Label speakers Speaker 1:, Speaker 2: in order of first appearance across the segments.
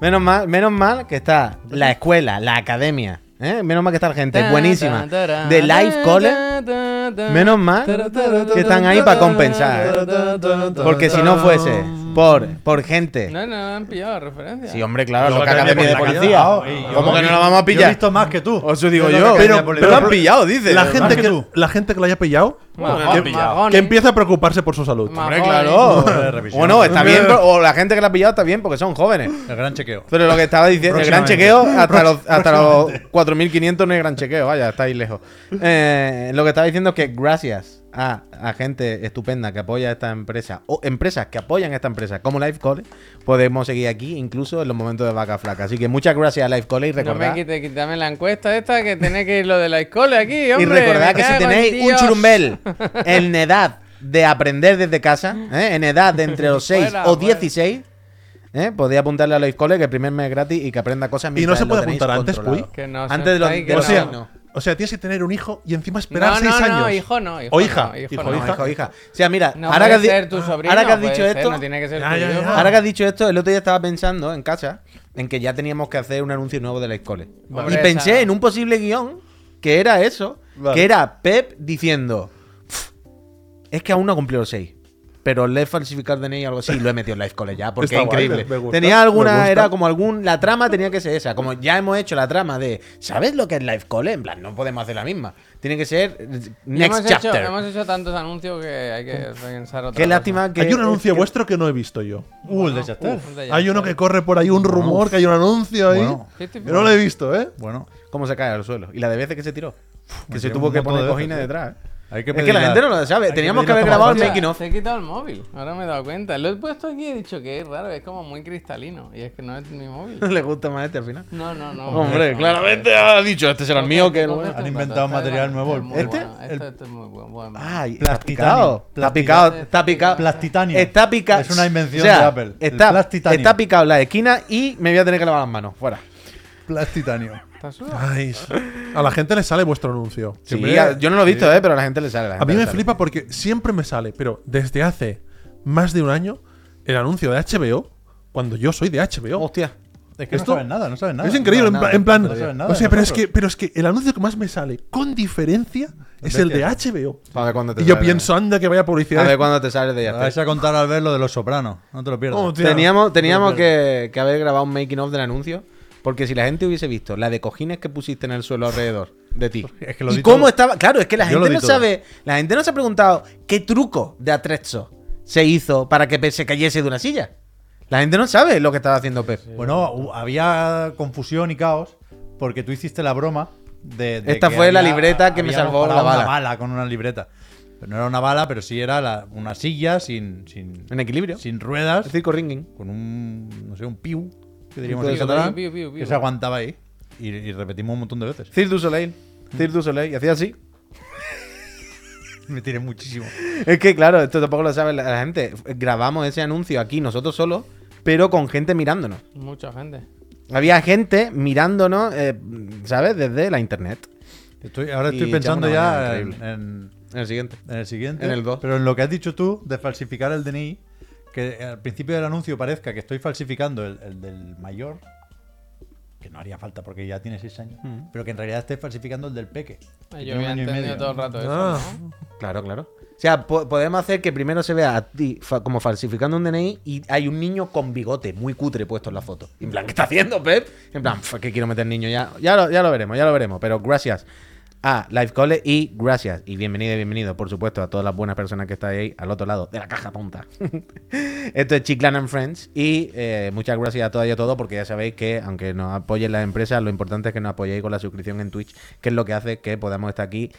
Speaker 1: menos mal, menos mal que está la escuela, la academia. ¿eh? Menos mal que está la gente buenísima de Life College. Menos mal que están ahí para compensar. Porque si no fuese por, por gente.
Speaker 2: No, no, han pillado referencia.
Speaker 1: Sí, hombre, claro,
Speaker 3: Yo
Speaker 1: los
Speaker 3: la
Speaker 1: que
Speaker 3: academia
Speaker 1: de
Speaker 3: de
Speaker 1: policía.
Speaker 3: cagao, ey, yo
Speaker 1: ¿Cómo
Speaker 3: no
Speaker 1: que no
Speaker 3: vi-
Speaker 1: la vamos a
Speaker 3: Yo he
Speaker 1: pillar?
Speaker 3: visto más que tú.
Speaker 1: O eso digo
Speaker 3: Es lo
Speaker 1: yo. Pero,
Speaker 3: que quería
Speaker 1: pero
Speaker 3: poner.
Speaker 1: lo han pillado, dice.
Speaker 3: La
Speaker 1: Más
Speaker 3: gente
Speaker 1: que
Speaker 3: que,
Speaker 1: tú.
Speaker 3: la gente que lo haya pillado,
Speaker 2: Bueno,
Speaker 3: que,
Speaker 2: no, pillado.
Speaker 3: que empiece a preocuparse por su salud.
Speaker 1: Hombre,
Speaker 3: No,
Speaker 1: claro.
Speaker 3: de revisión.
Speaker 1: Bueno, está bien, pero- o la gente que la ha pillado está bien porque son jóvenes.
Speaker 3: El gran chequeo.
Speaker 1: Pero lo que estaba diciendo, el gran
Speaker 3: Próximamente.
Speaker 1: chequeo, hasta los, hasta los 4.500 no hay gran chequeo, vaya, estáis lejos. Eh, lo que estaba diciendo es que gracias a, a gente estupenda que apoya esta empresa, o empresas que apoyan esta empresa, como Life College, podemos seguir aquí incluso en los momentos de vaca flaca. Así que muchas gracias a Life College y
Speaker 2: No me
Speaker 1: recordad,
Speaker 2: quite, quítame la encuesta esta que tenéis que ir lo de la escuela aquí,
Speaker 1: y
Speaker 2: hombre.
Speaker 1: recordad
Speaker 2: me
Speaker 1: que si
Speaker 2: cago en
Speaker 1: tenéis un
Speaker 2: Dios.
Speaker 1: churumbel en edad de aprender desde casa, ¿eh? en edad de entre los 6
Speaker 2: Fuera,
Speaker 1: o
Speaker 2: fuera.
Speaker 1: 16, ¿eh? podéis apuntarle a Life College que el primer mes es gratis y que aprenda cosas
Speaker 3: ¿Y no
Speaker 1: mientras
Speaker 3: se
Speaker 1: lo
Speaker 3: puede
Speaker 1: tenéis
Speaker 3: apuntar antes,
Speaker 1: controlado.
Speaker 3: Puy?
Speaker 2: Que no,
Speaker 1: Antes de los-
Speaker 2: sentáis
Speaker 1: de
Speaker 2: que
Speaker 3: O
Speaker 1: los
Speaker 2: no.
Speaker 3: sea,
Speaker 1: no.
Speaker 3: o sea, tienes que tener un hijo y encima esperar
Speaker 2: No,
Speaker 3: seis
Speaker 2: no,
Speaker 3: años.
Speaker 2: no, hijo no, hijo
Speaker 3: o
Speaker 2: no,
Speaker 3: hija.
Speaker 2: hijo
Speaker 3: hijo,
Speaker 2: no.
Speaker 3: hija.
Speaker 1: Hijo, hija. O sea, mira,
Speaker 2: No
Speaker 1: ahora, que has
Speaker 2: puede
Speaker 1: di- Ah,
Speaker 2: ser tu sobrino.
Speaker 1: ahora que has dicho
Speaker 2: puede ser,
Speaker 1: esto,
Speaker 2: no tiene que ser
Speaker 3: Ya,
Speaker 2: tu
Speaker 3: ya,
Speaker 2: hijo.
Speaker 3: ya.
Speaker 1: ahora que has dicho esto, el otro día estaba pensando en casa en que ya teníamos que hacer un anuncio nuevo de la escuela.
Speaker 2: Hombre,
Speaker 1: y pensé
Speaker 2: esa-
Speaker 1: en un posible guión que era eso,
Speaker 3: Vale.
Speaker 1: que era Pep diciendo, "Pff, es que aún no cumplió los 6. Pero le he falsificado DNI o algo así y lo he metido en Life College ya, porque
Speaker 3: Está
Speaker 1: es
Speaker 3: guay,
Speaker 1: increíble.
Speaker 3: me- me gusta,
Speaker 1: Tenía
Speaker 3: me
Speaker 1: alguna,
Speaker 3: gusta.
Speaker 1: era como algún. La trama tenía que ser esa. Como ya hemos hecho la trama de. ¿Sabes lo que es Life College? En plan, no podemos hacer la misma. Tiene que ser eh,
Speaker 2: Y
Speaker 1: Next
Speaker 2: hemos
Speaker 1: Chapter.
Speaker 2: Hecho, hemos hecho tantos anuncios que hay que pensar otra
Speaker 1: Qué lástima que.
Speaker 3: Hay un anuncio
Speaker 1: que-
Speaker 3: vuestro que no he visto yo.
Speaker 4: Uh, el de Chastel.
Speaker 3: Hay uno que corre por ahí, un rumor, que hay un anuncio ahí.
Speaker 4: Bueno.
Speaker 2: Sí,
Speaker 3: Que
Speaker 2: estoy-
Speaker 3: no lo he visto, ¿eh?
Speaker 4: Bueno,
Speaker 1: cómo se cae al suelo. Y la de veces que se tiró. Que
Speaker 4: me
Speaker 1: se
Speaker 4: tiré
Speaker 1: tuvo
Speaker 4: un
Speaker 1: que
Speaker 4: montón
Speaker 1: poner
Speaker 4: de
Speaker 1: cojines
Speaker 4: veces,
Speaker 1: detrás.
Speaker 4: hay que
Speaker 1: Es que la
Speaker 4: pedirle-
Speaker 1: gente no lo sabe.
Speaker 4: que
Speaker 1: Teníamos que
Speaker 4: pedirle
Speaker 1: haber
Speaker 4: las
Speaker 1: grabado el
Speaker 2: Mira,
Speaker 1: making of.
Speaker 2: Te he quitado el móvil, ahora me he dado cuenta. Lo he puesto aquí y he dicho que es raro, es como muy cristalino. Y es que no es mi móvil.
Speaker 1: Le gusta más este al final.
Speaker 2: No, no, no.
Speaker 1: Hombre, claramente ha dicho, este será el mío que el bueno.
Speaker 4: Han inventado material nuevo, el-
Speaker 2: Este,
Speaker 1: ¿Este?
Speaker 2: bueno, este, este es muy bueno. bueno.
Speaker 3: Ah.
Speaker 1: Ay, está picado.
Speaker 4: Plastitanio.
Speaker 1: Está picado, está picado.
Speaker 4: Plastitanio.
Speaker 1: Está picado.
Speaker 4: Es una invención de Apple. El
Speaker 1: Está,
Speaker 4: plastitanio.
Speaker 1: está picado en la esquina y me voy a tener que lavar las manos. Fuera.
Speaker 4: Plastitanio.
Speaker 2: ¿Está sudado?
Speaker 3: Ay, a la gente le sale vuestro anuncio.
Speaker 1: Sí, a- yo no lo he visto, eh, pero a la gente le sale. la
Speaker 3: A
Speaker 1: gente
Speaker 3: mí
Speaker 1: le
Speaker 3: me
Speaker 1: sale.
Speaker 3: flipa porque siempre me sale, pero desde hace más de un año, el anuncio de HBO, cuando yo soy de HBO.
Speaker 1: Hostia.
Speaker 4: Es que
Speaker 3: Esto-
Speaker 4: no sabes nada, no sabes nada.
Speaker 3: es increíble,
Speaker 1: nada,
Speaker 3: en, plan-
Speaker 4: no
Speaker 3: en
Speaker 4: sabes
Speaker 3: plan.
Speaker 4: nada
Speaker 3: o sea,
Speaker 4: de
Speaker 3: pero es,
Speaker 4: nosotros.
Speaker 3: que, pero es que el anuncio que más me sale, con diferencia, es el de HBO.
Speaker 1: A ver cuándo Pues te
Speaker 3: Y yo
Speaker 1: sale.
Speaker 3: pienso, anda, que vaya publicidad.
Speaker 1: A ver cuándo te sales de ya.
Speaker 4: Te vais a contar al ver lo de los sopranos. No te lo pierdas.
Speaker 3: Oh, tío.
Speaker 1: Teníamos, teníamos que, que haber grabado un making of del anuncio. Porque si la gente hubiese visto la de cojines que pusiste en el suelo alrededor de ti.
Speaker 4: Es que lo
Speaker 1: y
Speaker 4: di
Speaker 1: cómo
Speaker 4: todo.
Speaker 1: estaba. Claro, es que la
Speaker 4: Yo lo
Speaker 1: gente
Speaker 4: di
Speaker 1: no
Speaker 4: todo.
Speaker 1: sabe. La gente no se ha preguntado qué truco de atrezzo se hizo para que Pep se cayese de una silla. La gente no sabe lo que estaba haciendo Pep.
Speaker 4: Bueno, hu- había confusión y caos porque tú hiciste la broma de. de
Speaker 1: Esta
Speaker 4: que
Speaker 1: fue la libreta que me
Speaker 4: habíamos
Speaker 1: salvó la
Speaker 4: parado
Speaker 1: bala.
Speaker 4: Una bala con una libreta. Pero no era una bala, pero sí era la- una silla sin, sin,
Speaker 1: En equilibrio.
Speaker 4: sin ruedas,
Speaker 1: El circo ringing.
Speaker 4: con un, no sé, un piu, que diríamos
Speaker 1: Piu,
Speaker 4: en
Speaker 1: piu,
Speaker 4: catalán,
Speaker 2: piu, piu, piu.
Speaker 4: que se aguantaba ahí. Y, y repetimos un montón de veces.
Speaker 1: Cirque du Soleil.
Speaker 4: Mm.
Speaker 1: Cirque du Soleil. Y hacía así.
Speaker 4: Me tiré muchísimo.
Speaker 1: Es que claro, esto tampoco lo sabe la, la gente. Grabamos ese anuncio aquí nosotros solos, pero con gente mirándonos.
Speaker 2: Mucha gente.
Speaker 1: Había gente mirándonos, eh, ¿sabes? Desde la internet.
Speaker 4: Estoy, ahora
Speaker 1: Y
Speaker 4: estoy
Speaker 1: echamos
Speaker 4: pensando
Speaker 1: una
Speaker 4: ya
Speaker 1: mañana
Speaker 4: en,
Speaker 1: increíble.
Speaker 4: en-
Speaker 1: En el siguiente.
Speaker 4: en el siguiente.
Speaker 1: En el dos.
Speaker 4: Pero en lo que has dicho tú de falsificar el DNI, que al principio del anuncio parezca que estoy falsificando el, el del mayor, que no haría falta porque ya tiene 6 años,
Speaker 1: Mm.
Speaker 4: pero que en realidad esté falsificando el del peque. que
Speaker 2: Yo
Speaker 4: tiene un
Speaker 2: había
Speaker 4: año y
Speaker 2: entendido
Speaker 4: medio.
Speaker 2: todo el rato eso.
Speaker 3: Ah.
Speaker 2: ¿no?
Speaker 1: Claro, claro. O sea, po- podemos hacer que primero se vea a ti fa- como falsificando un DNI y hay un niño con bigote muy cutre puesto en la foto. En plan, ¿qué está haciendo, Pep? En plan, "Pf, que quiero meter niño ya. Ya lo, ya lo veremos, ya lo veremos. Pero gracias a Live Cole y gracias y bienvenido y bienvenido, por supuesto, a todas las buenas personas que estáis ahí al otro lado de la caja tonta. Esto es Chiclan and Friends y eh, muchas gracias a todas y a todos porque ya sabéis que aunque nos apoyen las empresas, lo importante es que nos apoyéis con la suscripción en Twitch, que es lo que hace que podamos estar aquí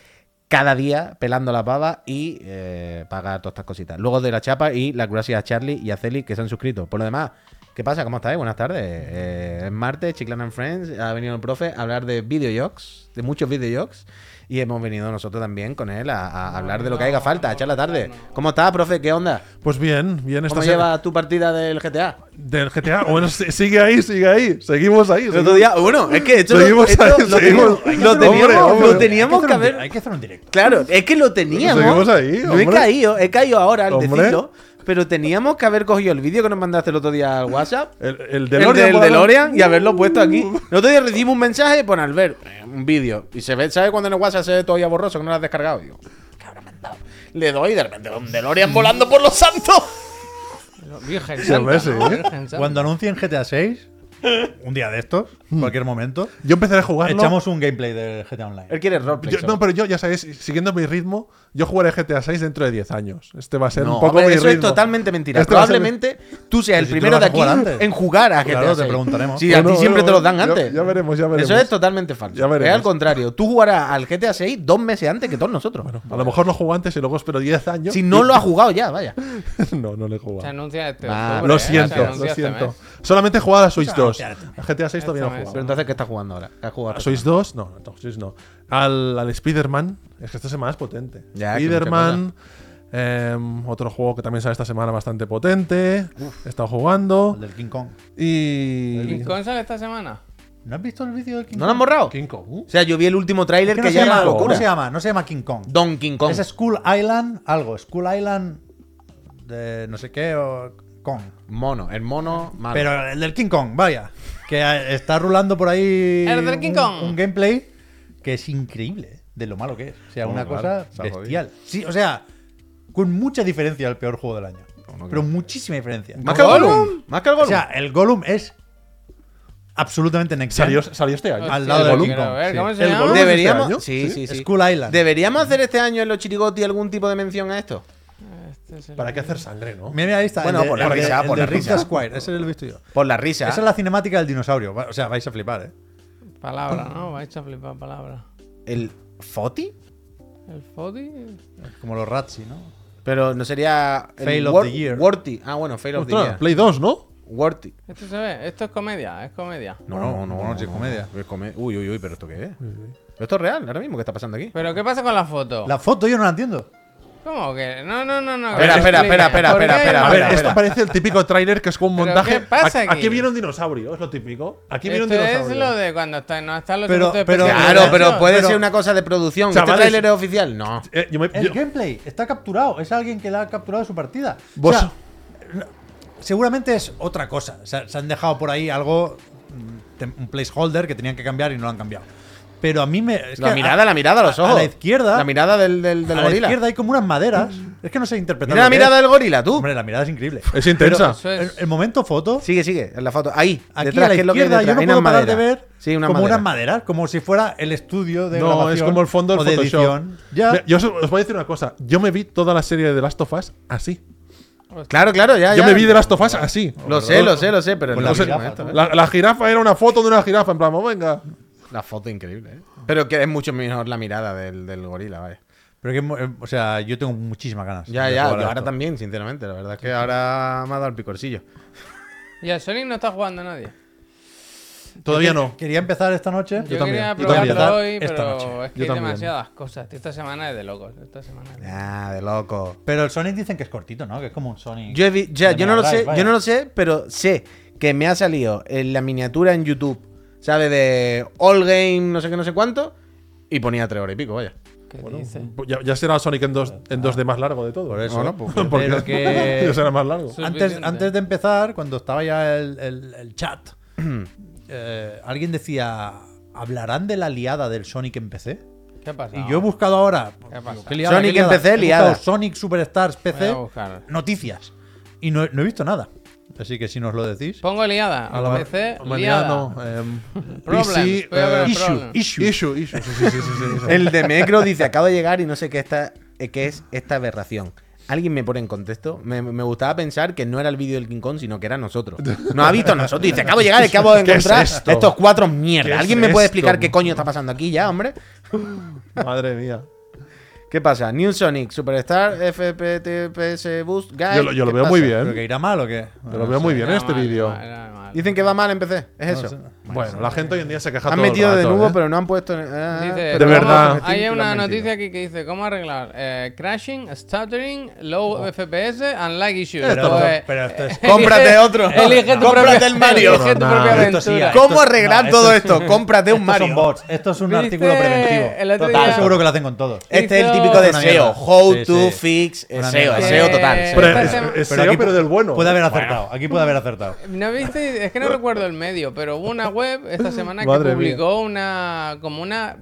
Speaker 1: cada día pelando la pava y eh, pagar todas estas cositas. Luego de la chapa y las gracias a Charlie y a Celi que se han suscrito. Por lo demás, ¿qué pasa? ¿Cómo estáis? Buenas tardes. Eh, es martes, Chiclan and Friends, ha venido el profe a hablar de videojocs, de muchos videojocs. Y hemos venido nosotros también con él a, a hablar de lo que haga falta, a echar la tarde. ¿Cómo estás, profe? ¿Qué onda?
Speaker 3: Pues bien, bien, esta
Speaker 1: ¿Cómo
Speaker 3: se-
Speaker 1: lleva tu partida del GTA?
Speaker 3: Del GTA. Bueno, si- sigue ahí, sigue ahí. Seguimos ahí.
Speaker 1: El otro día, bueno, es que esto,
Speaker 3: Seguimos
Speaker 1: esto
Speaker 3: ahí,
Speaker 1: lo
Speaker 3: seguimos.
Speaker 1: teníamos, lo
Speaker 3: Hombre,
Speaker 1: teníamos,
Speaker 3: hombre.
Speaker 1: lo teníamos
Speaker 4: Hay
Speaker 1: que
Speaker 4: hacer un di-
Speaker 1: haber.
Speaker 4: Hay que hacer un directo.
Speaker 1: Claro, es que lo teníamos.
Speaker 3: Seguimos ahí,
Speaker 1: Yo he
Speaker 3: hombre.
Speaker 1: caído, he caído ahora al
Speaker 3: Hombre.
Speaker 1: decirlo. pero teníamos que haber cogido el vídeo que nos mandaste el otro día al WhatsApp.
Speaker 3: El, el
Speaker 1: El
Speaker 3: DeLorean.
Speaker 1: del
Speaker 3: por ejemplo.
Speaker 1: DeLorean y haberlo puesto aquí.
Speaker 3: Uh.
Speaker 1: El otro día recibimos un mensaje y pone Albert, eh, un vídeo. Y se ve, ¿sabes cuando en el WhatsApp se ve todavía borroso que no lo has descargado? Y digo, "¿Qué habrá mandado?". Le doy y de repente un DeLorean volando por los santos.
Speaker 2: Virgen
Speaker 3: Se
Speaker 2: Santa,
Speaker 3: ve, sí,
Speaker 2: ¿no?
Speaker 3: ¿eh?
Speaker 2: Virgen Santa.
Speaker 4: Cuando anuncien GTA 6, un día de estos,
Speaker 1: Mm.
Speaker 4: cualquier momento,
Speaker 3: Yo empezaré a jugarlo.
Speaker 4: echamos un gameplay del GTA Online.
Speaker 1: Él quiere roleplay.
Speaker 3: Yo-
Speaker 1: solo.
Speaker 3: no, pero yo, ya sabéis, siguiendo mi ritmo, yo jugaré GTA 6 dentro de 10 años. Este va a ser
Speaker 1: No,
Speaker 3: un poco
Speaker 1: hombre,
Speaker 3: mi
Speaker 1: eso es
Speaker 3: ritmo.
Speaker 1: totalmente mentira.
Speaker 3: Este va a ser mi-
Speaker 1: Probablemente tú seas el
Speaker 4: si tú
Speaker 1: primero
Speaker 4: lo
Speaker 1: de
Speaker 4: vas a
Speaker 1: aquí
Speaker 4: jugar antes.
Speaker 1: en jugar a GTA
Speaker 4: Claro, te
Speaker 1: VI.
Speaker 4: preguntaremos.
Speaker 1: Si a
Speaker 3: Bueno,
Speaker 1: ti siempre
Speaker 3: bueno,
Speaker 1: te los dan
Speaker 3: bueno, ya-
Speaker 1: antes.
Speaker 3: ya veremos, ya veremos.
Speaker 1: Eso es totalmente falso.
Speaker 3: Ya veremos.
Speaker 1: Es al contrario. Tú jugarás al GTA VI dos meses antes que todos nosotros.
Speaker 3: Bueno, a lo mejor lo juego antes y luego espero 10 años.
Speaker 1: si no lo has jugado ya, vaya.
Speaker 3: no, no lo he jugado.
Speaker 2: Se anuncia este
Speaker 1: Va,
Speaker 2: octubre,
Speaker 3: Lo
Speaker 2: ¿eh? Se
Speaker 3: siento,
Speaker 2: anuncia
Speaker 3: lo
Speaker 2: este
Speaker 3: siento.
Speaker 2: mes.
Speaker 3: Solamente he jugado a la Switch 2.
Speaker 4: Anunciarte.
Speaker 3: A GTA 6 todavía no
Speaker 2: Este
Speaker 3: he
Speaker 2: mes.
Speaker 1: Pero
Speaker 3: jugado.
Speaker 1: entonces, ¿qué estás jugando ahora? ¿Qué has jugado?
Speaker 3: ¿A Switch 2? No, no, Switch no. Al, al Spider-Man. Es que esta semana es potente.
Speaker 1: Ya, que
Speaker 3: Spider-Man. em, otro juego que también sale esta semana bastante potente. He estado jugando.
Speaker 4: El del King Kong.
Speaker 3: Y.
Speaker 2: ¿Y con sale esta semana?
Speaker 4: ¿No has visto el vídeo del King
Speaker 1: ¿No
Speaker 4: Kong?
Speaker 1: lo han borrado?
Speaker 3: King Kong.
Speaker 1: O sea, yo vi el último
Speaker 4: Es
Speaker 1: tráiler
Speaker 4: que
Speaker 1: que,
Speaker 4: no se
Speaker 1: ya era
Speaker 4: llama-
Speaker 1: una
Speaker 4: ¿Cómo
Speaker 1: locura.
Speaker 4: se llama? No se llama King Kong.
Speaker 1: Donkey Kong.
Speaker 4: Es School Island algo. School Island de no sé qué o Kong.
Speaker 1: Mono, el mono malo.
Speaker 4: Pero el del King Kong, vaya. Que eh, está rulando por ahí
Speaker 2: El del
Speaker 4: un-
Speaker 2: King Kong.
Speaker 4: Un, gameplay que es increíble eh, de lo malo que es. O sea,
Speaker 1: Hombre,
Speaker 4: una
Speaker 1: claro,
Speaker 4: cosa
Speaker 1: se ha
Speaker 4: bestial. Sí, o sea, con mucha diferencia el peor juego del año. Pero muchísima diferencia.
Speaker 1: más que el
Speaker 2: ¿Gollum?
Speaker 1: Gollum. Más que el
Speaker 4: O
Speaker 1: Gollum.
Speaker 4: sea, el Gollum es absolutamente next gen.
Speaker 3: Salió, salió este año.
Speaker 4: Al lado
Speaker 2: Hostia,
Speaker 4: del
Speaker 2: lo
Speaker 4: King
Speaker 2: quiero
Speaker 4: Kong,
Speaker 2: ver,
Speaker 4: sí.
Speaker 2: ¿Cómo se
Speaker 3: El
Speaker 2: llama?
Speaker 3: Gollum.
Speaker 1: Deberíamos.
Speaker 3: este año?
Speaker 1: Sí, sí, sí.
Speaker 4: Skull Island.
Speaker 1: Deberíamos hacer este año en los chirigoti algún tipo de mención a esto.
Speaker 2: Este es el-
Speaker 3: ¿Para qué hacer sangre, no?
Speaker 4: Mira, mira, ahí está.
Speaker 1: Bueno,
Speaker 4: el de-
Speaker 1: por la
Speaker 4: el de-
Speaker 1: risa,
Speaker 4: el
Speaker 1: por
Speaker 4: de
Speaker 1: la
Speaker 4: Rick
Speaker 1: risa.
Speaker 4: Squire, ese lo he visto yo.
Speaker 1: Por la risa.
Speaker 4: Esa es la cinemática del dinosaurio. Va- O sea, vais a flipar, ¿eh?
Speaker 2: Palabra, ¿no? Vais a flipar palabra.
Speaker 1: ¿El Foti?
Speaker 2: ¿El Foti?
Speaker 4: Como los Ratzi, ¿no?
Speaker 1: Pero no sería. el
Speaker 4: Fail of
Speaker 1: Wor-
Speaker 4: the year.
Speaker 1: Worthy. Ah, bueno, Fail of the
Speaker 3: Ostras,
Speaker 1: Year.
Speaker 3: Play 2, ¿no?
Speaker 1: Worthy.
Speaker 2: Esto se ve, esto es comedia, es comedia.
Speaker 4: Bueno, bueno, si es comedia.
Speaker 1: Es come- Uy, uy, uy, pero ¿esto qué es? Esto es real, ahora mismo, ¿qué está pasando aquí?
Speaker 2: ¿Pero qué pasa con la foto?
Speaker 4: La foto yo no la entiendo.
Speaker 2: ¿Cómo que? No, no, no, no.
Speaker 1: Espera,
Speaker 2: que me
Speaker 1: espera,
Speaker 2: explique.
Speaker 1: espera,
Speaker 2: ¿Por
Speaker 1: espera,
Speaker 2: qué?
Speaker 1: espera,
Speaker 3: A ver,
Speaker 1: espera,
Speaker 3: esto parece el típico tráiler que es con un
Speaker 2: ¿Pero
Speaker 3: montaje.
Speaker 2: qué pasa
Speaker 3: A-
Speaker 2: aquí?
Speaker 3: viene un dinosaurio, es lo típico. Aquí viene un
Speaker 2: Esto es lo
Speaker 3: dinosaurio.
Speaker 2: de cuando está, no están los
Speaker 4: Pero-
Speaker 2: efectos
Speaker 4: pero-
Speaker 2: especiales.
Speaker 1: Claro, pero pues-
Speaker 4: Pero-
Speaker 1: puede
Speaker 4: pero-
Speaker 1: ser una cosa de producción. ¿Este
Speaker 3: Chavales-
Speaker 1: tráiler es oficial? No.
Speaker 3: Eh, yo me-
Speaker 4: El
Speaker 3: yo-
Speaker 4: gameplay está capturado. Es alguien que la ha capturado de su partida. O
Speaker 3: Vos-
Speaker 4: sea, no- seguramente es otra cosa. Se, se han dejado por ahí algo, mm, tem- un placeholder que tenían que cambiar y no lo han cambiado. Pero a mí me. es
Speaker 1: la
Speaker 4: que a-
Speaker 1: mirada, la mirada, los
Speaker 4: a- a
Speaker 1: ojos.
Speaker 4: la izquierda-
Speaker 1: La mirada del, del, del
Speaker 4: a la
Speaker 1: gorila.
Speaker 4: izquierda hay como unas maderas. Es que no sé interpretar.
Speaker 1: Mira la
Speaker 4: lo que
Speaker 1: mirada
Speaker 4: es.
Speaker 1: del gorila, tú.
Speaker 4: Hombre, la mirada es increíble.
Speaker 3: Es intensa.
Speaker 2: Eso es-
Speaker 4: El, el momento foto.
Speaker 1: Sigue, sigue, en la foto. Ahí,
Speaker 4: Aquí
Speaker 1: detrás,
Speaker 4: a la
Speaker 1: que es lo que hay
Speaker 4: izquierda yo
Speaker 1: detrás.
Speaker 4: no
Speaker 1: Hay una
Speaker 4: puedo parar de
Speaker 1: madera.
Speaker 4: ver
Speaker 1: Sí, una
Speaker 4: como
Speaker 1: madera.
Speaker 4: unas maderas, como si fuera el estudio de
Speaker 3: No,
Speaker 4: grabación
Speaker 3: es como el fondo
Speaker 4: o
Speaker 3: del
Speaker 4: de
Speaker 3: Photoshop.
Speaker 4: edición. Ya.
Speaker 3: Mira, Yo os, os voy a decir una cosa. Yo me vi toda la serie de The Last of Us así.
Speaker 1: Claro, claro,
Speaker 4: Ah,
Speaker 1: ya,
Speaker 3: Yo
Speaker 1: ya.
Speaker 3: me vi The Last of Us así.
Speaker 1: Lo sé, lo sé, lo sé, pero
Speaker 4: Con
Speaker 1: no
Speaker 4: la
Speaker 1: sé
Speaker 4: jirafa,
Speaker 1: cómo es esto,
Speaker 4: ¿no?
Speaker 1: ¿eh?
Speaker 3: La, la jirafa era una foto de una jirafa, en plan, "Oh, venga.
Speaker 1: La foto increíble, ¿eh? Pero que es mucho mejor la mirada del, del gorila, vaya.
Speaker 4: Pero que, mo- eh, o sea, yo tengo muchísimas ganas.
Speaker 1: Ya,
Speaker 4: de
Speaker 1: ya,
Speaker 4: jugar a
Speaker 1: yo
Speaker 4: esto.
Speaker 1: ahora también, sinceramente. La verdad es que ahora me ha dado el picorcillo.
Speaker 2: Y a Sonic no está jugando nadie.
Speaker 3: Todavía no.
Speaker 4: Quería empezar esta noche.
Speaker 2: Yo, quería
Speaker 3: también, yo también.
Speaker 2: probarlo hoy,
Speaker 4: Esta
Speaker 2: pero
Speaker 4: noche.
Speaker 2: es que
Speaker 3: Yo
Speaker 2: hay
Speaker 3: también.
Speaker 2: demasiadas cosas. tío. Esta semana es de locos. Esta semana es de-
Speaker 1: Ah, de loco.
Speaker 4: Pero el Sonic dicen que es cortito, ¿no? Que es como un Sonic.
Speaker 1: Yo, he vi- ya,
Speaker 4: de
Speaker 1: yo no lo
Speaker 4: Mega
Speaker 1: sé,
Speaker 4: Drive,
Speaker 1: yo no
Speaker 4: vaya.
Speaker 1: lo sé, pero sé que me ha salido en la miniatura en YouTube, ¿sabes? De All Game, no sé qué, no sé cuánto, y ponía tres horas y pico, vaya.
Speaker 2: ¿Qué dices?
Speaker 3: Ya, ya será Sonic en dos, en dos de más largo de todo. Por
Speaker 1: eso. No, no, pues,
Speaker 3: Porque
Speaker 4: pero que-
Speaker 3: ya será más largo.
Speaker 4: Antes,
Speaker 2: Suficiente.
Speaker 4: antes de empezar, cuando estaba ya el, el- el chat, eh, alguien decía: ¿hablarán de la liada del Sonic en PC?
Speaker 2: ¿Qué pasa?
Speaker 4: Y yo he buscado ahora.
Speaker 2: ¿Qué pasa?
Speaker 1: Sonic en PC,
Speaker 4: He
Speaker 1: liada.
Speaker 4: buscado Sonic Superstars
Speaker 2: Voy a
Speaker 4: PC,
Speaker 2: buscar.
Speaker 4: noticias. Y no, no he visto nada. Así que si nos lo decís.
Speaker 2: Pongo liada.
Speaker 3: A la-
Speaker 2: PC,
Speaker 3: humanidad,
Speaker 2: liada.
Speaker 3: no, em,
Speaker 2: Problems.
Speaker 3: PC,
Speaker 2: Voy a ver
Speaker 3: eh,
Speaker 2: el
Speaker 4: Issue,
Speaker 2: problem.
Speaker 4: issue.
Speaker 3: Issue, issue, sí, sí, sí, sí, sí, sí.
Speaker 1: El de Mecro dice, acabo de llegar y no sé qué, esta, eh, qué es esta aberración. Alguien me pone en contexto. Me, me gustaba pensar que no era el vídeo del King Kong, sino que era nosotros. No ha visto a nosotros. Dice, acabo de llegar, y acabo de
Speaker 3: ¿Qué es
Speaker 1: encontrar
Speaker 3: esto?
Speaker 1: estos cuatro
Speaker 3: ¿Qué
Speaker 1: mierda.
Speaker 3: es
Speaker 1: ¿Alguien me puede
Speaker 3: esto?
Speaker 1: explicar qué coño está pasando aquí ya, hombre?
Speaker 3: Madre mía.
Speaker 1: ¿Qué pasa? New Sonic, Superstar, FPS Boost, Guide.
Speaker 3: Yo lo, yo lo
Speaker 1: ¿Qué
Speaker 3: veo
Speaker 1: pasa?
Speaker 3: muy
Speaker 4: ¿Pero
Speaker 3: bien.
Speaker 2: Pues
Speaker 4: que irá mal o qué?
Speaker 3: Yo lo veo muy bien
Speaker 2: Era
Speaker 3: este
Speaker 2: mal,
Speaker 3: vídeo.
Speaker 2: era mal, era mal.
Speaker 1: Dicen que va mal en PC. ¿Es
Speaker 4: No
Speaker 1: eso?
Speaker 4: sé.
Speaker 3: Bueno, la gente hoy en día se queja
Speaker 1: Han
Speaker 3: todo el
Speaker 1: metido de
Speaker 3: rato,
Speaker 1: nuevo,
Speaker 3: ¿eh?
Speaker 1: pero no han puesto. ah,
Speaker 2: Dice,
Speaker 1: pero
Speaker 3: de
Speaker 2: ¿cómo-
Speaker 1: vamos a
Speaker 3: verdad.
Speaker 1: admitir
Speaker 2: Hay
Speaker 1: que lo
Speaker 2: una
Speaker 1: han metido.
Speaker 2: noticia aquí que dice, ¿cómo arreglar? Eh, crashing, stuttering, low
Speaker 1: Oh.
Speaker 2: FPS and lag issues.
Speaker 4: Pero-
Speaker 2: Pues,
Speaker 4: pero esto es- Ah,
Speaker 2: elige-
Speaker 1: Cómprate otro.
Speaker 2: Elige tu
Speaker 1: Cómprate
Speaker 2: propia-
Speaker 1: el Mario.
Speaker 2: Elige tu
Speaker 3: No,
Speaker 2: propia
Speaker 3: no,
Speaker 4: esto sí,
Speaker 2: aventura.
Speaker 4: esto-
Speaker 1: ¿Cómo arreglar
Speaker 4: no,
Speaker 1: todo esto? Cómprate un
Speaker 4: Estos son
Speaker 1: Mario.
Speaker 4: bots. Esto es un
Speaker 2: ¿Viste
Speaker 4: artículo preventivo.
Speaker 2: el otro
Speaker 4: Total,
Speaker 2: día?
Speaker 4: seguro que lo hacen con todos.
Speaker 1: Este es el
Speaker 2: Hizo-
Speaker 1: típico de
Speaker 4: Una
Speaker 1: SEO.
Speaker 4: mierda.
Speaker 1: How
Speaker 4: Sí,
Speaker 1: to
Speaker 4: sí.
Speaker 1: fix
Speaker 4: Una
Speaker 1: SEO.
Speaker 4: mierda.
Speaker 1: SEO total.
Speaker 2: Eh,
Speaker 1: SEO.
Speaker 3: Pero
Speaker 2: Esta
Speaker 3: es,
Speaker 2: sema-
Speaker 3: es
Speaker 4: Pero
Speaker 3: SEO,
Speaker 4: aquí
Speaker 3: pero del bueno. ¿eh?
Speaker 4: Puede haber acertado. Aquí puede haber acertado.
Speaker 2: ¿No viste? Es que no recuerdo el medio, pero hubo una web esta semana que
Speaker 3: Madre
Speaker 2: publicó una como una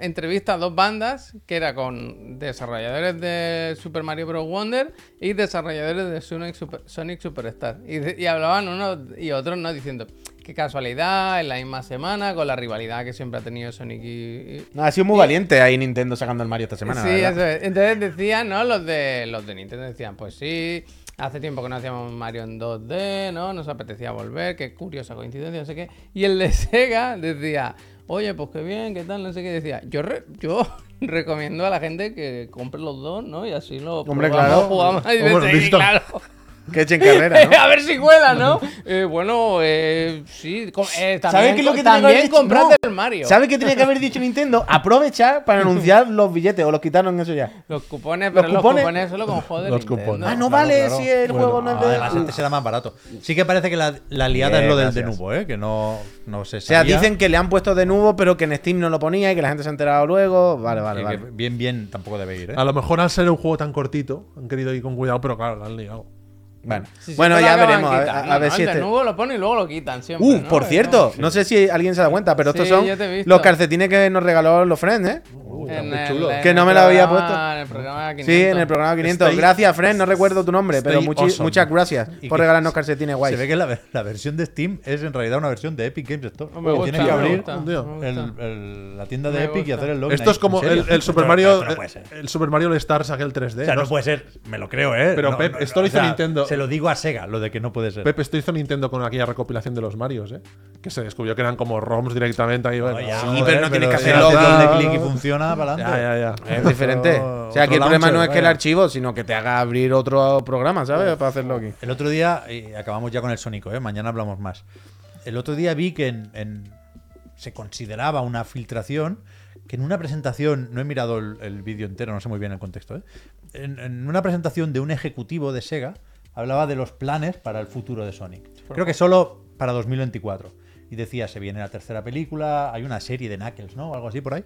Speaker 2: entrevista a dos bandas que era con desarrolladores de Super Mario Bros. Wonder y desarrolladores de Sonic, Super- Sonic Superstar. Y, de- y hablaban unos y otros, ¿no? Diciendo, qué casualidad, en la misma semana, con la rivalidad que siempre ha tenido Sonic y- y,
Speaker 1: No, ha sido muy Ah, valiente ahí Nintendo sacando el Mario esta semana. la
Speaker 2: Sí,
Speaker 1: verdad.
Speaker 2: eso es. Entonces decían, ¿no? Los de los de Nintendo decían, pues sí, hace tiempo que no hacíamos Mario en 2D, ¿no? Nos apetecía volver, qué curiosa coincidencia, no sé qué. Y el de Sega decía, oye, pues qué bien, qué tal, no sé qué. Decía, yo re- yo recomiendo a la gente que compre los dos, ¿no? Y así lo
Speaker 1: Hombre,
Speaker 2: probamos,
Speaker 1: claro.
Speaker 2: jugamos y
Speaker 3: Hombre,
Speaker 2: dice, sí,
Speaker 3: listo.
Speaker 2: claro.
Speaker 1: Que echen carrera, ¿no?
Speaker 2: a ver si cuela, ¿no? Eh, bueno, eh, sí, com- eh, también,
Speaker 1: ¿Sabes qué es lo que tenía que haber
Speaker 2: también
Speaker 1: dicho?
Speaker 2: comprate
Speaker 1: No.
Speaker 2: el Mario.
Speaker 1: ¿Sabes qué tenía que haber dicho Nintendo? Aprovechar para anunciar los billetes. O los quitaron eso ya.
Speaker 2: Los cupones,
Speaker 1: Los
Speaker 2: pero los
Speaker 1: cupones-
Speaker 2: cupones, solo con joder.
Speaker 3: Los cupones.
Speaker 1: ah, no
Speaker 4: claro,
Speaker 1: vale
Speaker 4: claro.
Speaker 1: si el
Speaker 3: Bueno,
Speaker 1: juego no es de.
Speaker 4: Además, este será más barato. Sí que parece que la, la liada
Speaker 1: Bien,
Speaker 4: es lo del de
Speaker 1: gracias.
Speaker 4: nuevo, ¿eh? Que no, no se
Speaker 1: o sea,
Speaker 4: sabía.
Speaker 1: dicen que le han puesto de nuevo, pero que en Steam no lo ponía y que la gente se ha enterado luego. Vale, vale,
Speaker 4: Que- Eh, que
Speaker 1: vale.
Speaker 4: Bien, bien, tampoco debe ir, ¿eh?
Speaker 3: A lo mejor al ser un juego tan cortito, han querido ir con cuidado, pero claro, la han liado.
Speaker 1: Bueno,
Speaker 2: Sí, sí,
Speaker 1: bueno
Speaker 2: pero
Speaker 1: ya
Speaker 2: acaban
Speaker 1: veremos. A, ver-
Speaker 2: quitando,
Speaker 1: a- a ver
Speaker 2: ¿no?
Speaker 1: si
Speaker 2: El
Speaker 1: este.
Speaker 2: desnudo lo pone y luego lo quitan siempre.
Speaker 1: Uh,
Speaker 2: ¿no?
Speaker 1: por
Speaker 2: Pero-
Speaker 1: cierto, no sé si alguien se da cuenta, pero estos
Speaker 2: Sí,
Speaker 1: son
Speaker 2: yo te he visto.
Speaker 1: los calcetines que nos regaló los friends, ¿eh?
Speaker 2: En
Speaker 3: qué
Speaker 2: el-
Speaker 3: chulo.
Speaker 2: en
Speaker 1: Que
Speaker 2: el
Speaker 1: no me lo había
Speaker 2: programa-
Speaker 1: puesto.
Speaker 2: En el programa 500.
Speaker 1: Sí, en el programa 500.
Speaker 3: Stay-
Speaker 1: gracias, Fren, no recuerdo tu nombre, pero
Speaker 4: Stay
Speaker 1: muchi-
Speaker 4: awesome.
Speaker 1: muchas gracias
Speaker 4: Y
Speaker 1: por
Speaker 4: que-
Speaker 1: regalarnos calcetines guays.
Speaker 4: Se ve que la, ver- la versión de Steam es en realidad una versión de Epic Games Store.
Speaker 2: No me
Speaker 4: Que
Speaker 2: gusta,
Speaker 4: tienes que
Speaker 2: no me
Speaker 4: abrir
Speaker 2: gusta,
Speaker 3: un día.
Speaker 2: no me gusta.
Speaker 4: el- el- la tienda de
Speaker 2: Me
Speaker 4: Epic y
Speaker 2: gusta.
Speaker 4: hacer el login.
Speaker 3: Esto es como
Speaker 4: ¿En serio?
Speaker 3: el, el Super
Speaker 4: Esto-
Speaker 3: Mario eh,
Speaker 4: esto no puede ser.
Speaker 3: el Super Mario All Stars aquel 3D.
Speaker 4: O sea,
Speaker 3: ¿no?
Speaker 4: no puede ser, me lo creo, ¿eh?
Speaker 3: Pero,
Speaker 4: No,
Speaker 3: Pep,
Speaker 4: no,
Speaker 3: esto lo
Speaker 4: o
Speaker 3: hizo
Speaker 4: sea,
Speaker 3: Nintendo.
Speaker 4: Se lo digo a Sega, lo de que no puede ser.
Speaker 3: Pepe, esto hizo Nintendo con aquella recopilación de los Marios, ¿eh? Que se descubrió que eran como ROMs directamente ahí. bueno,
Speaker 4: No, ya,
Speaker 3: sí,
Speaker 1: pero
Speaker 4: joder,
Speaker 1: no tienes que
Speaker 4: si
Speaker 1: hacerlo.
Speaker 4: haces
Speaker 3: Ya,
Speaker 4: doble clic y
Speaker 3: ya,
Speaker 4: funciona para
Speaker 3: ya,
Speaker 4: adelante.
Speaker 3: ya, ya.
Speaker 1: Es diferente.
Speaker 4: Otro-
Speaker 1: O sea, aquí el
Speaker 4: otro
Speaker 1: problema no es
Speaker 4: launcher,
Speaker 1: que el
Speaker 4: vaya.
Speaker 1: archivo, sino que te haga abrir otro programa, ¿sabes? Para hacerlo aquí.
Speaker 4: El otro día, y acabamos ya con el Sónico, ¿eh? mañana hablamos más. El otro día vi que en- en- se consideraba una filtración que en una presentación, no he mirado el, el vídeo entero, no sé muy bien el contexto, ¿eh? en, en una presentación de un ejecutivo de Sega hablaba de los planes para el futuro de Sonic. Creo que solo para 2024. Y decía, se viene la tercera película, hay una serie de Knuckles, ¿no? O algo así por ahí.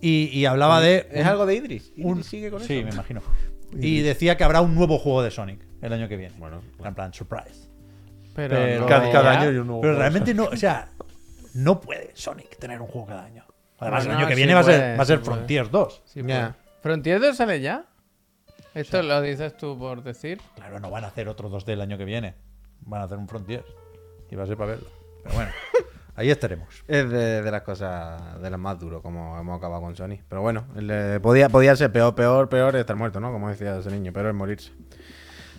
Speaker 4: Y, y hablaba de...
Speaker 1: Es algo de Idris.
Speaker 4: un-
Speaker 1: Idris sigue con
Speaker 4: sí, me
Speaker 1: eso.
Speaker 4: imagino. Y decía que habrá un nuevo juego de Sonic el año que viene. Bueno, en plan, surprise.
Speaker 2: Pero,
Speaker 4: Pero-
Speaker 2: no,
Speaker 3: Cada, cada
Speaker 2: ya.
Speaker 3: año hay un nuevo.
Speaker 4: Pero
Speaker 3: juego.
Speaker 4: realmente no, o sea, no puede Sonic tener un juego cada año. Además,
Speaker 2: No,
Speaker 4: el
Speaker 2: no,
Speaker 4: año que
Speaker 2: sí
Speaker 4: viene va a
Speaker 2: puede,
Speaker 4: ser, va a ser
Speaker 2: sí puede.
Speaker 4: Frontiers 2.
Speaker 2: Sí,
Speaker 1: Ya.
Speaker 2: pues. ¿Frontier 2 sale ya? Esto lo dices tú por decir.
Speaker 4: Claro, no van a hacer otro 2D el año que viene. Van a hacer un Frontiers. Y va a ser para verlo. Pero bueno, ahí estaremos.
Speaker 1: Es de, de las cosas, de las más duras, como hemos acabado con Sony. Pero bueno, le- podía, podía ser peor, peor, peor estar muerto, ¿no? Como decía ese niño, peor es morirse.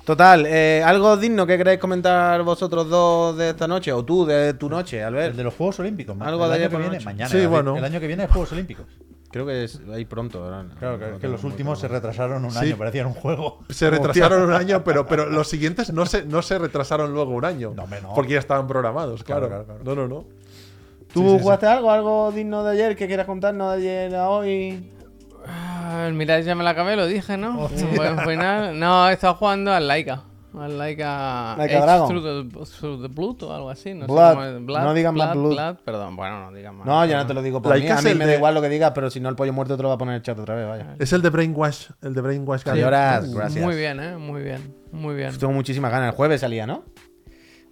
Speaker 1: Total, eh, ¿algo digno que queráis comentar vosotros dos de esta noche? O tú de tu noche,
Speaker 4: El de
Speaker 1: Albert.
Speaker 4: los Juegos Olímpicos. ma-
Speaker 1: Algo
Speaker 4: el
Speaker 1: de
Speaker 4: año
Speaker 1: ayer
Speaker 4: que
Speaker 1: por la
Speaker 4: viene,
Speaker 1: noche.
Speaker 4: mañana.
Speaker 3: Sí,
Speaker 4: el-
Speaker 3: bueno.
Speaker 4: El año que viene hay Juegos Olímpicos.
Speaker 1: Creo que es ahí pronto. ahora.
Speaker 4: Claro,
Speaker 1: No
Speaker 4: que, que
Speaker 1: tengo
Speaker 4: los
Speaker 1: muy
Speaker 4: últimos se
Speaker 1: claro.
Speaker 4: retrasaron un
Speaker 3: Sí.
Speaker 4: año, parecían un juego.
Speaker 3: Se retrasaron un año, pero, pero los siguientes no se, no se retrasaron luego un año.
Speaker 4: No, hombre, no.
Speaker 3: Porque ya estaban programados, claro.
Speaker 4: Claro, claro,
Speaker 3: No, no, no.
Speaker 1: ¿Tú
Speaker 3: Sí, sí, sí.
Speaker 1: jugaste algo, algo digno de ayer que quieras contarnos de ayer a hoy?
Speaker 2: Ah, el Mirage ya me la acabé, lo dije, ¿no?
Speaker 3: Oh,
Speaker 2: Buen final. No, he estado jugando al Laika. Al Laika.
Speaker 1: Laika
Speaker 2: Edge
Speaker 1: Dragon.
Speaker 2: Through the, through the Blood o algo así. No,
Speaker 1: Blood.
Speaker 2: Sé cómo es.
Speaker 1: No digas más Blood.
Speaker 2: Perdón, bueno, no digas más.
Speaker 1: No, yo no te lo digo por
Speaker 3: La
Speaker 1: mí.
Speaker 3: Ica
Speaker 1: A
Speaker 3: es
Speaker 1: mí
Speaker 3: el
Speaker 1: me
Speaker 3: de-
Speaker 1: da igual lo que digas, pero si no, el pollo muerto te lo va a poner en el chat otra vez, vaya.
Speaker 3: Es el de Brainwash. El de Brainwash. que había-
Speaker 1: Señoras, gracias.
Speaker 2: Muy bien, ¿eh? Muy bien. Muy bien.
Speaker 1: Tengo muchísimas ganas. El jueves salía, ¿no?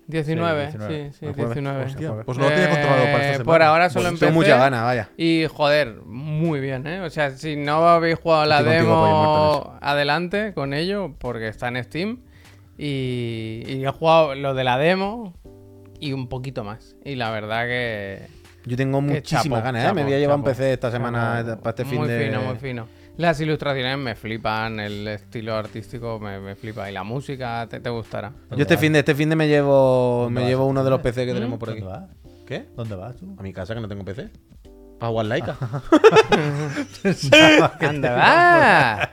Speaker 2: 19, sí,
Speaker 4: 19.
Speaker 2: sí,
Speaker 1: El jueves.
Speaker 2: 19.
Speaker 1: Hostia,
Speaker 3: pues no lo tenía controlado para esta
Speaker 2: Eh,
Speaker 3: semana.
Speaker 2: Por ahora solo
Speaker 1: Pues
Speaker 2: empecé.
Speaker 1: tengo muchas ganas, vaya.
Speaker 2: Y joder, muy bien, ¿eh? O sea, si no habéis jugado la
Speaker 1: Estoy contigo, Pollo Muerto,
Speaker 2: demo, adelante con ello, porque está en Steam. Y, y he jugado lo de la demo y un poquito más. Y la verdad que.
Speaker 1: Yo tengo
Speaker 2: que
Speaker 1: muchísimas
Speaker 2: chapo,
Speaker 1: ganas, ¿eh?
Speaker 2: chapo,
Speaker 1: Me voy a llevar un
Speaker 2: chapo.
Speaker 1: PC esta semana
Speaker 2: Chapo.
Speaker 1: para este fin
Speaker 2: muy
Speaker 1: de.
Speaker 2: fino, muy fino. Las ilustraciones me flipan, el estilo artístico me, me flipa y la música te, te gustará.
Speaker 1: Yo este fin de este fin de me llevo me
Speaker 4: vas?
Speaker 1: llevo uno de los PC que
Speaker 2: Mm.
Speaker 1: tenemos por aquí.
Speaker 4: ¿Dónde vas?
Speaker 1: ¿Qué?
Speaker 4: ¿Dónde vas tú?
Speaker 1: A mi casa que no tengo PC. Para jugar Laika.
Speaker 2: ¡Anda, va!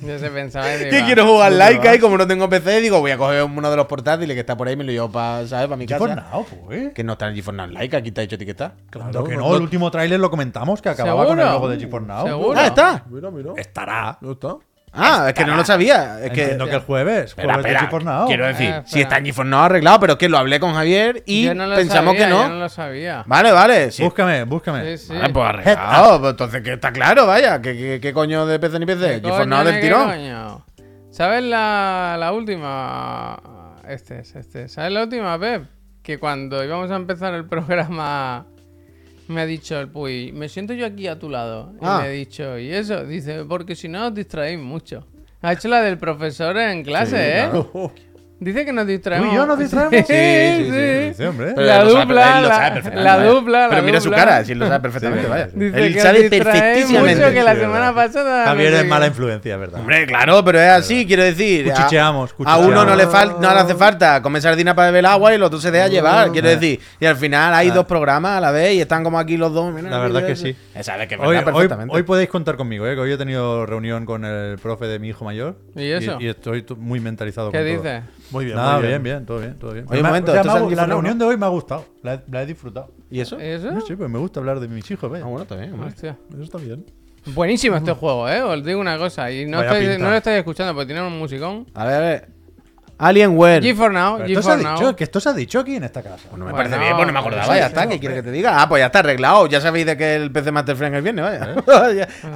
Speaker 2: Yo se pensaba y digo,
Speaker 1: Que
Speaker 2: ah,
Speaker 1: quiero jugar
Speaker 3: ¿dónde
Speaker 1: Laika y
Speaker 3: vas?
Speaker 1: como no tengo PC, digo, voy a coger uno de los portátiles que está por ahí, me lo llevo para, ¿sabes? Para mi casa.
Speaker 4: Yo por nada, pues.
Speaker 1: Que no está en GeForce Now Laika, aquí está hecho etiqueta.
Speaker 4: Claro que no, el último tráiler lo comentamos que acababa con el
Speaker 2: ¿Seguro?
Speaker 4: logo de GeForce Now.
Speaker 2: ¿Seguro?
Speaker 1: Ah, está.
Speaker 3: Mira, mira.
Speaker 4: Estará.
Speaker 3: No está.
Speaker 1: Ah, es que no lo sabía. Es
Speaker 4: Es
Speaker 1: que.
Speaker 4: que el jueves,
Speaker 1: Espera,
Speaker 4: jueves de
Speaker 1: espera.
Speaker 4: GeForce Now.
Speaker 1: Quiero decir,
Speaker 2: Ah,
Speaker 1: si
Speaker 2: espera.
Speaker 1: está en GeForce Now arreglado, pero es que lo hablé con Javier y
Speaker 2: yo no lo
Speaker 1: pensamos
Speaker 2: sabía,
Speaker 1: que no.
Speaker 2: Yo no lo Eh, sabía.
Speaker 1: Vale, vale. Sí.
Speaker 4: Búscame, búscame.
Speaker 2: Sí, sí.
Speaker 1: Vale, pues arreglado. Pues entonces que está claro, vaya. ¿Qué, qué, qué coño de PC ni PC?
Speaker 2: ¿Qué
Speaker 1: GeForce Now
Speaker 2: coño,
Speaker 1: del
Speaker 2: qué
Speaker 1: tirón.
Speaker 2: coño? ¿Sabes la, la última? Este es, este. ¿Sabes la última, Pep? Que cuando íbamos a empezar el programa me ha dicho el Puy, me siento yo aquí a tu lado.
Speaker 1: Ah.
Speaker 2: Y me ha dicho, ¿y eso? Dice, porque si no os distraéis mucho. Ha hecho la del profesor en clase, ¿eh? Dice que nos
Speaker 4: Tú
Speaker 2: distraemos.
Speaker 4: y yo nos distraemos.
Speaker 2: Sí, sí, sí.
Speaker 4: hombre.
Speaker 2: Pero- La
Speaker 1: él lo sabe,
Speaker 2: dupla,
Speaker 1: él lo
Speaker 2: la-
Speaker 1: sabe perfectamente,
Speaker 2: la
Speaker 1: vaya.
Speaker 2: dupla, la
Speaker 1: Pero mira su
Speaker 2: dupla.
Speaker 1: cara, si él lo sabe perfectamente, vaya.
Speaker 2: Dice
Speaker 1: él
Speaker 2: que
Speaker 1: sabe
Speaker 2: os distraéis mucho que
Speaker 1: perfectísimamente.
Speaker 2: la
Speaker 4: Sí,
Speaker 2: semana
Speaker 4: verdad.
Speaker 2: pasada... no
Speaker 4: Javier
Speaker 2: sé
Speaker 4: es
Speaker 2: qué.
Speaker 4: mala influencia, es ¿verdad?
Speaker 1: Hombre, claro, pero es así, quiero decir. a-
Speaker 4: Cuchicheamos,
Speaker 1: A
Speaker 4: cuchicheamos.
Speaker 1: uno no le, fal- no le hace falta comer sardina para beber agua y el otro se deja llevar, quiero decir. Y al final hay dos programas a la vez y están como aquí los dos. mira,
Speaker 4: La verdad
Speaker 1: mira,
Speaker 4: que
Speaker 1: eso.
Speaker 4: sí.
Speaker 1: Eh, Sabes que es
Speaker 4: Hoy,
Speaker 1: verdad
Speaker 4: hoy-
Speaker 1: perfectamente.
Speaker 4: hoy podéis contar conmigo, ¿eh? que hoy he tenido reunión con el profe de mi hijo mayor.
Speaker 2: ¿Y eso?
Speaker 4: Y, estoy t- muy mentalizado
Speaker 2: ¿Qué
Speaker 4: con todo.
Speaker 2: dice?
Speaker 3: Muy bien,
Speaker 4: Nada,
Speaker 3: muy
Speaker 4: bien, bien, todo bien, todo bien.
Speaker 1: Oye, un
Speaker 4: Me ha-
Speaker 1: momento,
Speaker 4: o sea,
Speaker 1: ¿esto
Speaker 4: me ha
Speaker 1: es
Speaker 4: gu-
Speaker 1: el
Speaker 4: la
Speaker 1: teléfono?
Speaker 4: reunión de hoy me ha gustado, la he, la he disfrutado.
Speaker 1: ¿Y eso?
Speaker 2: ¿Eso?
Speaker 4: No sé, pues me gusta hablar de mis hijos, ¿ves?
Speaker 1: Ah, bueno, también. hombre.
Speaker 2: Hostia.
Speaker 3: Eso está bien.
Speaker 2: Buenísimo este juego, eh. Os digo una cosa. Y no,
Speaker 3: Vaya
Speaker 2: estáis,
Speaker 3: pinta.
Speaker 2: no lo estáis escuchando porque tiene un musicón.
Speaker 1: A ver, a ver. Alienware.
Speaker 2: g for Now,
Speaker 4: Pero
Speaker 2: g
Speaker 4: esto se ha
Speaker 2: for Now.
Speaker 4: dicho, que esto se ha dicho aquí en esta casa.
Speaker 1: Pues no me
Speaker 2: Bueno,
Speaker 1: parece bien, pues no me acordaba,
Speaker 2: sí,
Speaker 1: ya
Speaker 2: sí,
Speaker 1: está, ¿qué quiere que te diga? Ah, pues ya está arreglado, ya sabéis de que el PC Master Friend el viernes,
Speaker 4: ¿Eh?
Speaker 1: vaya. Ya-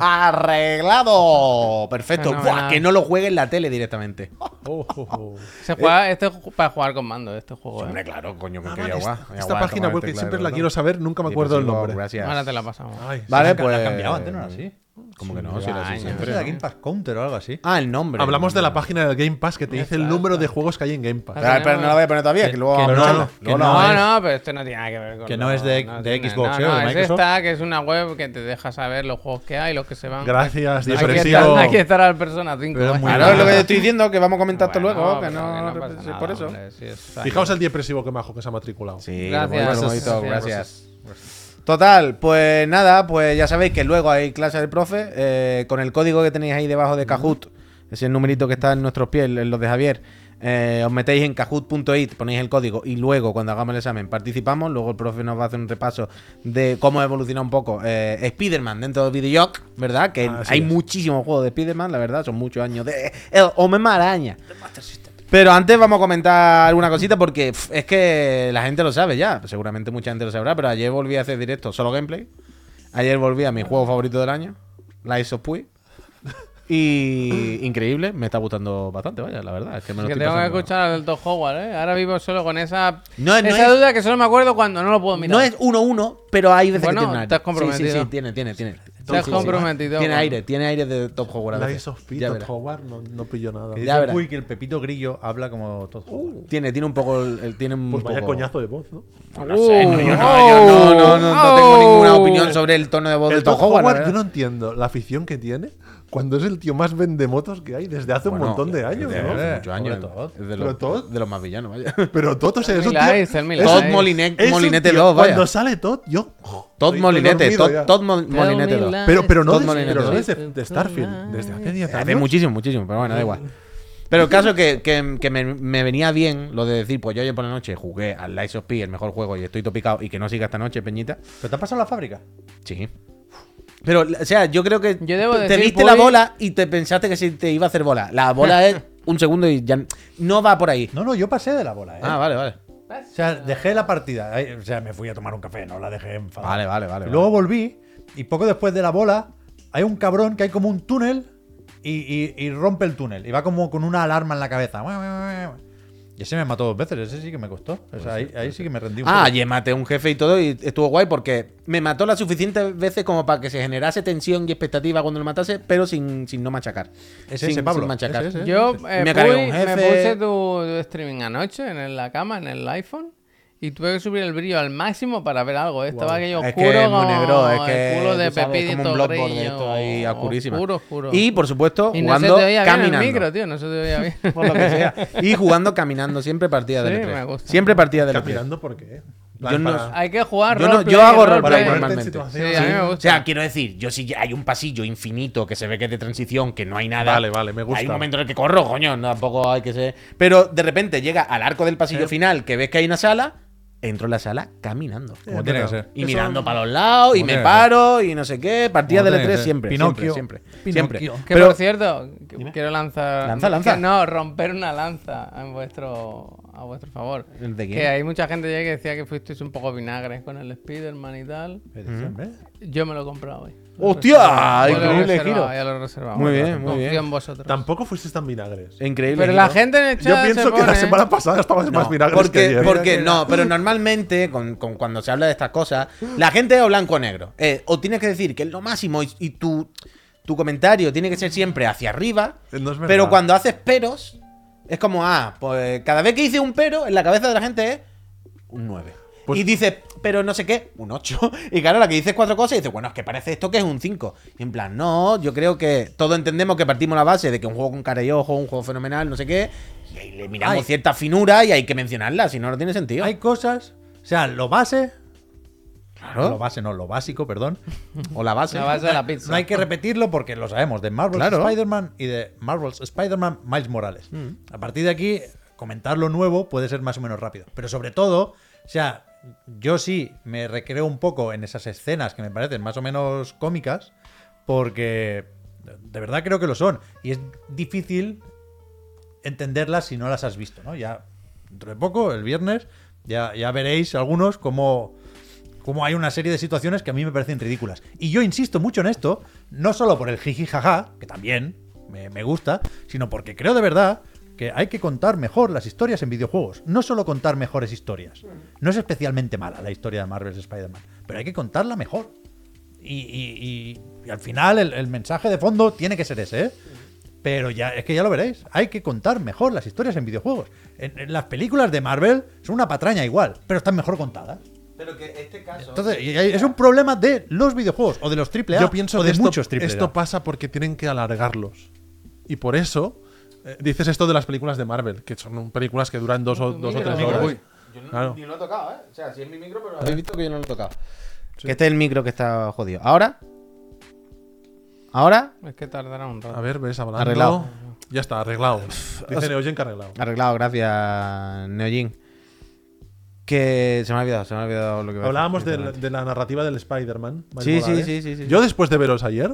Speaker 1: Arreglado, perfecto.
Speaker 2: Fenomenal.
Speaker 1: Buah, que no lo juegue en la tele directamente.
Speaker 3: Oh, oh, oh.
Speaker 2: Se juega este ju- para jugar con mando este juego.
Speaker 1: Pues Hombre,
Speaker 2: Eh.
Speaker 1: claro, coño, con
Speaker 3: Ah,
Speaker 1: que
Speaker 3: vale,
Speaker 1: ya
Speaker 3: esta,
Speaker 1: guau, ya
Speaker 3: esta
Speaker 1: guau,
Speaker 3: página
Speaker 1: tomar
Speaker 3: web que
Speaker 1: tecla de
Speaker 3: siempre la
Speaker 1: botón.
Speaker 3: quiero saber, nunca me acuerdo el
Speaker 1: Dispositivo,
Speaker 3: nombre.
Speaker 1: Gracias.
Speaker 2: Ahora te la pasamos.
Speaker 3: Ay,
Speaker 1: Vale,
Speaker 4: La
Speaker 1: pues.
Speaker 4: han cambiado antes, no era así.
Speaker 1: ¿Cómo que no? Sí, era así
Speaker 2: años.
Speaker 1: siempre.
Speaker 4: Esto era Game Pass Counter o algo así.
Speaker 1: Ah, el nombre.
Speaker 3: Hablamos
Speaker 1: El
Speaker 3: de la
Speaker 1: nombre.
Speaker 3: página del Game Pass que te dice el número de juegos que hay en Game Pass.
Speaker 1: Espera, espera, no la voy a poner todavía, que luego
Speaker 4: que
Speaker 1: vamos
Speaker 4: no,
Speaker 1: a echarla.
Speaker 4: que
Speaker 1: Luego la
Speaker 4: no
Speaker 1: vamos a
Speaker 2: No,
Speaker 1: echar.
Speaker 2: no, pero esto no tiene nada que ver con
Speaker 4: Que
Speaker 2: lo-
Speaker 4: no es de- de
Speaker 2: tiene-
Speaker 4: Xbox,
Speaker 2: no,
Speaker 4: ¿eh? o
Speaker 2: no,
Speaker 4: de
Speaker 2: es
Speaker 4: Microsoft.
Speaker 2: esta, que es una web que te deja saber los juegos que hay, los que se van.
Speaker 3: Gracias,
Speaker 2: Aquí
Speaker 3: diversivo.
Speaker 2: estará, aquí estará el Persona eh. 5.
Speaker 4: Pero
Speaker 2: vaya.
Speaker 4: es muy
Speaker 1: Claro, es lo que te estoy diciendo, que vamos a comentar esto
Speaker 2: Bueno,
Speaker 1: luego, que
Speaker 2: pero
Speaker 1: no.
Speaker 2: pasa
Speaker 1: sí,
Speaker 2: nada,
Speaker 1: Por eso.
Speaker 2: hombre, sí, está
Speaker 3: Fijaos
Speaker 2: bien.
Speaker 3: el diversivo que majo que se ha matriculado.
Speaker 1: Sí,
Speaker 2: Gracias.
Speaker 1: lo hemos visto,
Speaker 2: Gracias.
Speaker 1: lo hemos visto,
Speaker 2: Gracias.
Speaker 1: gracias. Total, pues nada, pues ya sabéis que luego hay clase del profe eh, con el código que tenéis ahí debajo de Kahoot, ese numerito que está en nuestros pies, en los de Javier. eh, os metéis en kahoot.it, ponéis el código y luego cuando hagamos el examen participamos. Luego el profe nos va a hacer un repaso de cómo ha evolucionado un poco eh, Spider-Man dentro de Videojoc, ¿verdad? Que
Speaker 3: Así
Speaker 1: hay
Speaker 3: es.
Speaker 1: muchísimos juegos de Spider-Man, la verdad, son muchos años de. eh, El Homem Araña. Pero antes vamos a comentar alguna cosita porque pf, es que la gente lo sabe ya. Seguramente mucha gente lo sabrá, pero ayer volví a hacer directo solo gameplay. Ayer volví a mi juego favorito del año, Lies of Puy. Y increíble, me está gustando bastante, vaya, la verdad. Es que me lo
Speaker 2: Que
Speaker 1: estoy
Speaker 2: tengo que
Speaker 1: pasando.
Speaker 2: escuchar al Todd Howard, ¿eh? Ahora vivo solo con esa,
Speaker 1: No es- no
Speaker 2: esa
Speaker 1: es-
Speaker 2: duda que solo me acuerdo cuando no lo puedo mirar.
Speaker 1: No es 1-1, pero hay veces
Speaker 2: Bueno,
Speaker 1: que tiene un aire.
Speaker 2: te has
Speaker 1: Sí, sí, sí,
Speaker 2: comprometido.
Speaker 1: tiene, tiene, tiene.
Speaker 2: Te has
Speaker 1: Sí, sí, sí.
Speaker 2: comprometido.
Speaker 1: Tiene
Speaker 2: con-
Speaker 1: aire, tiene aire de top jugador. a veces.
Speaker 3: Lies of P,
Speaker 1: Ya
Speaker 3: Todd
Speaker 1: verás.
Speaker 3: Howard, no, no pillo nada.
Speaker 1: Ya
Speaker 4: Que dice
Speaker 1: verás. Uh,
Speaker 4: Puy que el Pepito Grillo habla como todo.
Speaker 1: Tiene, tiene un poco. el- el- tiene un
Speaker 3: Pues vaya
Speaker 1: poco-
Speaker 3: coñazo de voz, ¿no?
Speaker 1: No sé, no, yo no, yo no, no, no, no tengo ninguna
Speaker 2: Oh.
Speaker 1: opinión sobre el tono de voz
Speaker 3: El
Speaker 1: del
Speaker 3: Todd
Speaker 1: Tom Howard.
Speaker 3: Howard,
Speaker 1: ¿eh? la verdad.
Speaker 3: yo no entiendo la afición que tiene cuando es el tío más vendemotos que hay desde hace
Speaker 1: Bueno, eh,
Speaker 3: un montón de años,
Speaker 1: desde
Speaker 3: ¿no?
Speaker 1: hace
Speaker 4: ¿no?
Speaker 1: muchos años.
Speaker 4: Sobre todo.
Speaker 1: Es de
Speaker 3: Sobre
Speaker 1: los,
Speaker 3: todo.
Speaker 1: de los más villanos, vaya.
Speaker 3: Pero Todd, o sea, es un
Speaker 2: Mil
Speaker 3: tío...
Speaker 2: eyes, el mil
Speaker 3: es
Speaker 2: eyes.
Speaker 1: Todd
Speaker 2: Ay.
Speaker 1: Moline-
Speaker 3: es un
Speaker 1: Molinete
Speaker 3: tío-
Speaker 1: 2, vaya.
Speaker 3: Cuando sale Todd, yo...
Speaker 1: Todd
Speaker 3: estoy
Speaker 1: Molinete,
Speaker 3: dormido
Speaker 1: Todd,
Speaker 3: ya.
Speaker 1: Todd Mol- Molinete 2.
Speaker 3: Pero, pero no,
Speaker 1: Todd
Speaker 3: desde,
Speaker 1: Molinete
Speaker 3: pero no
Speaker 1: dos.
Speaker 3: desde de Starfield, desde hace 10
Speaker 1: Hace
Speaker 3: años.
Speaker 1: muchísimo, muchísimo, pero bueno, da igual. Pero el caso que, que, que me, me venía bien lo de decir, pues yo ayer por la noche jugué al Lies of P, el mejor juego, y estoy topicado y que no siga esta noche, Peñita.
Speaker 4: ¿Pero te ha pasado la fábrica?
Speaker 1: Sí. Pero, o sea, yo creo que
Speaker 2: Yo debo
Speaker 1: te
Speaker 2: decir,
Speaker 1: viste la
Speaker 2: Puy-
Speaker 1: bola y te pensaste que se te iba a hacer bola. La bola es un segundo y ya n- no va por ahí.
Speaker 4: No, no, yo pasé de la bola, ¿eh?
Speaker 1: Ah, vale, vale.
Speaker 4: O sea, dejé la partida. eh, O sea, me fui a tomar un café, no la dejé enfadada.
Speaker 1: Vale, vale, vale.
Speaker 4: Y Luego volví y poco después de la bola hay un cabrón que hay como un túnel y, y- y rompe el túnel. Y va como con una alarma en la cabeza. Y ese me mató dos veces, ese sí que me costó. O sea, ahí, ahí sí que me rendí un
Speaker 1: Ah,
Speaker 4: poco.
Speaker 1: y maté un jefe y todo y estuvo guay porque me mató las suficientes veces como para que se generase tensión y expectativa cuando lo matase, pero sin, sin no machacar.
Speaker 4: Ese,
Speaker 1: sin,
Speaker 4: ese, Pablo.
Speaker 1: sin machacar.
Speaker 4: Ese, ese.
Speaker 2: Yo eh,
Speaker 1: Me
Speaker 2: me,
Speaker 1: cargué un
Speaker 2: me
Speaker 1: jefe.
Speaker 2: puse tu, tu streaming anoche en el- la cama, en el iPhone. Y tuve que subir el brillo al máximo para ver algo. ¿eh? Estaba aquello
Speaker 1: Es
Speaker 2: oscuro.
Speaker 1: que es muy
Speaker 2: como
Speaker 1: negro, es que
Speaker 2: el culo de
Speaker 1: tú sabes, es como
Speaker 2: Pepito
Speaker 1: un bloodborne de
Speaker 2: Grillo,
Speaker 1: esto ahí oscurísimo.
Speaker 2: Oscuro, oscuro.
Speaker 1: Y por supuesto,
Speaker 2: Y no se te
Speaker 1: jugando
Speaker 2: oía bien el
Speaker 1: caminando.
Speaker 2: micro, tío. No se te oía bien.
Speaker 1: por lo que sea. Y jugando caminando, siempre partida de
Speaker 2: Sí,
Speaker 1: L3.
Speaker 2: me gusta.
Speaker 1: Siempre partida de L3.
Speaker 3: Caminando, ¿por qué?
Speaker 1: Yo no-
Speaker 3: para-
Speaker 2: Hay que jugar
Speaker 1: Yo no-
Speaker 2: roleplay,
Speaker 1: yo hago
Speaker 2: roleplay.
Speaker 1: roleplay
Speaker 3: ponerte en
Speaker 1: normalmente.
Speaker 2: Sí,
Speaker 3: situación.
Speaker 2: a mí me
Speaker 1: O
Speaker 2: gusta.
Speaker 1: sea, quiero decir, yo si hay un pasillo infinito que se ve que es de transición, que no hay nada.
Speaker 3: Vale, vale, me gusta.
Speaker 1: Hay un momento en el que corro, coño, no, tampoco hay que ser. Pero de repente llega al arco del pasillo final, que ves que hay una sala, entro en la sala caminando.
Speaker 4: Como tiene que ser.
Speaker 1: Y
Speaker 3: Eso-
Speaker 1: mirando para los lados, y
Speaker 4: Como
Speaker 1: me
Speaker 4: tiene que
Speaker 1: paro, y no sé qué. Partidas
Speaker 4: Como
Speaker 1: del
Speaker 4: tiene que
Speaker 1: E3
Speaker 4: ser.
Speaker 1: siempre.
Speaker 4: Pinocchio.
Speaker 1: Siempre, siempre.
Speaker 4: Pinocchio.
Speaker 1: siempre.
Speaker 2: Que por cierto, que- quiero lanzar.
Speaker 1: Lanza, lanza.
Speaker 2: que no, romper una lanza en vuestro, a vuestro favor.
Speaker 1: ¿De quién?
Speaker 2: Que hay mucha gente ya que decía que fuisteis un poco vinagres con el Spider-Man y tal.
Speaker 3: Eh.
Speaker 2: Yo me lo he comprado hoy.
Speaker 1: ¡Hostia!
Speaker 2: Yo lo he
Speaker 1: Increíble
Speaker 2: reservado,
Speaker 1: giro.
Speaker 2: Ya lo he reservado.
Speaker 1: Muy bien, muy
Speaker 2: Confío
Speaker 1: bien.
Speaker 2: en vosotros.
Speaker 3: Tampoco fuiste tan vinagres.
Speaker 1: Increíble.
Speaker 2: Pero la
Speaker 1: giro.
Speaker 2: gente en el chat.
Speaker 3: Yo
Speaker 2: se
Speaker 3: pienso que la
Speaker 2: pone- ¿eh?
Speaker 3: semana pasada estabas más vinagres
Speaker 1: porque,
Speaker 3: que ayer.
Speaker 1: Porque no, pero normalmente, con, con- cuando se habla de estas cosas, la gente es o blanco o negro. Eh, o tienes que decir que es lo máximo y, y tu, tu comentario tiene que ser siempre hacia arriba.
Speaker 3: No es verdad.
Speaker 1: pero cuando haces peros, es como, ah, pues cada vez que dices un pero, en la cabeza de la gente es un 9.
Speaker 3: Pues-
Speaker 1: y dices, pero no sé qué, un 8. Y claro, la que dices cuatro cosas y dices, bueno, es que parece esto que es un 5. Y en plan, no, yo creo que todos entendemos que partimos la base de que un juego con cara y ojo, un juego fenomenal, no sé qué. Y ahí le miramos
Speaker 4: Ay.
Speaker 1: cierta finura y hay que mencionarla, si no, no tiene sentido.
Speaker 4: Hay cosas. O sea, lo base. Lo
Speaker 1: claro.
Speaker 4: base, no, lo básico, perdón.
Speaker 1: O la base.
Speaker 2: La base de la pizza.
Speaker 4: No hay que repetirlo porque lo sabemos de Marvel's
Speaker 1: Claro.
Speaker 4: Spider-Man y de Marvel's Spider-Man Miles Morales.
Speaker 1: Mm.
Speaker 4: A partir de aquí, comentar lo nuevo puede ser más o menos rápido. Pero sobre todo, o sea, yo sí me recreo un poco en esas escenas que me parecen más o menos cómicas porque de verdad creo que lo son. Y es difícil entenderlas si no las has visto, ¿no? Ya dentro de poco, el viernes, ya, ya veréis algunos cómo, cómo hay una serie de situaciones que a mí me parecen ridículas. Y yo insisto mucho en esto, no solo por el jiji jaja, que también me, me gusta, sino porque creo de verdad que hay que contar mejor las historias en videojuegos. No solo contar mejores historias. No es especialmente mala la historia de Marvel's Spider-Man, pero hay que contarla mejor. Y, y- y- y al final el, el mensaje de fondo tiene que ser ese, ¿eh? Pero ya, es que ya lo veréis. Hay que contar mejor las historias en videojuegos. En- en las películas de Marvel son una patraña igual, pero están mejor contadas.
Speaker 1: Pero que este caso.
Speaker 4: Entonces, y- y es un problema de los videojuegos o de los AAA
Speaker 3: Yo pienso
Speaker 4: o
Speaker 3: que
Speaker 4: de
Speaker 3: esto,
Speaker 4: muchos AAA.
Speaker 3: esto pasa porque tienen que alargarlos. Y por eso eh, dices esto de las películas de Marvel, que son películas que duran dos o, dos o tres horas. Claro.
Speaker 1: lo he tocado, ¿eh? O sea, si es mi micro, pero habéis visto que yo no lo he tocado. Que este es el micro que está jodido. ¿Ahora? ¿Ahora?
Speaker 2: Es que tardará un
Speaker 3: A
Speaker 2: rato.
Speaker 3: ver, ves, hablando.
Speaker 1: Arreglado.
Speaker 3: Ya está, arreglado. Dice Neogen que arreglado.
Speaker 1: Arreglado, gracias, Neojin. Que se me ha olvidado, se me ha olvidado lo que iba a decir,
Speaker 3: Hablábamos de, la-
Speaker 1: literalmente.
Speaker 3: de la narrativa del Spider-Man. Miles
Speaker 1: Sí, sí,
Speaker 3: Morales.
Speaker 1: sí, sí, sí, sí.
Speaker 3: Yo después de veros ayer,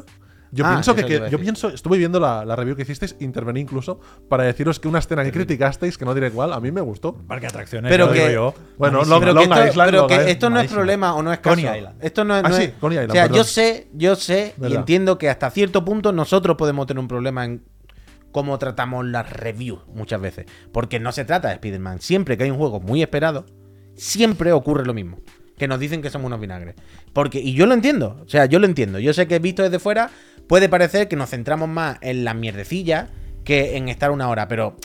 Speaker 3: yo
Speaker 1: Ah,
Speaker 3: pienso
Speaker 1: eso
Speaker 3: que,
Speaker 1: te iba a
Speaker 3: yo
Speaker 1: decir.
Speaker 3: pienso, estuve viendo la, la review que hicisteis, intervení incluso para deciros que una escena que criticasteis, que no diré cuál, a mí me gustó.
Speaker 4: Parque de atracciones,
Speaker 1: Pero
Speaker 4: lo
Speaker 1: que-
Speaker 4: digo yo.
Speaker 3: Bueno,
Speaker 4: Malísimo.
Speaker 1: Pero
Speaker 3: Long,
Speaker 1: que
Speaker 3: Long
Speaker 1: esto,
Speaker 3: Island,
Speaker 1: pero
Speaker 3: Long
Speaker 1: que
Speaker 3: Island,
Speaker 1: esto no es
Speaker 3: malísimo.
Speaker 1: problema o no es caso.
Speaker 4: Coney Island.
Speaker 1: Esto no, es-
Speaker 3: Ah,
Speaker 1: no
Speaker 3: sí,
Speaker 1: es-
Speaker 3: Coney Island,
Speaker 1: O sea, yo
Speaker 3: perdón.
Speaker 1: sé, yo sé y
Speaker 3: Verdad.
Speaker 1: entiendo que hasta cierto punto nosotros podemos tener un problema en cómo tratamos las reviews muchas veces. Porque no se trata de Spider-Man. Siempre que hay un juego muy esperado, siempre ocurre lo mismo. Que nos dicen que somos unos vinagres. Porque, y yo lo entiendo, o sea, yo lo entiendo. Yo sé que visto desde fuera, puede parecer que nos centramos más en las mierdecillas que en estar una hora. Pero,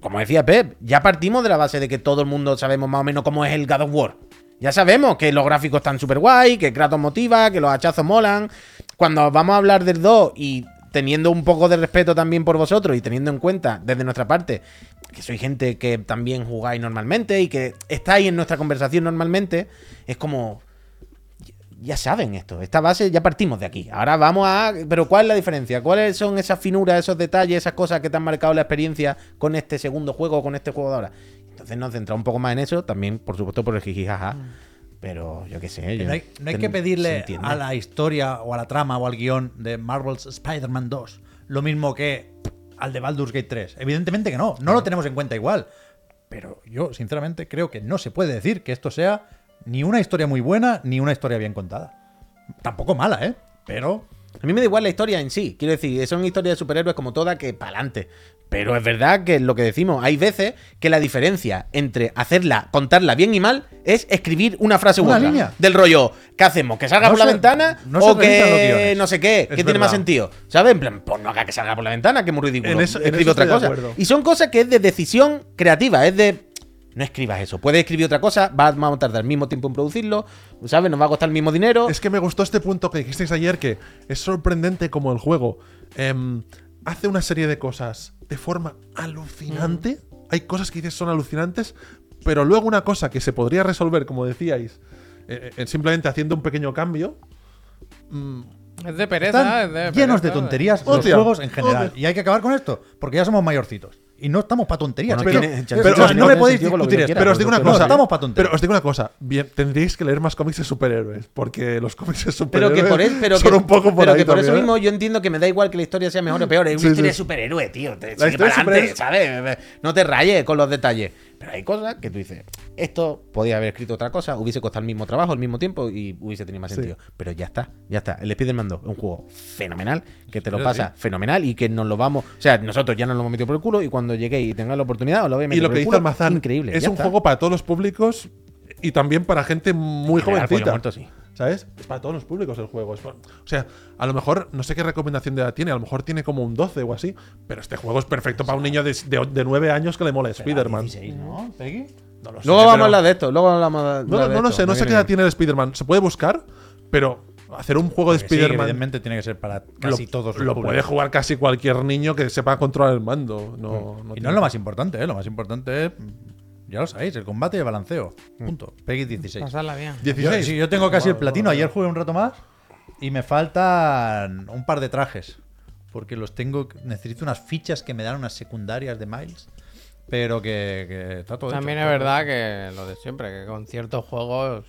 Speaker 1: como decía Pep, ya partimos de la base de que todo el mundo sabemos más o menos cómo es el God of War. Ya sabemos que los gráficos están súper guay, que Kratos motiva, que los hachazos molan. Cuando vamos a hablar del 2 y teniendo un poco de respeto también por vosotros y teniendo en cuenta desde nuestra parte que soy gente que también jugáis normalmente y que estáis en nuestra conversación normalmente, es como... Ya saben esto, esta base ya partimos de aquí. Ahora vamos a... Pero ¿cuál es la diferencia? ¿Cuáles son esas finuras, esos detalles, esas cosas que te han marcado la experiencia con este segundo juego o con este juego de ahora? Entonces nos centramos un poco más en eso, también por supuesto por el jiji jaja. Pero yo qué sé. yo-
Speaker 4: No hay, no hay
Speaker 1: ten-
Speaker 4: Mm. que
Speaker 1: se
Speaker 4: pedirle
Speaker 1: entiende.
Speaker 4: a la historia o a la trama o al guión de Marvel's Spider-Man 2 lo mismo que al de Baldur's Gate 3. Evidentemente que no, no lo tenemos en cuenta igual. Pero yo, sinceramente, creo que no se puede decir que esto sea ni una historia muy buena ni una historia bien contada. Tampoco mala, ¿eh? Pero
Speaker 1: A mí me da igual la historia en sí. Quiero decir, son historias de superhéroes como toda que pa'lante. Pero es verdad que lo que decimos, hay veces que la diferencia entre hacerla, contarla bien y mal, es escribir una frase u
Speaker 4: Una
Speaker 1: otra.
Speaker 4: línea.
Speaker 1: Del rollo, ¿qué hacemos? ¿Que salga
Speaker 4: No
Speaker 1: por la
Speaker 4: se-
Speaker 1: ventana?
Speaker 4: no se
Speaker 1: o
Speaker 4: revisan los
Speaker 1: que
Speaker 4: guiones.
Speaker 1: no sé qué.
Speaker 3: Es
Speaker 1: ¿Qué tiene más
Speaker 3: verdad.
Speaker 1: sentido? ¿Sabes? En plan, pues no haga que salga por la ventana, que es muy ridículo.
Speaker 3: En eso- en
Speaker 1: Escribe
Speaker 3: eso
Speaker 1: otra
Speaker 3: estoy de
Speaker 1: cosa.
Speaker 3: acuerdo.
Speaker 1: Y son cosas que es de decisión creativa, es de. No escribas eso. Puedes escribir otra cosa, va- vamos a tardar el mismo tiempo en producirlo, ¿sabes? Nos va a costar el mismo dinero.
Speaker 3: Es que me gustó este punto que dijisteis ayer, que es sorprendente como el juego em, hace una serie de cosas de forma alucinante. Hay cosas que dices son alucinantes, Pero luego una cosa que se podría resolver, como decíais, eh, eh, simplemente haciendo un pequeño cambio. mm,
Speaker 2: Es de pereza, ¿eh? es
Speaker 4: Están
Speaker 2: de
Speaker 4: llenos
Speaker 2: pereza,
Speaker 4: de tonterías los
Speaker 3: Hostia.
Speaker 4: juegos en general.
Speaker 3: Hostia.
Speaker 4: Y hay que acabar con esto, porque ya somos mayorcitos. Y no estamos para tonterías.
Speaker 1: Bueno,
Speaker 4: pero,
Speaker 1: tiene-
Speaker 4: pero,
Speaker 1: tiene
Speaker 4: o sea,
Speaker 1: sentido
Speaker 4: no me
Speaker 1: que
Speaker 4: podéis
Speaker 1: lo
Speaker 4: discutir
Speaker 1: que
Speaker 4: esto.
Speaker 1: quieras,
Speaker 3: Pero os digo una
Speaker 4: No,
Speaker 3: cosa.
Speaker 4: estamos para tonterías.
Speaker 3: Pero os digo una cosa. Bien, tendríais que leer más cómics de superhéroes. Porque los cómics de
Speaker 1: Pero
Speaker 3: superhéroes
Speaker 1: que por, es- pero
Speaker 3: son
Speaker 1: que-
Speaker 3: un poco por
Speaker 1: pero
Speaker 3: ahí
Speaker 1: que por eso
Speaker 3: también, ¿eh? Mm,
Speaker 1: mismo yo entiendo que me da igual que la historia sea mejor o peor. Es una
Speaker 3: Sí, sí.
Speaker 1: historia de superhéroe, tío. Te
Speaker 3: La
Speaker 1: sigue
Speaker 3: historia
Speaker 1: para
Speaker 3: de
Speaker 1: adelante, ¿sabes? No te rayes con los detalles. Pero hay cosas que tú dices, esto podía haber escrito otra cosa, hubiese costado el mismo trabajo, el mismo tiempo y hubiese tenido más
Speaker 3: Sí.
Speaker 1: sentido. Pero ya está, ya está. El Spider-Man 2 es un juego fenomenal, que te lo
Speaker 4: Pero sí.
Speaker 1: pasa fenomenal y que nos lo vamos. O sea, nosotros ya nos lo hemos metido por el culo y cuando lleguéis y tengáis la oportunidad os lo voy a
Speaker 3: Y
Speaker 1: meter
Speaker 3: lo
Speaker 1: por
Speaker 3: que
Speaker 1: el
Speaker 3: dice
Speaker 1: culo.
Speaker 3: Almazán
Speaker 1: Increíble.
Speaker 3: es
Speaker 1: ya
Speaker 3: un
Speaker 1: está.
Speaker 3: juego para todos los públicos y también para gente muy
Speaker 1: En general, Pollo
Speaker 3: jovencita.
Speaker 1: Muerto, sí.
Speaker 3: ¿Sabes? Es para todos los públicos el juego. es pa- o sea, a lo mejor, no sé qué recomendación de edad tiene, a lo mejor tiene como un 12 o así, pero este juego es perfecto para un niño de, de, 9 años que le mola Spider-Man.
Speaker 4: 16, ¿no, Peggy?
Speaker 3: No lo sé,
Speaker 1: Luego vamos
Speaker 3: pero-
Speaker 1: a hablar de esto, luego hablamos de
Speaker 3: No, no,
Speaker 1: de
Speaker 3: no lo
Speaker 1: esto,
Speaker 3: sé, no sé
Speaker 1: viene
Speaker 3: qué edad
Speaker 1: bien.
Speaker 3: tiene el Spider-Man. Se puede buscar, pero hacer un juego de
Speaker 4: Sí,
Speaker 3: Spider-Man
Speaker 4: evidentemente tiene que ser para
Speaker 3: lo,
Speaker 4: casi todos los
Speaker 3: lo
Speaker 4: públicos.
Speaker 3: puede jugar casi cualquier niño que sepa controlar el mando. No, no
Speaker 4: Y
Speaker 3: tiene-
Speaker 4: no es lo más importante, ¿eh? Lo más importante es, mm, ya lo sabéis, el combate y el balanceo. Punto. Peggy 16.
Speaker 2: ¿eh? Pasarla bien.
Speaker 3: 16.
Speaker 4: Yo, sí, yo tengo casi
Speaker 3: Mm.
Speaker 4: el
Speaker 3: Vale,
Speaker 4: platino.
Speaker 3: vale,
Speaker 4: Ayer jugué un rato más y me faltan un par de trajes. Porque los tengo. Necesito unas fichas que me dan unas secundarias de Miles. Pero que, que está todo.
Speaker 2: También es
Speaker 4: hecho.
Speaker 2: verdad que lo de siempre, que con ciertos juegos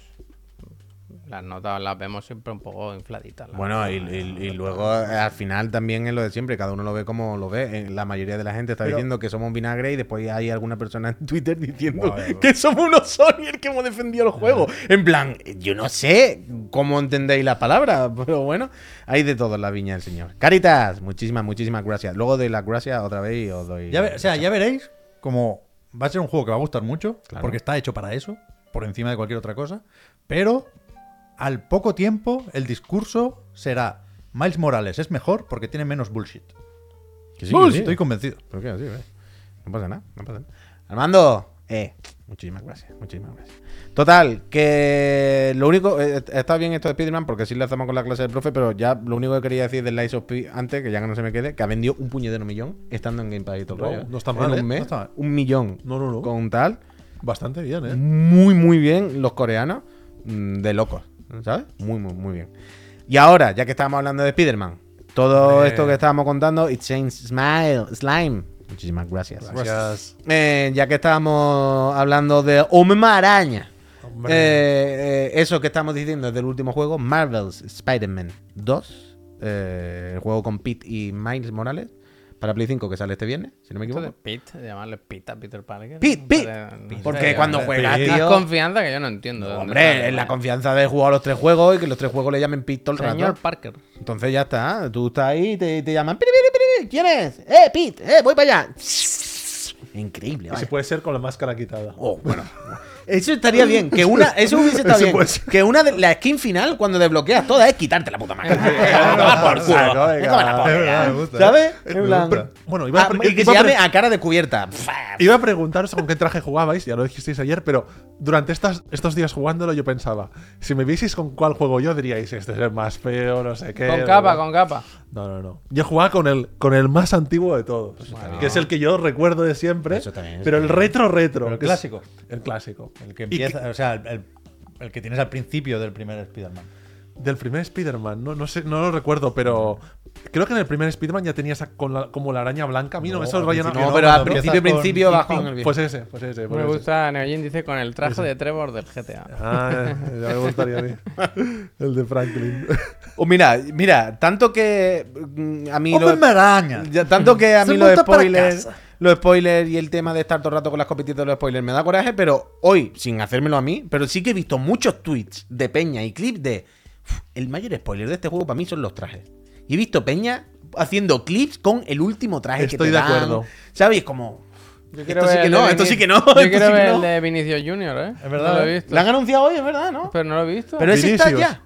Speaker 2: las notas las vemos siempre un poco infladitas. la
Speaker 1: Bueno,
Speaker 2: verdad.
Speaker 1: y, y- y luego eh, al final también es lo de siempre, cada uno lo ve como lo ve. Eh, La mayoría de la gente está
Speaker 4: Pero-
Speaker 1: diciendo que somos un vinagre y después hay alguna persona en Twitter diciendo
Speaker 4: Vale, vale.
Speaker 1: que somos unos Sony el que hemos defendido el juego. En plan, yo no sé cómo entendéis la palabra, pero bueno, hay de todo en la viña del señor. Caritas, muchísimas, muchísimas gracias. Luego de las gracias otra vez y os doy.
Speaker 4: Ya ve- o sea, ya veréis como va a ser un juego que va a gustar mucho.
Speaker 1: Claro.
Speaker 4: Porque está hecho para eso. Por encima de cualquier otra cosa. Pero al poco tiempo, el discurso será: Miles Morales es mejor porque tiene menos bullshit.
Speaker 1: Que sí, Pues que sí.
Speaker 4: Estoy convencido.
Speaker 1: ¿Por qué así, güey? No pasa nada, no pasa nada. Armando, eh, muchísimas gracias, muchísimas gracias. Total, que lo único, eh, está bien esto de Spider-Man porque sí lo hacemos con la clase del profe, pero ya lo único que quería decir del Lies of P antes, que ya que no se me quede, que ha vendido un puñetero millón estando en Game Pass y todo el
Speaker 3: Wow,
Speaker 1: rollo,
Speaker 3: no está
Speaker 1: en
Speaker 3: mal,
Speaker 1: un
Speaker 3: ¿eh? No
Speaker 1: mes,
Speaker 4: está mal.
Speaker 1: un millón
Speaker 3: No, no, no.
Speaker 1: con tal.
Speaker 3: Bastante bien, ¿eh?
Speaker 1: Muy, muy bien los coreanos, mm, de locos, ¿sabes? Muy, muy, muy bien. Y ahora, ya que estábamos hablando de Spider-Man, todo
Speaker 3: Hombre.
Speaker 1: esto que estábamos contando, It Changed Smile, Slime. Muchísimas gracias.
Speaker 3: Gracias.
Speaker 1: Eh, ya que estábamos hablando de Hombre Araña.
Speaker 3: Hombre.
Speaker 1: Eh, eh, eso que estamos diciendo es del último juego, Marvel's Spider-Man 2. eh, el juego con Pete y Miles Morales para Play 5 que sale este viernes, si no me
Speaker 2: Esto de
Speaker 1: equivoco.
Speaker 2: Pete, de llamarle Pete a Peter Parker.
Speaker 1: Pete,
Speaker 2: no
Speaker 1: Pete.
Speaker 2: sé, no sé,
Speaker 1: Porque cuando
Speaker 2: hombre,
Speaker 1: juegas,
Speaker 3: Pete.
Speaker 2: Una
Speaker 1: tío.
Speaker 2: confianza que yo no entiendo. de dónde
Speaker 1: Hombre,
Speaker 2: sale,
Speaker 1: es la
Speaker 2: ¿no?
Speaker 1: confianza de jugar a los tres juegos y que los tres juegos le llamen Pete todo el
Speaker 2: Señor
Speaker 1: rato.
Speaker 2: Parker.
Speaker 1: Entonces ya está, tú estás ahí y te, te llaman. "Piri, piri, piri, ¿Quién es? ¡Eh, Pete! ¡Eh, voy para allá! Increíble,
Speaker 3: Y
Speaker 1: vaya.
Speaker 3: se puede ser con la máscara quitada.
Speaker 1: Oh, bueno. Eso estaría bien, que una, eso hubiese estado
Speaker 3: Eso
Speaker 1: bien.
Speaker 3: puede ser.
Speaker 1: Que una de la skin final, cuando desbloqueas toda, es quitarte la puta máscara. Por culo.
Speaker 4: Saco de
Speaker 1: Déjame la
Speaker 4: cara.
Speaker 1: pobre,
Speaker 4: Es verdad, me
Speaker 1: Ah, ya.
Speaker 4: gusta,
Speaker 1: ¿Sabes?
Speaker 4: eh.
Speaker 1: En
Speaker 3: Me
Speaker 1: plan-
Speaker 3: gusta. Bueno, iba a
Speaker 1: Ah,
Speaker 3: pre-
Speaker 1: y que
Speaker 3: iba
Speaker 1: se
Speaker 3: a pre-
Speaker 1: llame a cara descubierta.
Speaker 3: Iba a preguntaros con qué traje jugabais, ya lo dijisteis ayer, pero durante estas, estos días jugándolo yo pensaba, si me vieseis con cuál juego yo diríais, este es el más feo, no sé qué.
Speaker 2: Con
Speaker 3: bla,
Speaker 2: capa,
Speaker 3: bla".
Speaker 2: con capa.
Speaker 3: No, no, no. Yo jugaba con el, con el más antiguo de todos, que es el que yo recuerdo de siempre,
Speaker 1: Eso también, eso
Speaker 3: pero el retro retro.
Speaker 4: Pero el
Speaker 3: que es-
Speaker 4: clásico.
Speaker 3: El clásico.
Speaker 4: El que
Speaker 3: Y
Speaker 4: empieza, o sea, el, el- el que tienes al principio del primer Spider-Man.
Speaker 3: Del primer Spider-Man, no, no, sé, no lo recuerdo, pero creo que en el primer Spider-Man ya tenía esa, con la- como la araña blanca. A mí no,
Speaker 4: No,
Speaker 3: me eso
Speaker 4: al
Speaker 3: raya
Speaker 4: principio
Speaker 3: nada.
Speaker 1: No, pero al
Speaker 4: cuando
Speaker 1: principio,
Speaker 4: empiezas
Speaker 1: principio,
Speaker 4: con
Speaker 1: bajo.
Speaker 3: Pues ese, pues ese. pues
Speaker 2: Me
Speaker 3: ese.
Speaker 2: gusta, Neoyin dice, con el traje de Trevor del GTA.
Speaker 3: Ah, ya me gustaría a mí. El de Franklin.
Speaker 1: O Pues, oh, mira, mira, tanto que mm, a mí
Speaker 4: ¡Hombre
Speaker 1: lo,
Speaker 4: araña!
Speaker 1: Ya, tanto que a
Speaker 4: Se
Speaker 1: mí los
Speaker 4: monta para
Speaker 1: spoilers,
Speaker 4: casa.
Speaker 1: los spoilers y el tema de estar todo el rato con las copetitas de los spoilers me da coraje, pero hoy, sin hacérmelo a mí, pero sí que he visto muchos tweets de Peña y clips de. "Uf, El mayor spoiler de este juego para mí son los trajes. Y he visto Peña haciendo clips con el último traje que
Speaker 3: Estoy
Speaker 1: te
Speaker 3: de
Speaker 1: dan,
Speaker 3: acuerdo.
Speaker 1: ¿Sabes? Y es como.
Speaker 2: Yo quiero
Speaker 1: Esto sí
Speaker 2: ver
Speaker 1: que
Speaker 2: el
Speaker 1: no,
Speaker 2: de
Speaker 1: esto
Speaker 2: Vini-
Speaker 1: sí que no.
Speaker 2: Yo
Speaker 1: esto
Speaker 2: quiero
Speaker 1: sí que
Speaker 2: ver
Speaker 1: no.
Speaker 2: el de Vinicius Junior, ¿eh?
Speaker 4: Es verdad,
Speaker 2: No lo
Speaker 4: ¿eh?
Speaker 2: he visto.
Speaker 1: Lo han anunciado hoy, es verdad, ¿no?
Speaker 2: Pero no lo he visto.
Speaker 1: Pero ese está
Speaker 3: Vinicius.
Speaker 1: ya.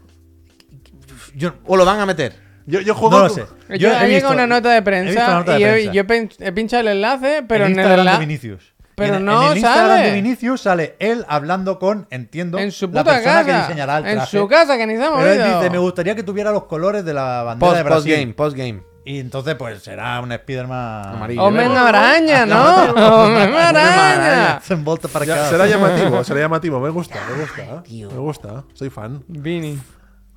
Speaker 4: Yo
Speaker 1: O lo van a meter.
Speaker 3: Yo, yo juego.
Speaker 4: no lo sé.
Speaker 2: Yo, ha llegado
Speaker 4: he visto-
Speaker 2: una nota de
Speaker 4: he visto
Speaker 2: prensa
Speaker 4: la nota de
Speaker 2: y he-
Speaker 4: prensa.
Speaker 2: yo he pin- he pinchado el enlace, pero
Speaker 4: el
Speaker 2: en el
Speaker 4: Instagram de
Speaker 2: enlace.
Speaker 4: Vinicius.
Speaker 2: pero
Speaker 4: Y en,
Speaker 2: no
Speaker 4: en el Instagram
Speaker 2: sale.
Speaker 4: de Vinicius sale él hablando con, entiendo,
Speaker 2: En su puta
Speaker 4: la persona que
Speaker 2: casa.
Speaker 4: diseñará el
Speaker 2: en
Speaker 1: ¿eh?
Speaker 4: traje.
Speaker 2: su casa, que ni se ha
Speaker 4: Pero él
Speaker 2: movido.
Speaker 4: dice, me gustaría que tuviera los colores de la bandera
Speaker 1: Post-
Speaker 4: de Brasil.
Speaker 1: Post-game, post-game.
Speaker 4: Y entonces, pues será un Spider-Man
Speaker 1: Amarillo.
Speaker 2: ¡Hombre
Speaker 1: Verde.
Speaker 2: araña, ¿no? ¡Hombre araña!
Speaker 4: En Volta para
Speaker 3: Ya,
Speaker 4: acá.
Speaker 3: será llamativo, será llamativo. Me gusta, me gusta. ¿eh? Me gusta, soy fan.
Speaker 2: Vini.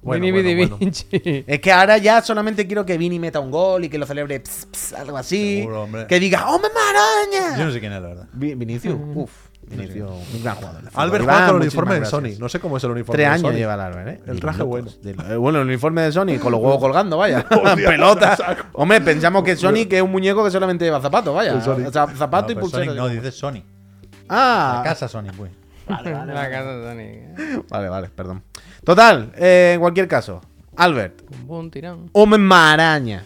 Speaker 3: Bueno,
Speaker 2: Vini
Speaker 3: bueno,
Speaker 2: Vidi
Speaker 3: bueno.
Speaker 2: Vinci.
Speaker 1: Es que ahora ya solamente quiero que Vini meta un gol y que lo celebre ps, ps, algo así.
Speaker 4: Seguro, hombre.
Speaker 1: que diga ¡Oh, me
Speaker 4: Yo
Speaker 1: maraña! Mm.
Speaker 4: no sé quién es, la verdad.
Speaker 1: Vi- Vinicius, uff. Vinicius, un gran jugador. de fútbol.
Speaker 3: Albert
Speaker 1: Iván,
Speaker 3: juega con el
Speaker 1: muchísimas
Speaker 3: uniforme de
Speaker 1: gracias.
Speaker 3: Sony. No sé cómo es el uniforme
Speaker 1: Tres
Speaker 3: de
Speaker 1: años
Speaker 3: Sony.
Speaker 1: lleva el Albert, ¿eh?
Speaker 3: El
Speaker 1: Y
Speaker 3: traje
Speaker 1: minutos. De- eh, bueno, el uniforme de Sonic, con los huevos colgando, vaya.
Speaker 3: Hostia,
Speaker 1: Pelota.
Speaker 3: saco.
Speaker 1: Hombre, pensamos que Sonic es un muñeco que solamente lleva zapatos, vaya.
Speaker 3: El Ah, pues Sonic.
Speaker 1: O sea, zapatos
Speaker 4: no,
Speaker 1: y
Speaker 4: pero
Speaker 1: pulsera.
Speaker 4: Sonic no, dices Sony. La
Speaker 1: ah,
Speaker 4: casa Sony, pues.
Speaker 2: La casa de Sonic.
Speaker 1: vale, vale, perdón. Total, eh, en cualquier caso, Albert,
Speaker 2: Un buen tirón.
Speaker 1: Hombre Maraña.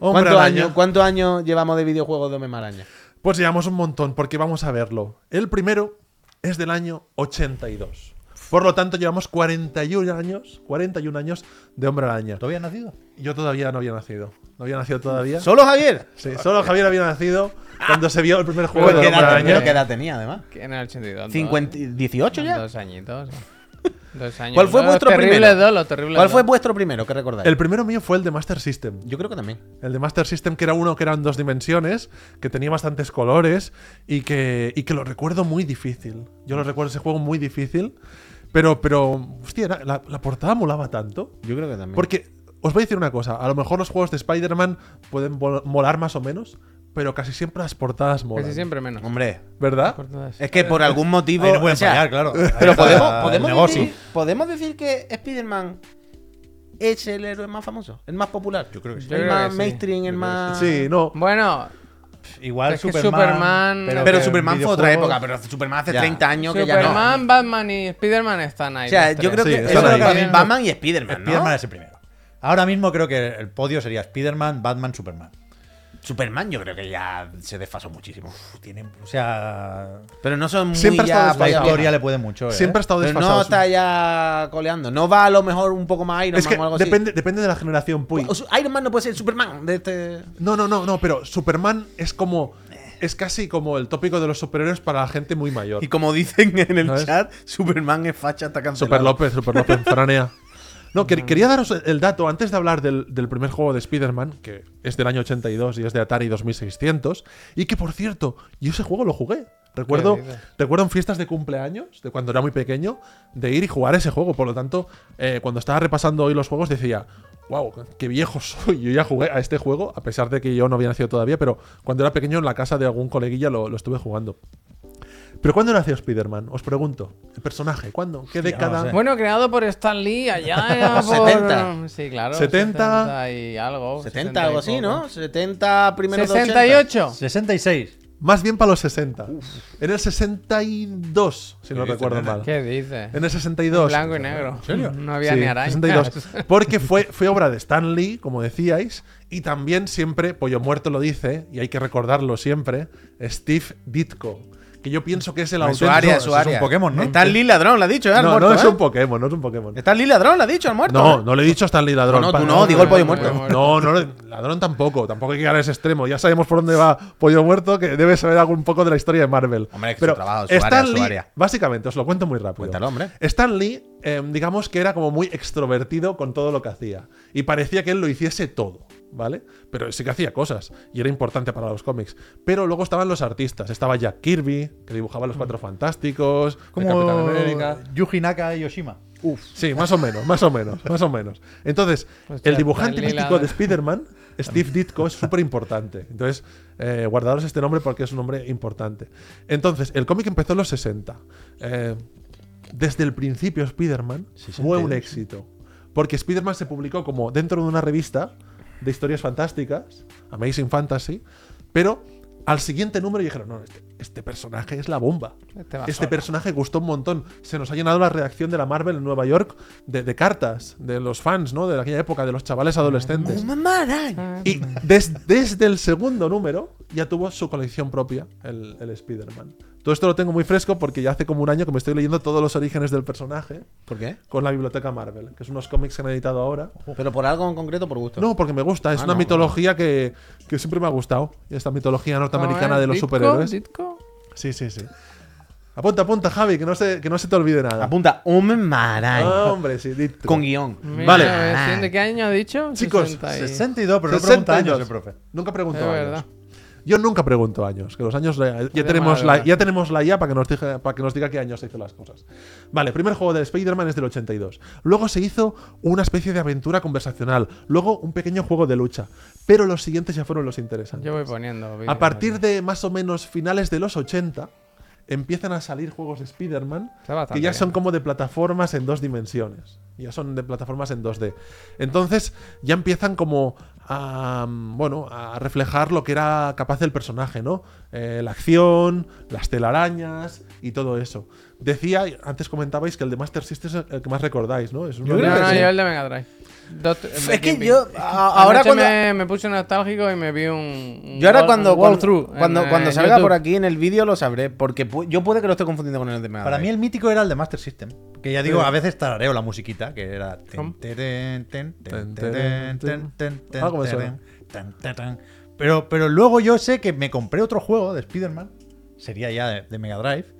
Speaker 3: Hombre
Speaker 1: ¿Cuántos
Speaker 3: araña.
Speaker 1: años, cuántos años llevamos de videojuegos de Hombre Maraña?
Speaker 3: Pues llevamos un montón, porque vamos a verlo. El primero es del año 82. Por lo tanto, llevamos 41 años, 41 años de Hombre Araña.
Speaker 4: ¿Tú habías nacido?
Speaker 3: Yo todavía no había nacido. No había nacido todavía.
Speaker 1: ¿Solo Javier?
Speaker 3: Sí, solo Javier había nacido cuando se vio el primer juego
Speaker 1: Pues,
Speaker 3: de
Speaker 1: ¿qué,
Speaker 3: Hombre
Speaker 1: edad,
Speaker 3: Araña.
Speaker 1: pero ¿qué edad tenía, además?
Speaker 2: Que En el 82.
Speaker 1: 50, ¿18
Speaker 2: dos,
Speaker 1: ya?
Speaker 2: Dos añitos. Dos años.
Speaker 1: ¿Cuál fue
Speaker 2: Los
Speaker 1: vuestro
Speaker 2: terribles
Speaker 1: primero?
Speaker 2: Dos, los terribles
Speaker 1: ¿Cuál fue
Speaker 2: dos.
Speaker 1: vuestro primero que recordáis?
Speaker 3: El primero mío fue el de Master System.
Speaker 1: Yo creo que también.
Speaker 3: El de Master System, que era uno que eran dos dimensiones, que tenía bastantes colores y que, y que lo recuerdo muy difícil. Yo lo recuerdo ese juego muy difícil, pero, pero hostia, era- la, la portada molaba tanto.
Speaker 1: Yo creo que también.
Speaker 3: Porque os voy a decir una cosa: a lo mejor los juegos de Spider-Man pueden vol- molar más o menos, pero casi siempre las portadas molan.
Speaker 2: Casi siempre menos.
Speaker 1: Hombre,
Speaker 3: ¿Verdad?
Speaker 2: Por todas.
Speaker 1: es que por algún motivo.
Speaker 4: Ahí no pueden
Speaker 1: o sea,
Speaker 4: fallar, claro.
Speaker 1: Pero podemos,
Speaker 4: Ahí está el
Speaker 1: podemos,
Speaker 4: negocio.
Speaker 1: decir, podemos decir que Spider-Man es el héroe más famoso, el más popular.
Speaker 4: Yo creo que sí.
Speaker 2: Yo
Speaker 1: el
Speaker 2: creo
Speaker 1: más
Speaker 2: que sí.
Speaker 1: mainstream, el más.
Speaker 3: Sí, no.
Speaker 2: Bueno,
Speaker 4: Igual
Speaker 2: Es que
Speaker 4: Superman.
Speaker 2: Superman-
Speaker 1: Pero
Speaker 4: que
Speaker 1: Superman fue otra
Speaker 4: videojuegos-
Speaker 1: época, pero Superman hace
Speaker 4: Ya.
Speaker 1: 30 años que ya no.
Speaker 2: Superman, Batman y Spiderman están ahí.
Speaker 1: O sea,
Speaker 2: los
Speaker 1: yo
Speaker 2: tres.
Speaker 1: creo
Speaker 3: Sí,
Speaker 1: que
Speaker 3: están
Speaker 1: eso es lo
Speaker 3: ahí.
Speaker 1: que también
Speaker 2: Bien.
Speaker 1: Batman y Spider-Man, ¿no?
Speaker 4: Spiderman es el primero. Ahora mismo creo que el podio sería Spider-Man, Batman, Superman.
Speaker 1: Superman yo creo que ya se desfasó muchísimo.
Speaker 4: Uf, tienen, o sea,
Speaker 1: Pero no son muy
Speaker 3: Siempre ha
Speaker 1: ya
Speaker 3: estado
Speaker 4: la
Speaker 3: Vaya,
Speaker 1: fallados.
Speaker 4: historia le puede mucho. ¿eh?
Speaker 3: Siempre ha estado
Speaker 1: Pero
Speaker 3: desfasado.
Speaker 1: no está ya coleando. No va a lo mejor un poco más Iron
Speaker 3: es
Speaker 1: Man
Speaker 3: que
Speaker 1: o algo
Speaker 3: depende, depende de la generación, Puy.
Speaker 1: así. O su- Iron Man no puede ser Superman de este.
Speaker 3: No, no, no, no, pero Superman es como. Es casi como el tópico de los superhéroes para la gente muy mayor.
Speaker 1: Y como dicen en el
Speaker 3: ¿No es?
Speaker 1: chat, Superman es facha hasta cancelado.
Speaker 3: Super López, Super López, franea. No, que- quería daros el dato antes de hablar del, del primer juego de Spider-Man, que es del año 82 y es de Atari 2600. Y que, por cierto, yo ese juego lo jugué. Recuerdo,
Speaker 2: ¿Qué dices?
Speaker 3: recuerdo en fiestas de cumpleaños, de cuando era muy pequeño, de ir y jugar ese juego. Por lo tanto, eh, cuando estaba repasando hoy los juegos, decía, wow, qué viejo soy. Yo ya jugué a este juego, a pesar de que yo no había nacido todavía, pero cuando era pequeño en la casa de algún coleguilla lo, lo estuve jugando. Pero ¿cuándo nació Spider-Man? Os pregunto. ¿El personaje? ¿Cuándo? ¿Qué década?
Speaker 4: sé.
Speaker 2: Bueno, creado por Stan Lee allá era
Speaker 1: Los
Speaker 2: por...
Speaker 1: 70.
Speaker 2: Sí, claro.
Speaker 3: 70.
Speaker 2: 70 y algo.
Speaker 1: 70
Speaker 2: y
Speaker 1: algo así,
Speaker 2: poco.
Speaker 1: ¿no? 70 primero de 80.
Speaker 2: 68.
Speaker 4: 66.
Speaker 3: Más bien para los 60. En el 62, si no
Speaker 4: dices,
Speaker 3: recuerdo
Speaker 4: nena?
Speaker 3: mal.
Speaker 2: ¿Qué dices?
Speaker 3: En el 62.
Speaker 2: Blanco y negro.
Speaker 4: serio?
Speaker 2: No había
Speaker 3: Sí,
Speaker 2: ni araña.
Speaker 3: 62. Porque fue, fue obra de Stan Lee, como decíais, y también siempre, Pollo Muerto lo dice, y hay que recordarlo siempre, Steve Ditko, que yo pienso que es el
Speaker 1: No,
Speaker 3: auténtico...
Speaker 4: eso es un Pokémon, ¿no?
Speaker 1: Está Lee Ladrón, lo ha dicho, ¿eh?
Speaker 3: No,
Speaker 1: Al
Speaker 3: no
Speaker 1: muerto,
Speaker 3: es
Speaker 1: ¿eh?
Speaker 3: un Pokémon, no es un Pokémon.
Speaker 1: Está Lee Ladrón, lo ha dicho, al muerto.
Speaker 3: No, no le he dicho a Stan Lee ladrón.
Speaker 1: No, no,
Speaker 3: Pa-
Speaker 1: tú no, digo el pollo
Speaker 2: muerto.
Speaker 3: No, no, le- ladrón tampoco. Tampoco hay que llegar a ese extremo. Ya sabemos por dónde va Pollo Muerto, que debe saber algo un poco de la historia de Marvel.
Speaker 1: Hombre, es su
Speaker 3: Pero
Speaker 1: trabajo, su
Speaker 3: Stan
Speaker 1: área, su
Speaker 3: Lee,
Speaker 1: área.
Speaker 3: Básicamente, os lo cuento muy rápido.
Speaker 1: Cuéntalo, hombre.
Speaker 3: Stan Lee, eh, digamos que era como muy extrovertido con todo lo que hacía. Y parecía que él lo hiciese todo, ¿vale? Pero sí que hacía cosas. Y era importante para los cómics. Pero luego estaban los artistas. Estaba Jack Kirby, que dibujaba los Cuatro Fantásticos, el Capitán
Speaker 4: Como
Speaker 3: América.
Speaker 4: Yuji Naka y Yoshima.
Speaker 3: Sí, más o menos, más o menos, más o menos. Entonces,
Speaker 2: Hostia,
Speaker 3: el dibujante
Speaker 2: Stanley
Speaker 3: mítico de
Speaker 2: Ladrón.
Speaker 3: Spider-Man, Steve Ditko, es súper importante. Entonces, eh, guardaros este nombre porque es un nombre importante. Entonces, el cómic empezó en los 60. Eh, desde el principio, Spider-Man fue un éxito. Porque Spider-Man se publicó como dentro de una revista de historias fantásticas, Amazing Fantasy, pero al siguiente número dijeron, no, este, este personaje es la bomba.
Speaker 2: Este va
Speaker 3: Este
Speaker 2: solo".
Speaker 3: personaje gustó un montón. Se nos ha llenado la reacción de la Marvel en Nueva York de, de cartas, de los fans, ¿no? De aquella época, de los chavales adolescentes. Y des- desde el segundo número ya tuvo su colección propia, el, el Spider-Man. Todo esto lo tengo muy fresco porque ya hace como un año que me estoy leyendo todos los orígenes del personaje
Speaker 1: ¿Por qué?
Speaker 3: con la biblioteca Marvel, que son unos cómics que han editado ahora.
Speaker 1: Pero por algo en concreto, por gusto.
Speaker 3: No, porque me gusta, es
Speaker 1: Ah,
Speaker 3: una
Speaker 1: no.
Speaker 3: mitología que, que siempre me ha gustado. Esta mitología norteamericana de
Speaker 2: ¿Cómo
Speaker 3: los
Speaker 2: es?
Speaker 3: superhéroes.
Speaker 2: ¿Ditko?
Speaker 3: Sí, sí, sí. Apunta, apunta, Javi, que no se, que no se te olvide nada.
Speaker 1: Apunta, un maray.
Speaker 3: Ah, Hombre, sí, di-
Speaker 1: Ah, Con guión.
Speaker 2: Mira,
Speaker 3: Vale.
Speaker 2: a ver, ¿sí? ¿De qué año ha dicho?
Speaker 3: Chicos,
Speaker 2: 60 y-
Speaker 4: 62, pero no pregunta años
Speaker 3: 62.
Speaker 4: el profe.
Speaker 3: Nunca pregunto
Speaker 2: Es
Speaker 3: años.
Speaker 2: verdad.
Speaker 3: Yo nunca pregunto años, que los años la- ya,
Speaker 2: de
Speaker 3: tenemos
Speaker 2: madre,
Speaker 3: la,
Speaker 2: ¿verdad?
Speaker 3: ya tenemos la IA para que, nos diga, para que nos diga qué años se hizo las cosas. Vale, el primer juego de Spider-Man es del 82. Luego se hizo una especie de aventura conversacional. Luego un pequeño juego de lucha. Pero los siguientes ya fueron los interesantes.
Speaker 2: Yo voy poniendo. vídeos
Speaker 3: A partir de más o menos finales de los 80 empiezan a salir juegos de Spider-Man
Speaker 2: Está bastante
Speaker 3: que ya
Speaker 2: bien.
Speaker 3: son como de plataformas en dos dimensiones. Ya son de plataformas en 2D. Entonces ya empiezan como a, mm, bueno, a reflejar lo que era capaz el personaje, ¿no? Eh, la acción, las telarañas y todo eso. Decía, antes comentabais que el de Master System es el que más recordáis, ¿no? Es uno
Speaker 2: Yo
Speaker 3: de-
Speaker 2: no, no,
Speaker 3: Sí.
Speaker 2: yo el de Mega Drive. Dos-
Speaker 1: Es que
Speaker 2: Kingpin.
Speaker 1: yo, a- ahora
Speaker 2: Anoche
Speaker 1: cuando-
Speaker 2: me, me puse nostálgico y me vi un. un
Speaker 1: Yo ahora
Speaker 2: wall-
Speaker 1: cuando
Speaker 2: un
Speaker 1: cuando,
Speaker 2: walkthrough en,
Speaker 1: cuando,
Speaker 2: eh,
Speaker 1: cuando salga
Speaker 2: YouTube.
Speaker 1: por aquí en el vídeo lo sabré, porque pu- yo puede que lo esté confundiendo con el de Mega
Speaker 4: Para mí
Speaker 1: Drive.
Speaker 4: el mítico era el de Master System. Que ya digo,
Speaker 3: Sí.
Speaker 4: a veces tarareo la musiquita, que era... ten,
Speaker 2: ¿Cómo?
Speaker 4: teren, ten, ten,
Speaker 3: Ten,
Speaker 4: teren,
Speaker 3: teren,
Speaker 4: ten, ten, ten,
Speaker 3: Algo me
Speaker 4: teren, ten, ten, ten. Pero, pero luego yo sé que me compré otro juego de Spider-Man, sería ya de, de Mega Drive,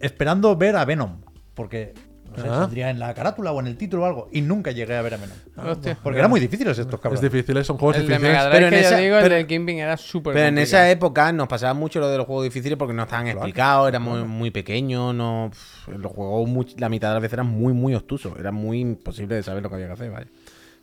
Speaker 4: esperando ver a Venom. Porque no sé,
Speaker 3: Ah.
Speaker 4: saldría en la carátula o en el título o algo. Y nunca llegué a ver a Venom.
Speaker 3: Ah,
Speaker 2: Hostia.
Speaker 4: Porque eran muy difíciles estos
Speaker 3: Es
Speaker 4: cabrones.
Speaker 3: difícil, ¿eh? son juegos
Speaker 2: El de
Speaker 3: difíciles.
Speaker 2: Mega
Speaker 1: pero
Speaker 2: Drive
Speaker 1: en
Speaker 2: que
Speaker 1: esa-
Speaker 2: yo digo,
Speaker 1: pero-
Speaker 2: el de Kingpin era súper.
Speaker 1: Pero en
Speaker 2: complicado.
Speaker 1: esa época nos pasaba mucho lo de los juegos difíciles porque no estaban explicados, éramos muy pequeños, no, pff, los juegos much- la mitad de las veces eran muy, muy obtusos, era muy imposible de saber lo que había que hacer, vaya.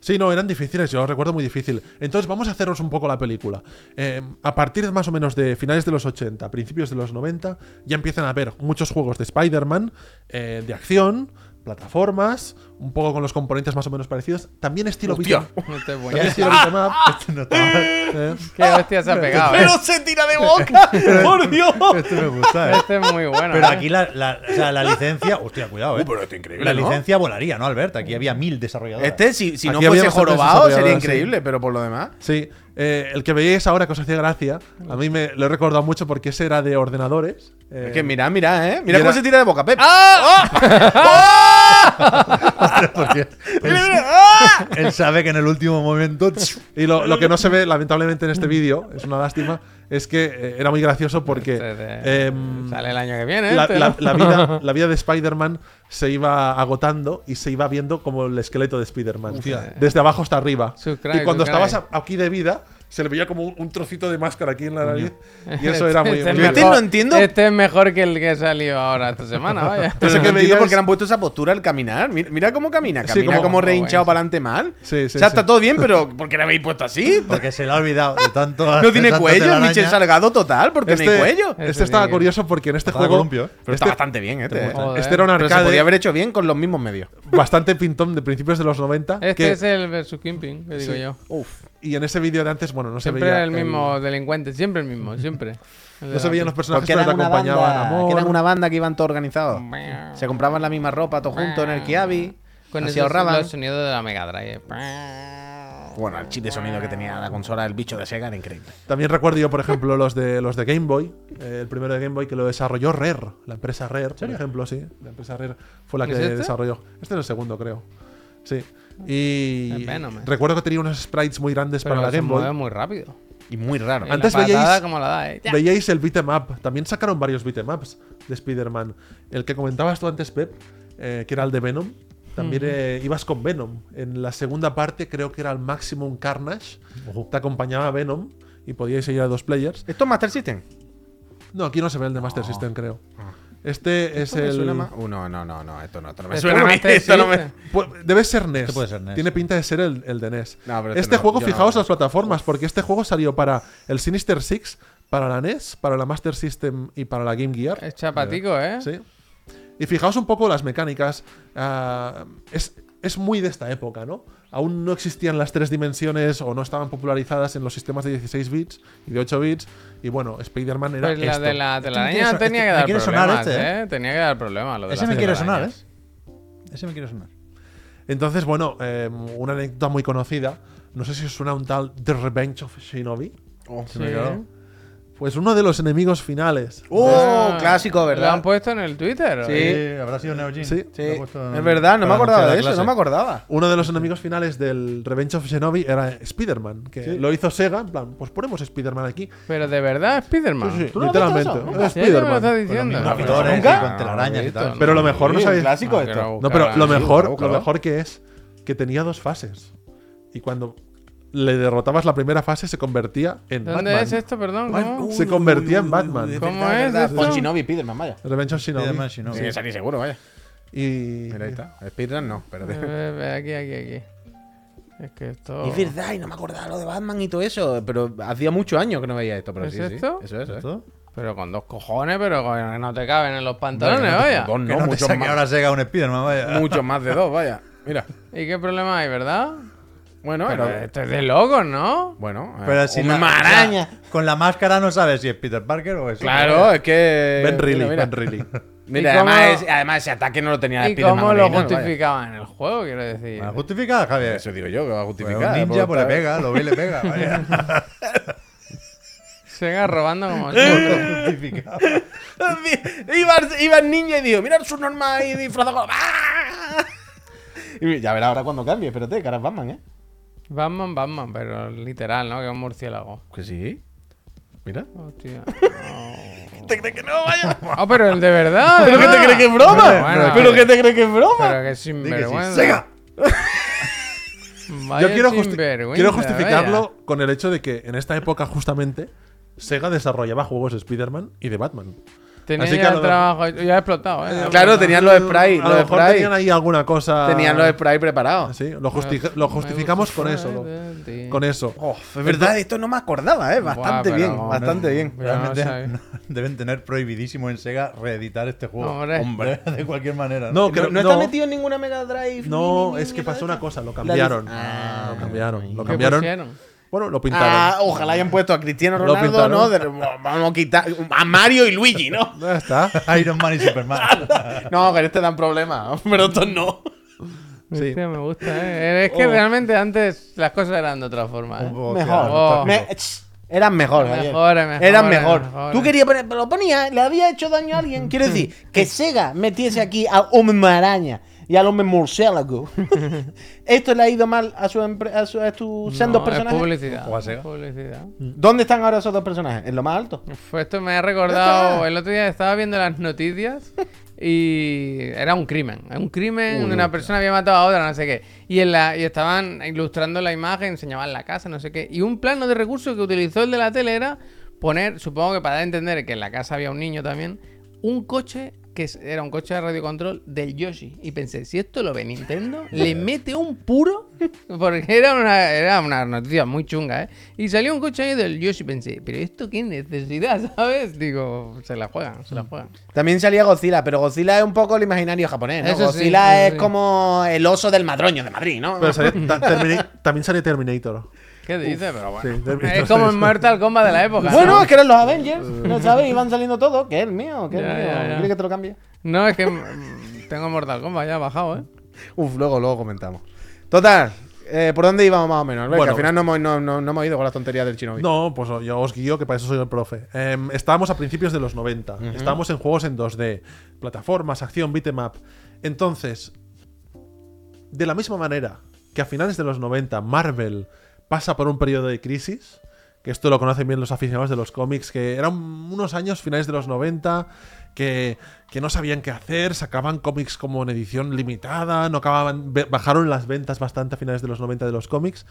Speaker 3: Sí, no, eran difíciles, yo los recuerdo muy difícil. Entonces vamos a haceros un poco la película. Eh, a partir de más o menos de finales de los 80, principios de los 90, ya empiezan a haber muchos juegos de Spider-Man, eh, de acción, plataformas, un poco con los componentes más o menos parecidos, también estilo
Speaker 1: Hostia.
Speaker 2: Este
Speaker 3: beat'em-
Speaker 2: es
Speaker 3: también
Speaker 2: bueno.
Speaker 3: estilo beat'em up,
Speaker 4: Este no está mal.
Speaker 3: eh.
Speaker 2: Qué hostia se ha pegado, eh.
Speaker 1: se tira de boca! ¡Por Dios!
Speaker 4: Este me gusta, ¿eh?
Speaker 2: Este es muy bueno.
Speaker 4: Pero
Speaker 2: eh.
Speaker 4: aquí la, la- o sea, la licencia. Hostia,
Speaker 1: Uh,
Speaker 4: cuidado, eh. la
Speaker 1: ¿no?
Speaker 4: licencia volaría, ¿no, Albert? Aquí había mil desarrolladores.
Speaker 1: Este, si, si no
Speaker 3: Aquí había
Speaker 1: fuese
Speaker 3: bastantes
Speaker 1: jorobado, sería
Speaker 3: desarrolladores, sí.
Speaker 1: increíble, pero por lo demás.
Speaker 3: Sí, eh, el que veíais ahora que os hacía gracia, a mí me lo he recordado mucho porque ese era de ordenadores. eh,
Speaker 1: Es que mira, mira, ¿eh? Mira
Speaker 3: y
Speaker 1: cómo
Speaker 3: era-
Speaker 1: se tira de boca,
Speaker 2: Ah,
Speaker 1: Pep.
Speaker 3: ¡Ah!
Speaker 4: Pues
Speaker 1: ¡Ah!
Speaker 4: Él sabe que en el último momento.
Speaker 3: Y lo, lo que no se ve, lamentablemente, en este vídeo, es una lástima, es que eh, era muy gracioso porque
Speaker 2: Este de-
Speaker 3: em,
Speaker 2: Sale el año que viene,
Speaker 3: la,
Speaker 2: este,
Speaker 3: la-
Speaker 2: ¿no?
Speaker 3: la vida, la vida de Spider-Man se iba agotando y se iba viendo como el esqueleto de Spider-Man.
Speaker 4: Hostia.
Speaker 3: Desde abajo hasta arriba.
Speaker 2: Subscribe,
Speaker 3: y cuando
Speaker 2: subscribe.
Speaker 3: estabas a- aquí de vida, se le veía como un, un trocito de máscara aquí en la nariz. Y eso era muy...
Speaker 2: Este es
Speaker 3: muy
Speaker 1: Yo este
Speaker 2: mejor-
Speaker 1: no entiendo.
Speaker 2: Este es mejor que el que salió ahora esta semana, vaya.
Speaker 1: Pero
Speaker 3: Pero
Speaker 1: es que
Speaker 3: no
Speaker 1: me digo
Speaker 3: digas-
Speaker 1: porque le han puesto esa postura al caminar. Mira, mira cómo camina.
Speaker 3: Sí,
Speaker 1: Camina
Speaker 3: como-
Speaker 1: como,
Speaker 2: como
Speaker 1: rehinchado
Speaker 2: guay.
Speaker 1: para adelante mal.
Speaker 3: Sí, sí,
Speaker 1: o sea, está
Speaker 3: sí.
Speaker 1: todo bien, pero ¿por qué le habéis puesto así?
Speaker 4: Porque se le ha olvidado de tanto.
Speaker 1: No tiene cuello, Michel Salgado total, porque no hay cuello.
Speaker 3: este
Speaker 2: Ese
Speaker 3: estaba
Speaker 2: sí.
Speaker 3: curioso porque en este
Speaker 4: Estaba
Speaker 3: juego...
Speaker 4: columpio, ¿eh?
Speaker 1: Pero está
Speaker 3: este,
Speaker 1: bastante bien, este. eh.
Speaker 2: gusta.
Speaker 3: este era un
Speaker 1: Pero se podía
Speaker 3: arcade
Speaker 1: haber hecho bien con los mismos medios.
Speaker 3: bastante pintón de principios de los 90.
Speaker 2: Este
Speaker 3: que-
Speaker 2: es el versus Kingpin, que digo yo.
Speaker 1: Uf.
Speaker 3: Y en ese vídeo de antes, bueno, no se
Speaker 2: Siempre
Speaker 3: veía...
Speaker 2: era el mismo delincuente, siempre el mismo, siempre. El de
Speaker 3: No se
Speaker 2: la-
Speaker 3: veían los personajes
Speaker 1: Porque
Speaker 3: que te
Speaker 1: eran una,
Speaker 3: acompañaban.
Speaker 1: banda, que
Speaker 3: amor.
Speaker 1: eran una banda que iban todos organizados. Se compraban la misma ropa todos juntos en el Kiabi.
Speaker 2: Con
Speaker 1: así
Speaker 2: ese
Speaker 1: ahorraban.
Speaker 2: los sonidos de la Mega Drive.
Speaker 1: Bueno, el chip de sonido que tenía la consola, el bicho de Sega, era increíble.
Speaker 3: También recuerdo yo, por ejemplo, los de los de Game Boy. eh, el primero de Game Boy que lo desarrolló Rare, la empresa Rare, por ejemplo, sí. La empresa Rare fue la que
Speaker 2: ¿Es este?
Speaker 3: desarrolló. Este es el segundo, creo. Sí.
Speaker 2: Es
Speaker 3: Y
Speaker 2: Venom, eh.
Speaker 3: recuerdo que tenía unos sprites muy grandes
Speaker 2: Pero
Speaker 3: para la
Speaker 2: se
Speaker 3: Game Boy.
Speaker 2: mueve muy rápido.
Speaker 1: Y muy raro.
Speaker 2: Y
Speaker 3: Antes
Speaker 2: la patada
Speaker 3: veíais-
Speaker 2: como la da, eh.
Speaker 3: Veíais el beat'em up. También sacaron varios beat'em ups de Spider-Man. El que comentabas tú antes, Pep, eh, que era el de Venom. También eh, ibas con Venom. En la segunda parte, creo que era el Maximum Carnage. Te acompañaba Venom y podíais ir a dos players.
Speaker 1: ¿Esto es Master System?
Speaker 3: No, aquí no se ve el de Master System, creo. Este es
Speaker 1: Oh. Ah. ¿Esto me
Speaker 3: el.
Speaker 1: suena más? Uh, no, no, no, no, esto no, esto no me
Speaker 2: Esto
Speaker 1: suena a
Speaker 2: no
Speaker 1: mí,
Speaker 2: te
Speaker 1: esto no me-
Speaker 2: existe.
Speaker 3: Pu- Pues, Debe ser NES.
Speaker 4: Este puede ser NES.
Speaker 3: Tiene pinta de ser el, el de NES.
Speaker 1: No, pero este
Speaker 3: este
Speaker 1: no,
Speaker 3: juego,
Speaker 1: yo no
Speaker 3: fijaos
Speaker 1: lo
Speaker 3: las plataformas, porque este juego salió para el Sinister Six, para la NES, para la Master System y para la Game Gear.
Speaker 2: Es chapatico, ¿eh?
Speaker 3: Sí. Y fijaos un poco las mecánicas. ah, es, es muy de esta época, ¿no? Aún no existían las tres dimensiones o no estaban popularizadas en los sistemas de 16 bits y de 8 bits. Y bueno, Spider-Man era
Speaker 2: Pues la
Speaker 3: esto.
Speaker 2: de la
Speaker 4: Este me
Speaker 2: telaraña
Speaker 4: quiere so-
Speaker 2: tenía que
Speaker 4: este- me
Speaker 2: dar
Speaker 4: quiere
Speaker 2: problemas,
Speaker 4: sonar este,
Speaker 2: ¿eh? Tenía que dar problemas. Lo de
Speaker 4: Ese
Speaker 2: las
Speaker 4: me quiere sonar, ¿eh?
Speaker 2: telarañas.
Speaker 4: Ese me quiere sonar.
Speaker 3: Entonces, bueno, eh, una anécdota muy conocida. No sé si os suena un tal The Revenge of Shinobi.
Speaker 1: Oh,
Speaker 2: Sí.
Speaker 3: Claro. Pues uno de los enemigos finales.
Speaker 1: ¡Oh! Clásico,
Speaker 2: Lo
Speaker 1: ¿verdad?
Speaker 2: han puesto en el Twitter.
Speaker 1: Sí.
Speaker 4: Eh, habrá sido Neo Geo.
Speaker 3: Sí.
Speaker 1: Sí,
Speaker 4: Lo he puesto en-
Speaker 1: es verdad, no me
Speaker 4: para
Speaker 1: acordaba
Speaker 4: anunciar
Speaker 1: de
Speaker 4: la
Speaker 1: eso, no
Speaker 4: clase.
Speaker 1: me acordaba.
Speaker 3: Uno de los enemigos finales del Revenge of Shinobi era Spider-Man, que lo hizo Sega, en plan, pues ponemos Spider-Man aquí.
Speaker 2: Pero de verdad, Spider-Man.
Speaker 3: Sí, sí,
Speaker 1: ¿Tú no has
Speaker 3: literalmente.
Speaker 1: visto eso?
Speaker 3: es
Speaker 2: pues ¿Sí? ¿Qué me lo estás
Speaker 3: Spider-Man.
Speaker 2: diciendo?
Speaker 4: Con
Speaker 1: pero
Speaker 4: actores
Speaker 1: nunca.
Speaker 4: y con telarañas y
Speaker 2: No,
Speaker 4: tal.
Speaker 3: Pero lo mejor no
Speaker 1: Sí,
Speaker 3: sabéis.
Speaker 1: un clásico este.
Speaker 2: Ah,
Speaker 1: esto.
Speaker 2: claro.
Speaker 3: No, pero lo
Speaker 2: Sí,
Speaker 3: mejor,
Speaker 1: claro.
Speaker 3: lo mejor que es que tenía dos fases. Y cuando le derrotabas la primera fase se convertía en
Speaker 2: ¿Dónde
Speaker 3: Batman.
Speaker 2: es este? esto, perdón?
Speaker 3: Bat-
Speaker 4: uh,
Speaker 2: ¿Cómo?
Speaker 3: se convertía en Batman.
Speaker 2: ¿Cómo
Speaker 1: De
Speaker 2: es
Speaker 1: verdad,
Speaker 2: esto?
Speaker 1: Con Shinobi Spiderman, vaya.
Speaker 3: Revenge of Shinobi.
Speaker 4: Spider-Man Shinobi.
Speaker 1: Sí, esa ni seguro, vaya.
Speaker 3: Y
Speaker 1: Mira, ahí está. Speedrun no, pero
Speaker 2: Eh, eh, eh, Aquí, aquí, aquí. Es que esto.
Speaker 1: Es verdad, y no me acordaba lo de Batman y todo eso, pero hacía muchos años que no veía esto, pero
Speaker 2: ¿Es
Speaker 1: sí,
Speaker 2: esto?
Speaker 1: sí. Eso, ¿eh? eso, eso.
Speaker 2: Pero con dos cojones, pero con- no te caben en los pantalones, vaya.
Speaker 1: Dos,
Speaker 4: Que no,
Speaker 1: no,
Speaker 4: te
Speaker 1: muchos
Speaker 4: saque
Speaker 1: más,
Speaker 4: ahora Sega un Spider-Man, vaya.
Speaker 1: muchos más de dos, vaya. Mira.
Speaker 2: ¿Y qué problema hay, verdad?
Speaker 1: Bueno,
Speaker 2: Pero
Speaker 1: era-
Speaker 2: esto es de locos, ¿no?
Speaker 1: bueno, eh,
Speaker 4: Pero si
Speaker 1: una
Speaker 4: la-
Speaker 1: maraña.
Speaker 4: o sea, con la máscara no sabes si es Peter Parker o es.
Speaker 1: Claro, es que
Speaker 3: Ben Reilly,
Speaker 1: Eh, mira, mira.
Speaker 3: Ben Reilly.
Speaker 1: Mira,
Speaker 2: ¿Y cómo-
Speaker 1: además, es- además ese ataque no lo tenía
Speaker 3: Ah,
Speaker 2: ¿Y
Speaker 1: Spiderman
Speaker 2: cómo lo
Speaker 1: original, vaya.
Speaker 2: justificaban en el juego, quiero decir?
Speaker 4: Ah, Justificada, Javier.
Speaker 1: Eso digo yo, que va a
Speaker 4: Pues
Speaker 1: justificar.
Speaker 4: un
Speaker 1: por
Speaker 4: ninja, pues le
Speaker 1: estar-
Speaker 4: pega, lo ve y le pega. Vaya.
Speaker 2: Sega robando como siempre.
Speaker 4: Justificado.
Speaker 1: iba, iba el ninja y dijo, mira su norma y disfrazado con... ¡Ah! Y ya verá ahora cuando cambie, espérate, caras Batman, ¿eh?
Speaker 2: Batman, Batman, pero literal, ¿no? Que es un murciélago.
Speaker 1: Que sí. Mira.
Speaker 2: Hostia.
Speaker 1: ¿Te crees que no, vaya?
Speaker 2: Ah, pero el de verdad.
Speaker 1: ¿Pero que
Speaker 2: de
Speaker 1: te
Speaker 2: verdad.
Speaker 1: crees que es broma?
Speaker 2: Pero bueno,
Speaker 1: ¿Pero que te crees que es broma?
Speaker 2: Pero que
Speaker 4: Di que sí.
Speaker 2: sinvergüenza.
Speaker 4: ¡Sega!
Speaker 2: Vaya
Speaker 3: Yo quiero, justi-
Speaker 2: sinvergüenza,
Speaker 3: quiero justificarlo con el hecho de que en esta época justamente Sega desarrollaba juegos de Spider-Man y de Batman.
Speaker 2: vaya. Tenía
Speaker 3: Así que
Speaker 2: ya
Speaker 3: a lo
Speaker 2: el
Speaker 3: mejor-
Speaker 2: trabajo. Ya ha explotado, ¿eh?
Speaker 1: Claro, tenían los sprays,
Speaker 3: A
Speaker 1: los
Speaker 3: lo mejor
Speaker 1: sprays.
Speaker 3: tenían ahí alguna cosa. Ah,
Speaker 1: Tenían los sprays preparados.
Speaker 3: Sí, lo, justi- lo justificamos con eso. lo- con eso.
Speaker 1: Oh, es verdad, esto no me acordaba, ¿eh? Bastante
Speaker 2: Buah, pero
Speaker 1: bien,
Speaker 2: no,
Speaker 1: bastante
Speaker 2: no.
Speaker 1: bien.
Speaker 2: Pero no
Speaker 4: Realmente
Speaker 2: sabe.
Speaker 4: no- deben tener prohibidísimo en Sega reeditar este juego.
Speaker 2: No, hombre.
Speaker 4: De cualquier manera.
Speaker 3: No,
Speaker 1: ¿No,
Speaker 3: creo-
Speaker 1: no está
Speaker 3: no.
Speaker 1: metido en ninguna Mega Drive?
Speaker 3: No,
Speaker 1: ni- ni-
Speaker 3: es
Speaker 1: ni
Speaker 3: que
Speaker 1: nada
Speaker 3: pasó
Speaker 1: de
Speaker 3: una
Speaker 1: eso?
Speaker 3: cosa, lo
Speaker 1: La
Speaker 3: cambiaron.
Speaker 1: lic- Ah.
Speaker 3: lo cambiaron, lo
Speaker 2: ¿Qué
Speaker 3: cambiaron.
Speaker 2: pusieron?
Speaker 3: Bueno, lo pintaron.
Speaker 1: Ah, ojalá hayan puesto a Cristiano
Speaker 3: Lo
Speaker 1: Ronaldo,
Speaker 3: pintaron.
Speaker 1: ¿no? De- vamos a quitar a Mario y Luigi, ¿no?
Speaker 3: Ya está.
Speaker 4: Iron Man y Superman.
Speaker 1: No, que este dan problemas, pero estos no.
Speaker 3: Sí. Oh.
Speaker 2: Hostia, me gusta, ¿eh? Es que realmente antes las cosas eran de otra forma. ¿eh?
Speaker 4: Un poco,
Speaker 1: Mejor.
Speaker 4: hostia,
Speaker 2: Oh.
Speaker 1: Me- ch, eran mejor, Javier.
Speaker 2: Mejores, mejores,
Speaker 1: Eran mejor.
Speaker 2: mejores.
Speaker 1: Tú querías poner, pero lo ponías, le había hecho daño a alguien. Quiero decir, que Sega metiese aquí a hombre maraña y al hombre murciélago. Esto le ha ido mal a su, empre- a su- a sus sean dos
Speaker 2: No,
Speaker 1: personajes.
Speaker 2: Es publicidad.
Speaker 4: Ojo, a Sega.
Speaker 2: publicidad.
Speaker 1: ¿Dónde están ahora esos dos personajes? En lo más alto.
Speaker 2: Uf, esto me ha recordado. El otro día estaba viendo las noticias y era un crimen. Un crimen, una persona había matado a otra, no sé qué. Y, en la, y estaban ilustrando la imagen, enseñaban la casa, no sé qué. Y un plano de recurso que utilizó el de la tele era poner, supongo que para dar a entender que en la casa había un niño también, un coche que es- era un coche de radiocontrol del Yoshi. Y pensé, si esto lo ve Nintendo, le mete un puro. Porque era una, era una noticia muy chunga, ¿eh? Y salió un coche ahí del Yoshi. Pensé, pero esto qué necesidad, ¿sabes? Digo, se la juegan, se la juegan.
Speaker 1: También salía Godzilla, pero Godzilla es un poco el imaginario japonés, ¿no?
Speaker 2: Eso sí,
Speaker 1: Godzilla
Speaker 2: eso
Speaker 1: es
Speaker 2: sí.
Speaker 1: como el oso del madroño de Madrid, ¿no?
Speaker 3: Pero salió- ta- Termina- también sale Terminator.
Speaker 2: ¿Qué dices? Pero
Speaker 3: sí,
Speaker 2: bueno.
Speaker 3: Terminator
Speaker 2: es como en
Speaker 3: tres.
Speaker 2: Mortal Kombat de la época.
Speaker 1: Bueno,
Speaker 2: ¿no?
Speaker 1: es que eran los Avengers, ¿no sabes? Y van saliendo todos. Que es el mío, que es el
Speaker 2: Ya,
Speaker 1: mío.
Speaker 2: ya, ya.
Speaker 1: ¿Quieres que te lo cambie?
Speaker 2: No, es que mm, tengo Mortal Kombat ya bajado, ¿eh?
Speaker 1: Uf, luego, luego comentamos. Total, eh, ¿por dónde íbamos más o menos? Venga,
Speaker 3: Bueno.
Speaker 1: al final no hemos, no- no- no hemos ido con las tonterías del chino.
Speaker 3: No, pues yo os guío, que para eso soy el profe. Em, estábamos a principios de los 90. Estábamos en juegos en 2D, plataformas, acción, beatmap. Entonces, de la misma manera que a finales de los 90 Marvel pasa por un periodo de crisis, que esto lo conocen bien los aficionados de los cómics, que eran unos años finales de los 90 que, que no sabían qué hacer, sacaban cómics como en edición limitada, no acababan, be- bajaron las ventas bastante a finales de los 90 de los cómics.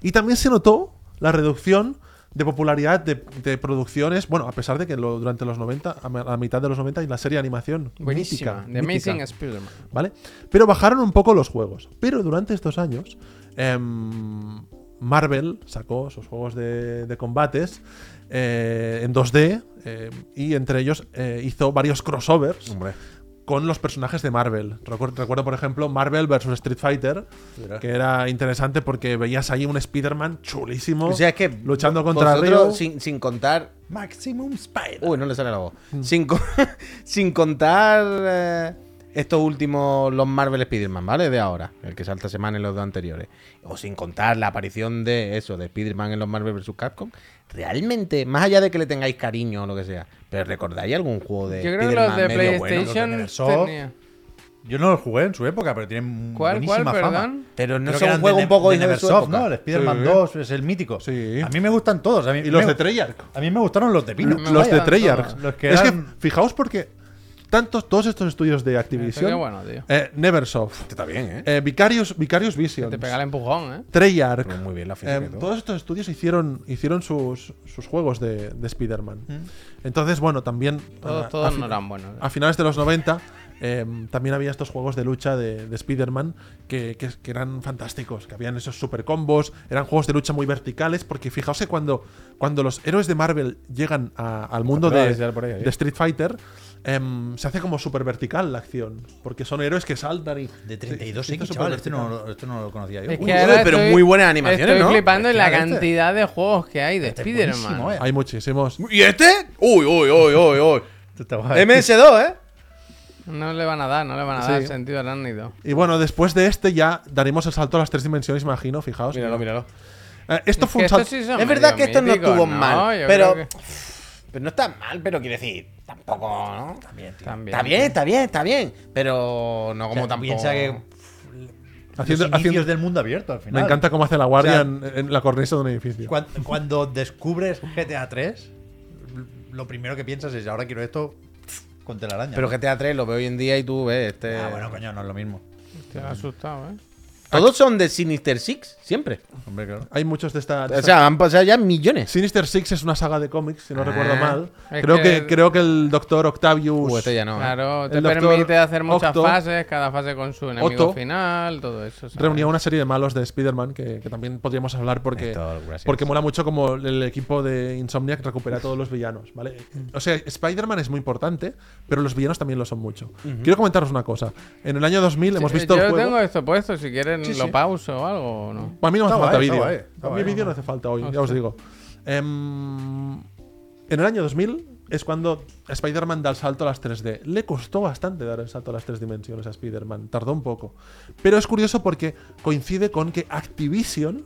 Speaker 3: Y también se notó la reducción de popularidad de, de producciones, bueno, a pesar de que lo- durante los 90, a la mitad de los 90, y la serie de animación.
Speaker 2: Buenísima.
Speaker 3: mítica,
Speaker 2: The
Speaker 3: mítica.
Speaker 2: Amazing Spider-Man.
Speaker 3: ¿vale? Pero bajaron un poco los juegos. Pero durante estos años, em, Marvel sacó sus juegos de, de combates eh, en 2D eh, y entre ellos eh, hizo varios crossovers
Speaker 1: Mm.
Speaker 3: con los personajes de Marvel. Recu- Recuerdo, por ejemplo, Marvel vs. Street Fighter,
Speaker 4: Verás.
Speaker 3: que era interesante porque veías ahí un Spider-Man chulísimo
Speaker 1: O sea, es que.
Speaker 3: luchando contra
Speaker 1: vosotros,
Speaker 3: Ryu.
Speaker 1: Sin, sin contar.
Speaker 4: Maximum Spider.
Speaker 3: Mm.
Speaker 1: Uy, no le sale la voz. Sin, co- sin contar. eh, estos últimos, los Marvel Spider-Man, ¿vale? De ahora, el que salta semana en los dos anteriores. O sin contar la aparición de eso, de Spider-Man en los Marvel vs. Capcom. Realmente, más allá de que le tengáis cariño o lo que sea, pero ¿recordáis algún juego de
Speaker 2: Yo creo que los
Speaker 1: Eh, Spider-Man
Speaker 2: de
Speaker 1: medio bueno?
Speaker 2: PlayStation
Speaker 4: los de Microsoft.
Speaker 2: tenía.
Speaker 4: Yo no lo jugué en su época, pero tienen
Speaker 2: ¿Cuál, cuál,
Speaker 4: buenísima fama.
Speaker 2: perdón?
Speaker 1: Pero no
Speaker 4: Creo
Speaker 1: es
Speaker 4: que
Speaker 1: un
Speaker 4: eran
Speaker 1: juego
Speaker 4: de
Speaker 1: un poco
Speaker 4: Ne- de
Speaker 1: hijo de su
Speaker 4: Neversoft,
Speaker 1: época.
Speaker 4: ¿no? El Spider-Man 2 es el mítico.
Speaker 3: Sí.
Speaker 4: A mí me gustan todos. A mí,
Speaker 3: Y los
Speaker 4: me-
Speaker 3: de Treyarch.
Speaker 4: A mí me gustaron los de Pino.
Speaker 2: Me
Speaker 3: Los de
Speaker 2: gustan
Speaker 3: Treyarch.
Speaker 2: todos.
Speaker 4: Los que
Speaker 3: es que
Speaker 4: eran-
Speaker 3: fijaos porque tantos, todos estos estudios de
Speaker 2: Eso
Speaker 3: Activision,
Speaker 2: qué bueno, tío.
Speaker 3: eh, Neversoft,
Speaker 1: Está bien, ¿eh?
Speaker 3: eh, Vicarious, Vicarious
Speaker 2: Que
Speaker 3: Visions,
Speaker 2: te pega el empujón, ¿eh?
Speaker 3: Treyarch,
Speaker 1: Pero muy bien la física
Speaker 3: Eh,
Speaker 1: y todo.
Speaker 3: todos estos estudios hicieron, hicieron sus, sus juegos de, de Spider-Man. Entonces, bueno, también.
Speaker 2: Mm. Todos,
Speaker 3: a- a,
Speaker 2: todos
Speaker 3: fin-
Speaker 2: no eran buenos. ¿eh?
Speaker 3: a finales de los 90 eh, también había estos juegos de lucha de, de Spider-Man que, que- que eran fantásticos, que habían esos super combos, eran juegos de lucha muy verticales, porque fijaos que cuando, cuando los héroes de Marvel llegan a- al mundo
Speaker 4: Ojalá
Speaker 3: de,
Speaker 4: desear por ahí, ¿eh?
Speaker 3: de Street Fighter. em, se hace como super vertical la acción, porque son héroes que saltan y.
Speaker 4: De 32
Speaker 3: se hizo
Speaker 4: X, chaval. Este
Speaker 3: supervertical.
Speaker 4: no, este no lo conocía yo.
Speaker 2: Es
Speaker 4: Uy,
Speaker 2: que
Speaker 1: uy,
Speaker 2: ahora
Speaker 1: pero muy buenas animaciones,
Speaker 2: estoy
Speaker 1: ¿no?
Speaker 2: flipando en la
Speaker 4: Efectivamente.
Speaker 2: cantidad de juegos que hay de
Speaker 4: este es
Speaker 2: Spider-Man.
Speaker 4: buenísimo, eh.
Speaker 3: Hay muchísimos.
Speaker 1: ¿Y este? Uy, uy, uy, uy, uy.
Speaker 4: Este está guay.
Speaker 1: MS2, ¿eh?
Speaker 2: No le van a dar, no le van a dar
Speaker 3: Sí.
Speaker 2: sentido arácnido.
Speaker 3: Y bueno, después de este ya daremos el salto a las tres dimensiones, imagino, fijaos.
Speaker 1: Míralo, míralo.
Speaker 3: Eh, esto fue un salto.
Speaker 1: Es verdad que esto no estuvo mal, pero, pero no está mal, pero quiere decir, tampoco, ¿no?
Speaker 2: También.
Speaker 1: Está bien, está bien, está bien, pero no
Speaker 4: O
Speaker 1: como
Speaker 4: sea,
Speaker 1: tampoco.
Speaker 4: Piensa que
Speaker 3: Haciendo-
Speaker 4: los inicios
Speaker 3: haciendo-
Speaker 4: del mundo abierto al final.
Speaker 3: Me encanta cómo hace la guardia
Speaker 4: O sea,
Speaker 3: en, en la cornisa de un edificio.
Speaker 4: Cuan- Cuando, descubres GTA 3, lo primero que piensas es, ahora quiero esto con telaraña.
Speaker 1: Pero GTA 3 lo veo hoy en día y tú ves este.
Speaker 4: Ah, bueno, coño, no es lo mismo.
Speaker 2: Te ha asustado, ¿eh?
Speaker 1: Todos son de Sinister Six, siempre.
Speaker 4: Hombre, claro.
Speaker 3: Hay muchos de esta. de
Speaker 1: O
Speaker 3: esta-
Speaker 1: sea, Ah, han pasado ya millones.
Speaker 3: Sinister Six es una saga de cómics, si no recuerdo mal.
Speaker 2: es
Speaker 3: Creo que,
Speaker 2: que-
Speaker 3: creo que el doctor Octavius.
Speaker 1: Uh, este ya no. ¿eh?
Speaker 2: Claro,
Speaker 3: El
Speaker 2: te
Speaker 3: doctor
Speaker 2: permite hacer muchas
Speaker 3: Octo-
Speaker 2: fases, cada fase con su enemigo
Speaker 3: Otto
Speaker 2: final, todo eso. ¿sabes?
Speaker 3: Reunía una serie de malos de Spider-Man que, que también podríamos hablar porque,
Speaker 1: Esto, gracias.
Speaker 3: porque mola mucho como el equipo de Insomniac recupera a todos los villanos, ¿vale?
Speaker 1: Mm.
Speaker 3: O sea, Spider-Man es muy importante, pero los villanos también lo son mucho. Quiero comentaros una cosa. En el año 2000 hemos
Speaker 2: Sí, eh,
Speaker 3: visto
Speaker 2: Yo
Speaker 3: el juego...
Speaker 2: tengo esto puesto, si quieren
Speaker 3: Sí,
Speaker 2: lo
Speaker 3: sí.
Speaker 2: pauso o algo o no.
Speaker 3: A mí no me hace falta
Speaker 4: Está guay, está
Speaker 3: vídeo.
Speaker 4: guay, está
Speaker 3: A mí
Speaker 4: guay,
Speaker 3: vídeo
Speaker 4: está
Speaker 3: no hace falta hoy, ya os digo. Em, en el año 2000 es cuando Spider-Man da el salto a las 3D. Le costó bastante dar el salto a las tres dimensiones a Spider-Man, tardó un poco. Pero es curioso porque coincide con que Activision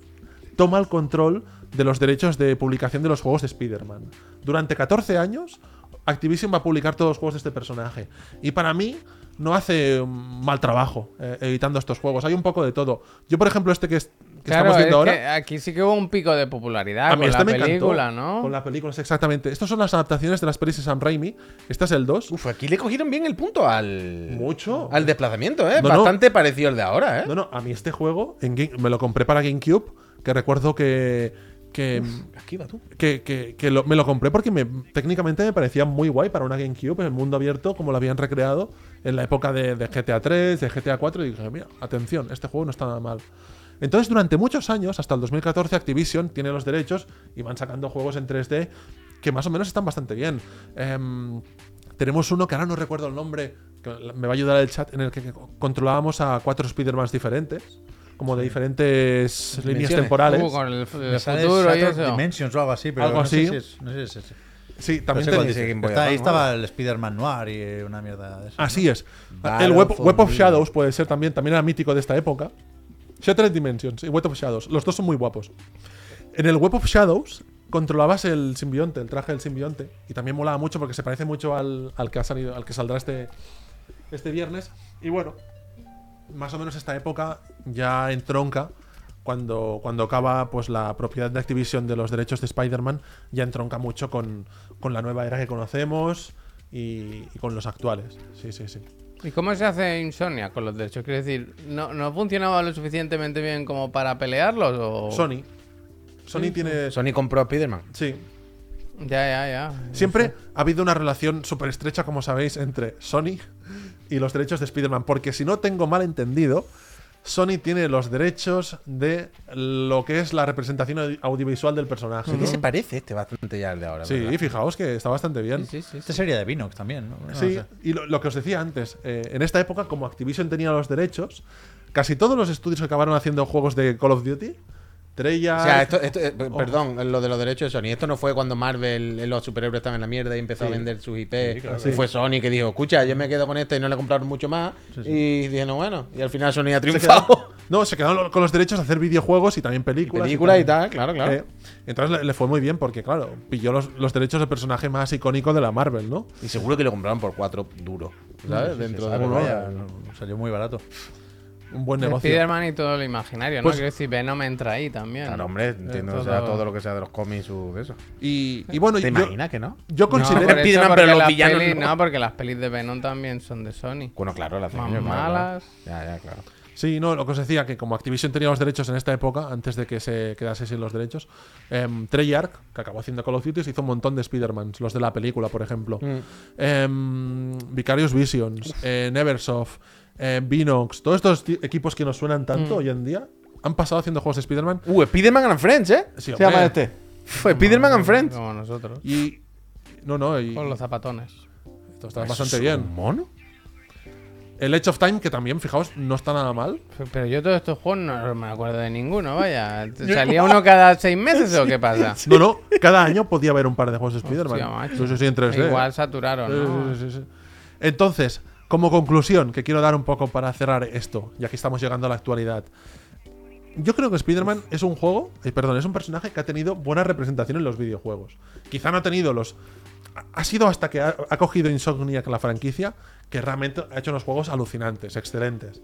Speaker 3: toma el control de los derechos de publicación de los juegos de Spider-Man. Durante 14 años, Activision va a publicar todos los juegos de este personaje. Y para mí, no hace un mal trabajo eh, editando estos juegos. Hay un poco de todo. Yo, por ejemplo, este que, es- que
Speaker 2: Claro,
Speaker 3: estamos
Speaker 2: es
Speaker 3: viendo ahora.
Speaker 2: que aquí sí que hubo un pico de popularidad
Speaker 3: A mí
Speaker 2: con
Speaker 3: este
Speaker 2: la
Speaker 3: me encantó.
Speaker 2: película, ¿no?
Speaker 3: Con las películas, exactamente. Estas son las adaptaciones de las pelis de Sam Raimi. Este es el 2.
Speaker 1: Uf, aquí le cogieron bien el punto al.
Speaker 3: Mucho.
Speaker 1: Al desplazamiento, ¿eh?
Speaker 3: No, no.
Speaker 1: Bastante parecido al de ahora, ¿eh?
Speaker 3: No, no, a mí este juego en Game- me lo compré para GameCube, que recuerdo que... que
Speaker 1: Aquí va tú.
Speaker 3: que, que- que lo- me lo compré porque me- técnicamente me parecía muy guay para una GameCube, pues, el mundo abierto como lo habían recreado en la época de, de GTA 3, de GTA 4, y dije, mira, atención, este juego no está nada mal. Entonces, durante muchos años, hasta el 2014, Activision tiene los derechos y van sacando juegos en 3D que más o menos están bastante bien. Em, tenemos uno que ahora no recuerdo el nombre, que me va a ayudar el chat, en el que que controlábamos a cuatro Spider-Mans diferentes, como de diferentes líneas
Speaker 1: Dimensiones.
Speaker 3: temporales.
Speaker 2: Hubo Uh, con el, f- el
Speaker 4: Me sale
Speaker 2: futuro y
Speaker 4: Shattered
Speaker 2: eso.
Speaker 4: Dimensions o algo así, pero
Speaker 3: Algo
Speaker 4: no
Speaker 3: así.
Speaker 4: sé si es, no sé si es ese.
Speaker 3: Sí,
Speaker 4: No
Speaker 3: también
Speaker 4: sé
Speaker 1: te-
Speaker 4: cuál
Speaker 3: tenéis-
Speaker 1: sí,
Speaker 4: dice.
Speaker 1: Game Boy
Speaker 4: Está- ahí
Speaker 1: Advance, ¿no?
Speaker 4: estaba el Spider-Man Noir y eh, una mierda de esa.
Speaker 3: Así es.
Speaker 1: Battle
Speaker 3: el Web,
Speaker 1: for
Speaker 3: Web of
Speaker 1: Middle.
Speaker 3: Shadows puede ser también, también era mítico de esta época. Shattered Dimensions y Web of Shadows, los dos son muy guapos. En el Web of Shadows controlabas el simbionte, el traje del simbionte, y también molaba mucho porque se parece mucho al, al que, ha salido, al que saldrá este, este viernes. Y bueno, más o menos esta época ya entronca cuando, cuando acaba pues la propiedad de Activision de los derechos de Spider-Man ya entronca mucho con, con la nueva era que conocemos y, y con los actuales. Sí, sí, sí.
Speaker 2: ¿Y cómo se hace Insomnia con los derechos? Quiero decir, ¿no, ¿no funcionaba lo suficientemente bien como para pelearlos? O...
Speaker 3: Sony. Sony tiene.
Speaker 1: Sony compró a Spider-Man.
Speaker 3: Sí.
Speaker 2: Ya, ya, ya.
Speaker 3: Siempre ha habido una relación súper estrecha, como sabéis, entre Sony y los derechos de Spider-Man. Porque si no tengo mal entendido, Sony tiene los derechos de lo que es la representación audi- audiovisual del personaje.
Speaker 1: Sí que
Speaker 3: ¿no?
Speaker 1: se parece este bastante ya al de ahora.
Speaker 3: Sí,
Speaker 1: ¿verdad?
Speaker 3: fijaos que está bastante bien.
Speaker 2: Sí, sí, sí.
Speaker 4: Esta
Speaker 2: sí.
Speaker 4: serie de Vinox también, ¿no? No
Speaker 3: Sí,
Speaker 4: sé.
Speaker 3: y lo, lo que os decía antes, eh, en esta época, como Activision tenía los derechos, casi todos los estudios que acabaron haciendo juegos de Call of Duty estrellas.
Speaker 1: O sea, esto, esto- eh,
Speaker 3: Oh.
Speaker 1: perdón, lo de los derechos de Sony. Esto no fue cuando Marvel, eh, los superhéroes estaban en la mierda y empezó a vender sus IP.
Speaker 3: Sí.
Speaker 1: Fue Sony que dijo, escucha, yo me quedo con este y no le compraron mucho más. Y dije, no, bueno. Y al final Sony ha
Speaker 3: Se quedaron-
Speaker 1: triunfado.
Speaker 3: no, se quedaron lo- con los derechos de hacer videojuegos y también películas.
Speaker 1: Película y tal, claro, claro.
Speaker 3: Eh, entonces le, le fue muy bien porque, claro, pilló los, los derechos del personaje más icónico de la Marvel, ¿no?
Speaker 1: Y seguro que lo compraron por cuatro duros. ¿Sabes? Dentro de
Speaker 4: sabe,
Speaker 1: un
Speaker 4: vaya,
Speaker 1: horno.
Speaker 4: no- salió muy barato.
Speaker 3: Un buen
Speaker 2: De
Speaker 3: negocio.
Speaker 2: Spider-Man y todo lo imaginario, ¿no?
Speaker 3: Pues-
Speaker 2: Quiero decir, Venom entra ahí también.
Speaker 1: Claro, hombre, entiendo o
Speaker 2: todo-
Speaker 1: sea, todo lo que sea de los cómics o de eso.
Speaker 3: Y, y bueno,
Speaker 1: ¿Te
Speaker 3: yo,
Speaker 1: imaginas que no?
Speaker 3: yo considero.
Speaker 1: por Spider-Man, pero los
Speaker 2: las
Speaker 1: villanos
Speaker 2: pelis-
Speaker 1: no.
Speaker 2: no, porque las pelis de Venom también son de Sony.
Speaker 1: Bueno, claro, las
Speaker 2: Más
Speaker 1: años,
Speaker 2: malas.
Speaker 1: Ya, ya, claro.
Speaker 3: Sí, no, lo que os decía, que como Activision tenía los derechos en esta época, antes de que se quedase sin los derechos, em, Treyarch, que acabó haciendo Call of Duty, hizo un montón de Spider-Mans, los de la película, por ejemplo.
Speaker 2: Mm.
Speaker 3: Em, Vicarious Visions, eh, Neversoft, eh, Vinox, todos estos ti- equipos que nos suenan
Speaker 2: Mm.
Speaker 3: tanto hoy en día, han pasado haciendo juegos de Spider-Man.
Speaker 1: Uh, Spider-Man and Friends, ¿eh?
Speaker 3: Sí,
Speaker 1: Se
Speaker 3: hombre.
Speaker 1: llama este. Fue Spider-Man and Friends.
Speaker 2: Como nosotros.
Speaker 3: Y. No, no, y.
Speaker 2: Con los zapatones.
Speaker 3: Esto está bastante bien.
Speaker 1: ¿Un mono?
Speaker 3: El Edge of Time, que también, fijaos, no está nada mal.
Speaker 2: Pero yo todos estos juegos no me acuerdo de ninguno, vaya. ¿Salía uno cada seis meses o qué pasa?
Speaker 3: No, no, cada año podía haber un par de juegos de Spider-Man.
Speaker 2: macho.
Speaker 3: Sí, sí, sí, en 3D.
Speaker 2: Igual saturaron, ¿no?
Speaker 3: ¿eh? Sí, sí, sí, sí. Entonces, como conclusión que quiero dar un poco para cerrar esto, ya que estamos llegando a la actualidad. Yo creo que Spider-Man es un juego, eh, perdón, es un personaje que ha tenido buena representación en los videojuegos. Quizá no ha tenido los. ha- Ha sido hasta que ha, ha cogido Insomniac la franquicia que realmente ha hecho unos juegos alucinantes, excelentes.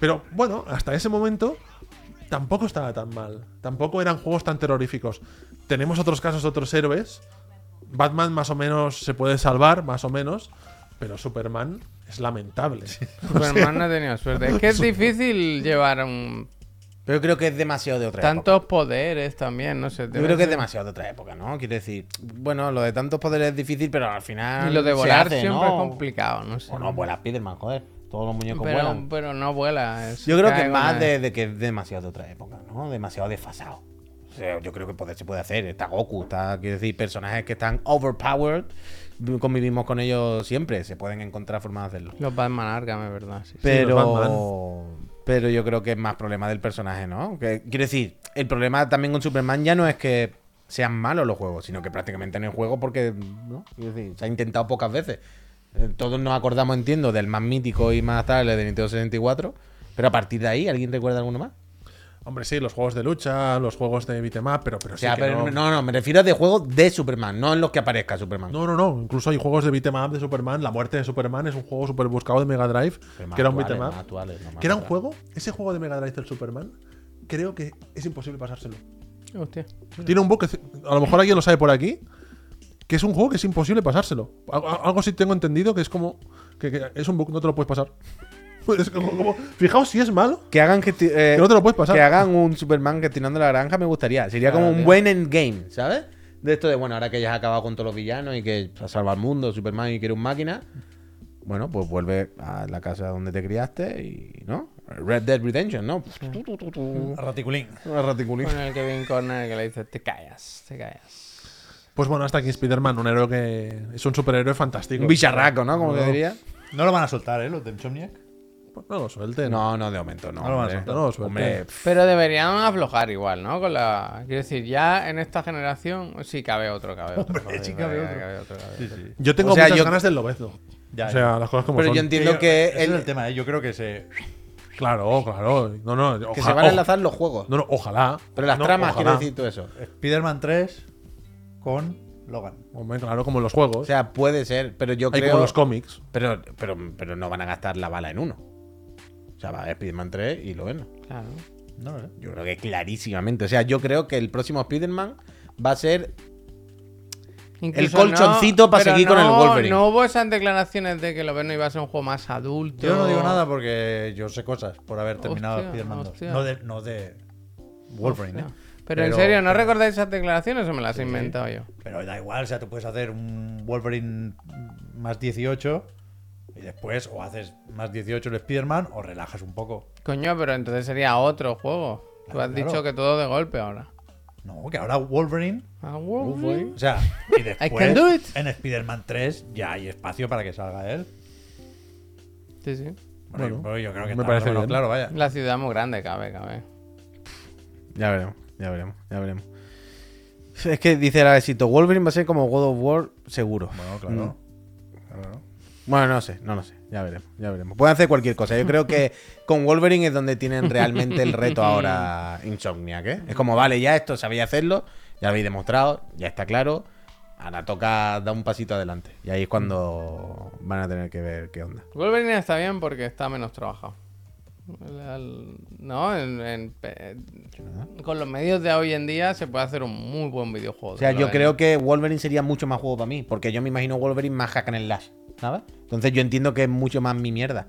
Speaker 3: Pero bueno, hasta ese momento tampoco estaba tan mal. Tampoco eran juegos tan terroríficos. Tenemos otros casos, otros héroes. Batman más o menos se puede salvar, más o menos. Pero Superman es lamentable.
Speaker 2: Superman Pues no ha tenido suerte. Es que es difícil llevar un-
Speaker 1: Pero yo creo que es demasiado de otra época.
Speaker 2: tantos poderes también, no sé.
Speaker 1: Yo
Speaker 2: debe
Speaker 1: creo que es
Speaker 2: ser-
Speaker 1: demasiado de otra época, ¿no? Quiero decir, bueno, lo de tantos poderes es difícil, pero al final.
Speaker 2: Y lo de
Speaker 1: se
Speaker 2: volar
Speaker 1: hace,
Speaker 2: siempre
Speaker 1: ¿no?
Speaker 2: es complicado, no sé.
Speaker 1: O no vuela Spider-Man, joder. Todos los muñecos
Speaker 2: pero,
Speaker 1: vuelan.
Speaker 2: pero no vuela. es-
Speaker 1: Yo creo
Speaker 2: cae
Speaker 1: que
Speaker 2: con
Speaker 1: más
Speaker 2: el-
Speaker 1: de, de que es demasiado de otra época, ¿no? Demasiado desfasado. O sea, yo creo que poder se puede hacer. Está Goku, está, quiero decir, personajes que están overpowered. Convivimos con ellos siempre. Se pueden encontrar formas de hacerlo.
Speaker 2: Los Batman Arkham, es verdad. sí, sí.
Speaker 3: los
Speaker 1: Pero. Pero yo creo que es más problema del personaje, ¿no? Que, quiero decir, el problema también con Superman ya no es que sean malos los juegos, sino que prácticamente no hay juego porque ¿no? Quiero decir, se ha intentado pocas veces. Eh, Todos nos acordamos, entiendo, del más mítico y más tal, el de Nintendo 64. Pero a partir de ahí, ¿alguien recuerda alguno más?
Speaker 3: Hombre, sí, los juegos de lucha, los juegos de beat'em up, pero, pero
Speaker 1: O
Speaker 3: sí.
Speaker 1: sea,
Speaker 3: que
Speaker 1: pero
Speaker 3: no.
Speaker 1: no. no, me refiero a de juegos de Superman, no en los que aparezca Superman.
Speaker 3: No, no, no. Incluso hay juegos de beat'em up de Superman. La muerte de Superman es un juego súper buscado de Mega Drive.
Speaker 1: Pero más
Speaker 3: Que era un
Speaker 1: actuales,
Speaker 3: beat'em
Speaker 1: más
Speaker 3: up.
Speaker 1: actuales, no más
Speaker 3: Que era un
Speaker 1: actuales.
Speaker 3: juego. Ese juego de Mega Drive del Superman. Creo que es imposible pasárselo.
Speaker 2: Hostia.
Speaker 3: Tiene un bug. que- A lo mejor alguien lo sabe por aquí. Que es un juego que es imposible pasárselo. Al- al- Algo sí tengo entendido que es como. Que, que es un bug, no te lo puedes pasar. Es como- como- fijaos si es malo.
Speaker 1: Que hagan que, ti- eh,
Speaker 3: Que no te lo puedes pasar.
Speaker 1: que hagan un Superman que tirando la granja me gustaría. Sería
Speaker 2: Claro,
Speaker 1: como un
Speaker 2: tío.
Speaker 1: buen endgame, ¿sabes? De esto de, bueno, ahora que ya has acabado con todos los villanos y que has salvado al mundo, Superman y que eres un máquina. Bueno, pues vuelve a la casa donde te criaste y, ¿no? Red Dead Redemption, ¿no?
Speaker 4: Raticulín.
Speaker 1: Una raticulina.
Speaker 2: Con el Kevin Corner que le dice, te callas, te callas.
Speaker 3: Pues bueno, hasta aquí Spider-Man, un héroe que. Es un superhéroe fantástico.
Speaker 1: Un bicharraco, ¿no? Como que diría.
Speaker 4: No lo van a soltar, ¿eh? Los de Insomniac.
Speaker 3: Pues no lo suelten.
Speaker 1: No, no, de momento, no.
Speaker 4: No lo van a
Speaker 1: hombre.
Speaker 4: soltar,
Speaker 3: no lo sueltan.
Speaker 1: Hombre, pff,
Speaker 2: Pero deberían aflojar igual, ¿no? Con la... Quiero decir, ya en esta generación sí cabe otro, cabe otro.
Speaker 4: Hombre,
Speaker 2: joder,
Speaker 4: sí cabe otro.
Speaker 2: cabe
Speaker 4: Sí,
Speaker 2: otro.
Speaker 4: sí.
Speaker 3: Yo tengo
Speaker 1: O sea,
Speaker 3: muchas
Speaker 1: yo-
Speaker 3: ganas del Lobezno.
Speaker 4: Ya,
Speaker 3: o sea, las cosas como
Speaker 1: Pero
Speaker 3: son.
Speaker 1: yo entiendo
Speaker 4: Yo-
Speaker 1: que
Speaker 4: ese
Speaker 1: el-
Speaker 4: es el tema, ¿eh? Yo creo que se.
Speaker 3: Claro, claro. No, no.
Speaker 1: que
Speaker 3: oja-
Speaker 1: se van a
Speaker 3: oja-
Speaker 1: enlazar los juegos.
Speaker 3: No, no, ojalá.
Speaker 1: Pero las
Speaker 3: No,
Speaker 1: tramas, quiero
Speaker 3: ojalá.
Speaker 1: decir tú eso.
Speaker 4: Spider-Man 3 con Logan.
Speaker 3: Hombre, claro, como en los juegos.
Speaker 1: O sea, puede ser, pero yo
Speaker 3: hay
Speaker 1: creo...
Speaker 3: como en los cómics.
Speaker 1: Pero, pero, pero no van a gastar la bala en uno. O sea, va a Spider-Man 3 y lo ven.
Speaker 2: Claro.
Speaker 4: No lo sé.
Speaker 1: Yo creo que clarísimamente. O sea, yo creo que el próximo Spider-Man va a ser.
Speaker 2: Incluso
Speaker 1: colchoncito
Speaker 2: no-
Speaker 1: para
Speaker 2: pero
Speaker 1: seguir con el
Speaker 2: no-
Speaker 1: Wolverine.
Speaker 2: No hubo esas declaraciones de que lo no iba a ser un juego más adulto.
Speaker 4: Yo no digo nada porque yo sé cosas por haber terminado
Speaker 2: Hostia,
Speaker 4: Spider-Man 2.
Speaker 2: hostia.
Speaker 4: No de, no de Wolverine,
Speaker 2: No.
Speaker 4: ¿eh?
Speaker 2: Pero, en serio, ¿no recordáis esas declaraciones o me las he inventado yo?
Speaker 4: Pero da igual, o sea, tú puedes hacer un Wolverine más 18 y después o haces más 18 el Spider-Man o relajas un poco.
Speaker 2: Coño, pero entonces sería otro juego. Tú has
Speaker 4: Claro.
Speaker 2: dicho que todo de golpe ahora.
Speaker 4: No, que ahora Wolverine.
Speaker 2: Ah, Wolverine.
Speaker 4: O sea, y después
Speaker 2: can do it.
Speaker 4: en Spider-Man 3 ya hay espacio para que salga él.
Speaker 2: Sí, sí.
Speaker 4: Bueno,
Speaker 3: Bueno,
Speaker 4: yo, yo creo que
Speaker 3: me
Speaker 4: está
Speaker 3: parece
Speaker 4: más o menos
Speaker 3: bien.
Speaker 4: claro, vaya.
Speaker 2: La ciudad es muy grande, cabe, cabe.
Speaker 1: Ya veremos. ya veremos, ya veremos. Es que dice el éxito, Wolverine va a ser como God of War seguro. Mm.
Speaker 4: Bueno, claro. Claro.
Speaker 1: Bueno, no sé, no lo sé. Ya veremos, ya veremos. Pueden hacer cualquier cosa. Yo creo que con Wolverine es donde tienen realmente el reto ahora Insomniac, ¿eh? Es como, vale, ya esto sabéis hacerlo, ya lo habéis demostrado, ya está claro. Ahora toca dar un pasito adelante. Y ahí es cuando van a tener que ver qué onda.
Speaker 2: Wolverine está bien porque está menos trabajado. El- el- No, en- en pe- con los medios de hoy en día se puede hacer un muy buen videojuego.
Speaker 1: O
Speaker 4: Pues
Speaker 1: sea,
Speaker 2: Lo
Speaker 1: yo
Speaker 2: de-
Speaker 1: creo que Wolverine sería mucho más juego para mí, porque yo me imagino Wolverine más hack and slash, ¿sabes? Entonces yo entiendo que es mucho más mi mierda.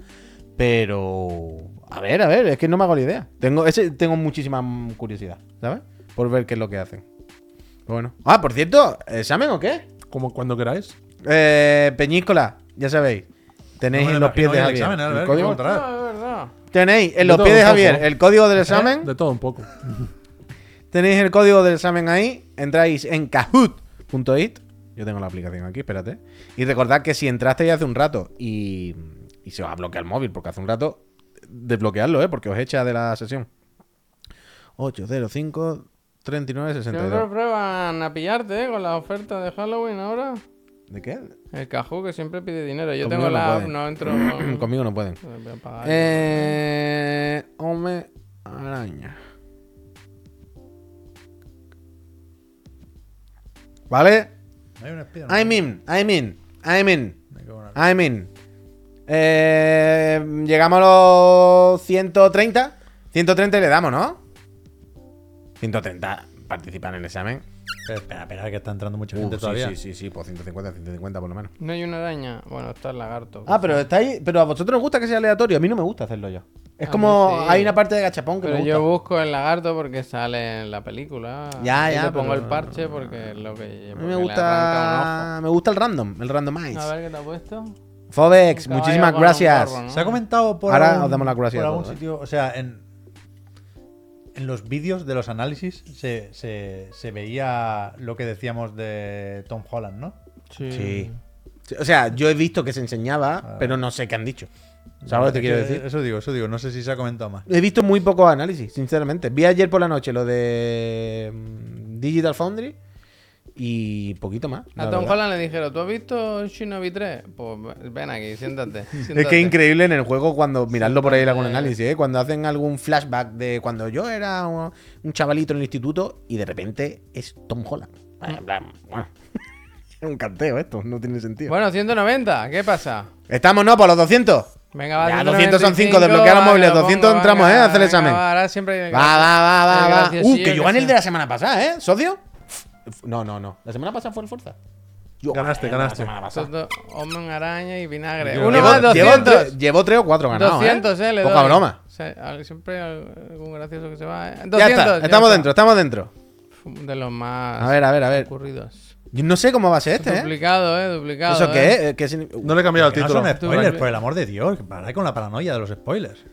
Speaker 1: Pero, a ver, a ver, es que no me hago la idea. Tengo, ese, tengo muchísima mm, curiosidad, ¿sabes? Por ver qué es lo que hacen. Pero Bueno. Ah, por cierto, ¿examen o qué?
Speaker 3: Como cuando queráis.
Speaker 1: Eh, Peñíscola, ya sabéis. Tenéis
Speaker 4: No me
Speaker 1: en
Speaker 4: lo
Speaker 1: los pies
Speaker 4: imagino
Speaker 1: de
Speaker 4: el
Speaker 1: Javier.
Speaker 4: examen,
Speaker 1: el
Speaker 4: Albert,
Speaker 1: código-
Speaker 4: ¿cómo
Speaker 2: No, es verdad.
Speaker 1: Tenéis en
Speaker 3: De
Speaker 1: los
Speaker 3: todo
Speaker 1: pies de
Speaker 3: un poco.
Speaker 1: Javier el código
Speaker 2: ¿Eh?
Speaker 1: del examen.
Speaker 3: De todo un poco.
Speaker 1: Tenéis el código del examen ahí, entráis en kahoot.it. Yo tengo la aplicación aquí, espérate. Y recordad que si entrasteis hace un rato y, y se os ha bloqueado el móvil, porque hace un rato, desbloqueadlo, ¿eh? porque os echa de la sesión. 805 39
Speaker 2: Siempre
Speaker 1: 62.
Speaker 2: prueban a pillarte eh, con la oferta de Halloween ahora.
Speaker 1: ¿De qué?
Speaker 2: El Cajú que siempre pide dinero. Yo
Speaker 1: Conmigo
Speaker 2: tengo
Speaker 1: no
Speaker 2: la app,
Speaker 1: pueden.
Speaker 2: no entro.
Speaker 1: Conmigo no pueden.
Speaker 2: Voy a pagar.
Speaker 1: Eh, Home araña. ¿Vale?
Speaker 4: Hay un Spider-Man.
Speaker 1: I'm in, I'm in, I'm in.
Speaker 4: Me cago en la-
Speaker 1: I'm in. Eh, llegamos a los 130. 130 y le damos, ¿no? 130 participan en el examen.
Speaker 4: Espera, espera, espera, que está entrando mucha
Speaker 1: Uh,
Speaker 4: gente
Speaker 1: sí,
Speaker 4: todavía.
Speaker 1: sí, sí, sí, por 150, 150 por lo menos.
Speaker 2: No hay una araña. Bueno, está el lagarto.
Speaker 1: Ah, pero está ahí, pero a vosotros os gusta que sea aleatorio, a mí no me gusta hacerlo yo. Es
Speaker 2: A
Speaker 1: como
Speaker 2: mí sí.
Speaker 1: hay una parte de gachapón que
Speaker 2: Pero
Speaker 1: me gusta.
Speaker 2: yo busco el lagarto porque sale en la película.
Speaker 1: Ya,
Speaker 2: Y
Speaker 1: ya,
Speaker 2: Le pongo
Speaker 1: pero-
Speaker 2: el parche porque es lo que.
Speaker 1: A mí
Speaker 2: porque
Speaker 1: me
Speaker 2: le arranca
Speaker 1: gusta me gusta el random, el
Speaker 2: un ojo.
Speaker 1: randomize.
Speaker 2: A ver qué te ha puesto.
Speaker 1: Fobex,
Speaker 2: Un caballo
Speaker 1: muchísimas
Speaker 2: con un
Speaker 1: gracias.
Speaker 2: carro, ¿no?
Speaker 4: Se ha comentado por
Speaker 1: Mm. Ahora
Speaker 4: algún-
Speaker 1: os damos las gracias
Speaker 4: por
Speaker 1: a
Speaker 4: algún
Speaker 1: todos, ¿eh?
Speaker 4: sitio, o sea, en, en los vídeos de los análisis se, se- se veía lo que decíamos de Tom Holland, ¿no?
Speaker 1: Sí. Sí, O sea, yo he visto que se enseñaba, pero no sé qué han dicho. ¿Sabes lo que te quiero
Speaker 4: Eh,
Speaker 1: decir?
Speaker 4: Eso digo, eso digo, no sé si se ha comentado más.
Speaker 1: He visto muy pocos análisis, sinceramente. Vi ayer por la noche lo de mm, Digital Foundry y poquito más. la
Speaker 2: A Tom
Speaker 1: verdad.
Speaker 2: Holland le dijeron, ¿tú has visto Shinobi 3? Pues ven aquí, siéntate. siéntate.
Speaker 1: Es que es increíble en el juego cuando miradlo por ahí algún
Speaker 2: vale.
Speaker 1: análisis, ¿eh? cuando hacen algún flashback de cuando yo era un, un chavalito en el instituto y de repente es Tom Holland. En plan, Bueno, es un canteo esto, no tiene sentido.
Speaker 2: Bueno, 190, ¿qué pasa?
Speaker 1: Estamos, ¿no? Por los 200.
Speaker 2: Venga, va.
Speaker 1: Ya,
Speaker 2: 295,
Speaker 1: 200 son cinco, desbloquear los
Speaker 2: venga,
Speaker 1: móviles,
Speaker 2: lo
Speaker 1: 200
Speaker 2: pongo,
Speaker 1: entramos,
Speaker 2: venga,
Speaker 1: ¿eh? Hacer el
Speaker 2: venga,
Speaker 1: examen.
Speaker 2: va, ahora siempre hay el
Speaker 1: Va, va, va,
Speaker 2: El
Speaker 1: va, va.
Speaker 2: graciosillo
Speaker 1: Uh, que yo gané el
Speaker 2: sea.
Speaker 1: de la semana pasada, ¿eh? ¿Socio? F- No, no, no. La semana pasada fue el Forza. Yo
Speaker 3: Ganaste,
Speaker 1: gané el de la
Speaker 3: ganaste.
Speaker 1: semana pasada.
Speaker 2: Soto, Hombre, araña y vinagre.
Speaker 3: Llevo-
Speaker 2: Uno
Speaker 1: Eh, Llevo,
Speaker 2: más,
Speaker 1: llevo
Speaker 2: 200.
Speaker 1: tres- llevo tres o cuatro ganados.
Speaker 2: 200, eh, le
Speaker 1: Poca
Speaker 2: doy.
Speaker 1: broma.
Speaker 2: O sea, al- siempre hay algún gracioso que se va, eh. 200.
Speaker 1: ya está,
Speaker 2: ya
Speaker 1: estamos
Speaker 2: está.
Speaker 1: dentro, estamos dentro.
Speaker 2: De los más
Speaker 1: A ver, a ver, a ver.
Speaker 2: ocurridos.
Speaker 1: Yo no sé cómo va a ser este, ¿eh?
Speaker 2: Duplicado, eh, duplicado.
Speaker 1: ¿Eso
Speaker 2: eh.
Speaker 1: qué es? ¿Qué signi-
Speaker 3: No le he cambiado el
Speaker 4: Que no
Speaker 3: título.
Speaker 4: son spoilers,
Speaker 2: Tú-
Speaker 4: por el amor de Dios, que parad con la paranoia de los spoilers.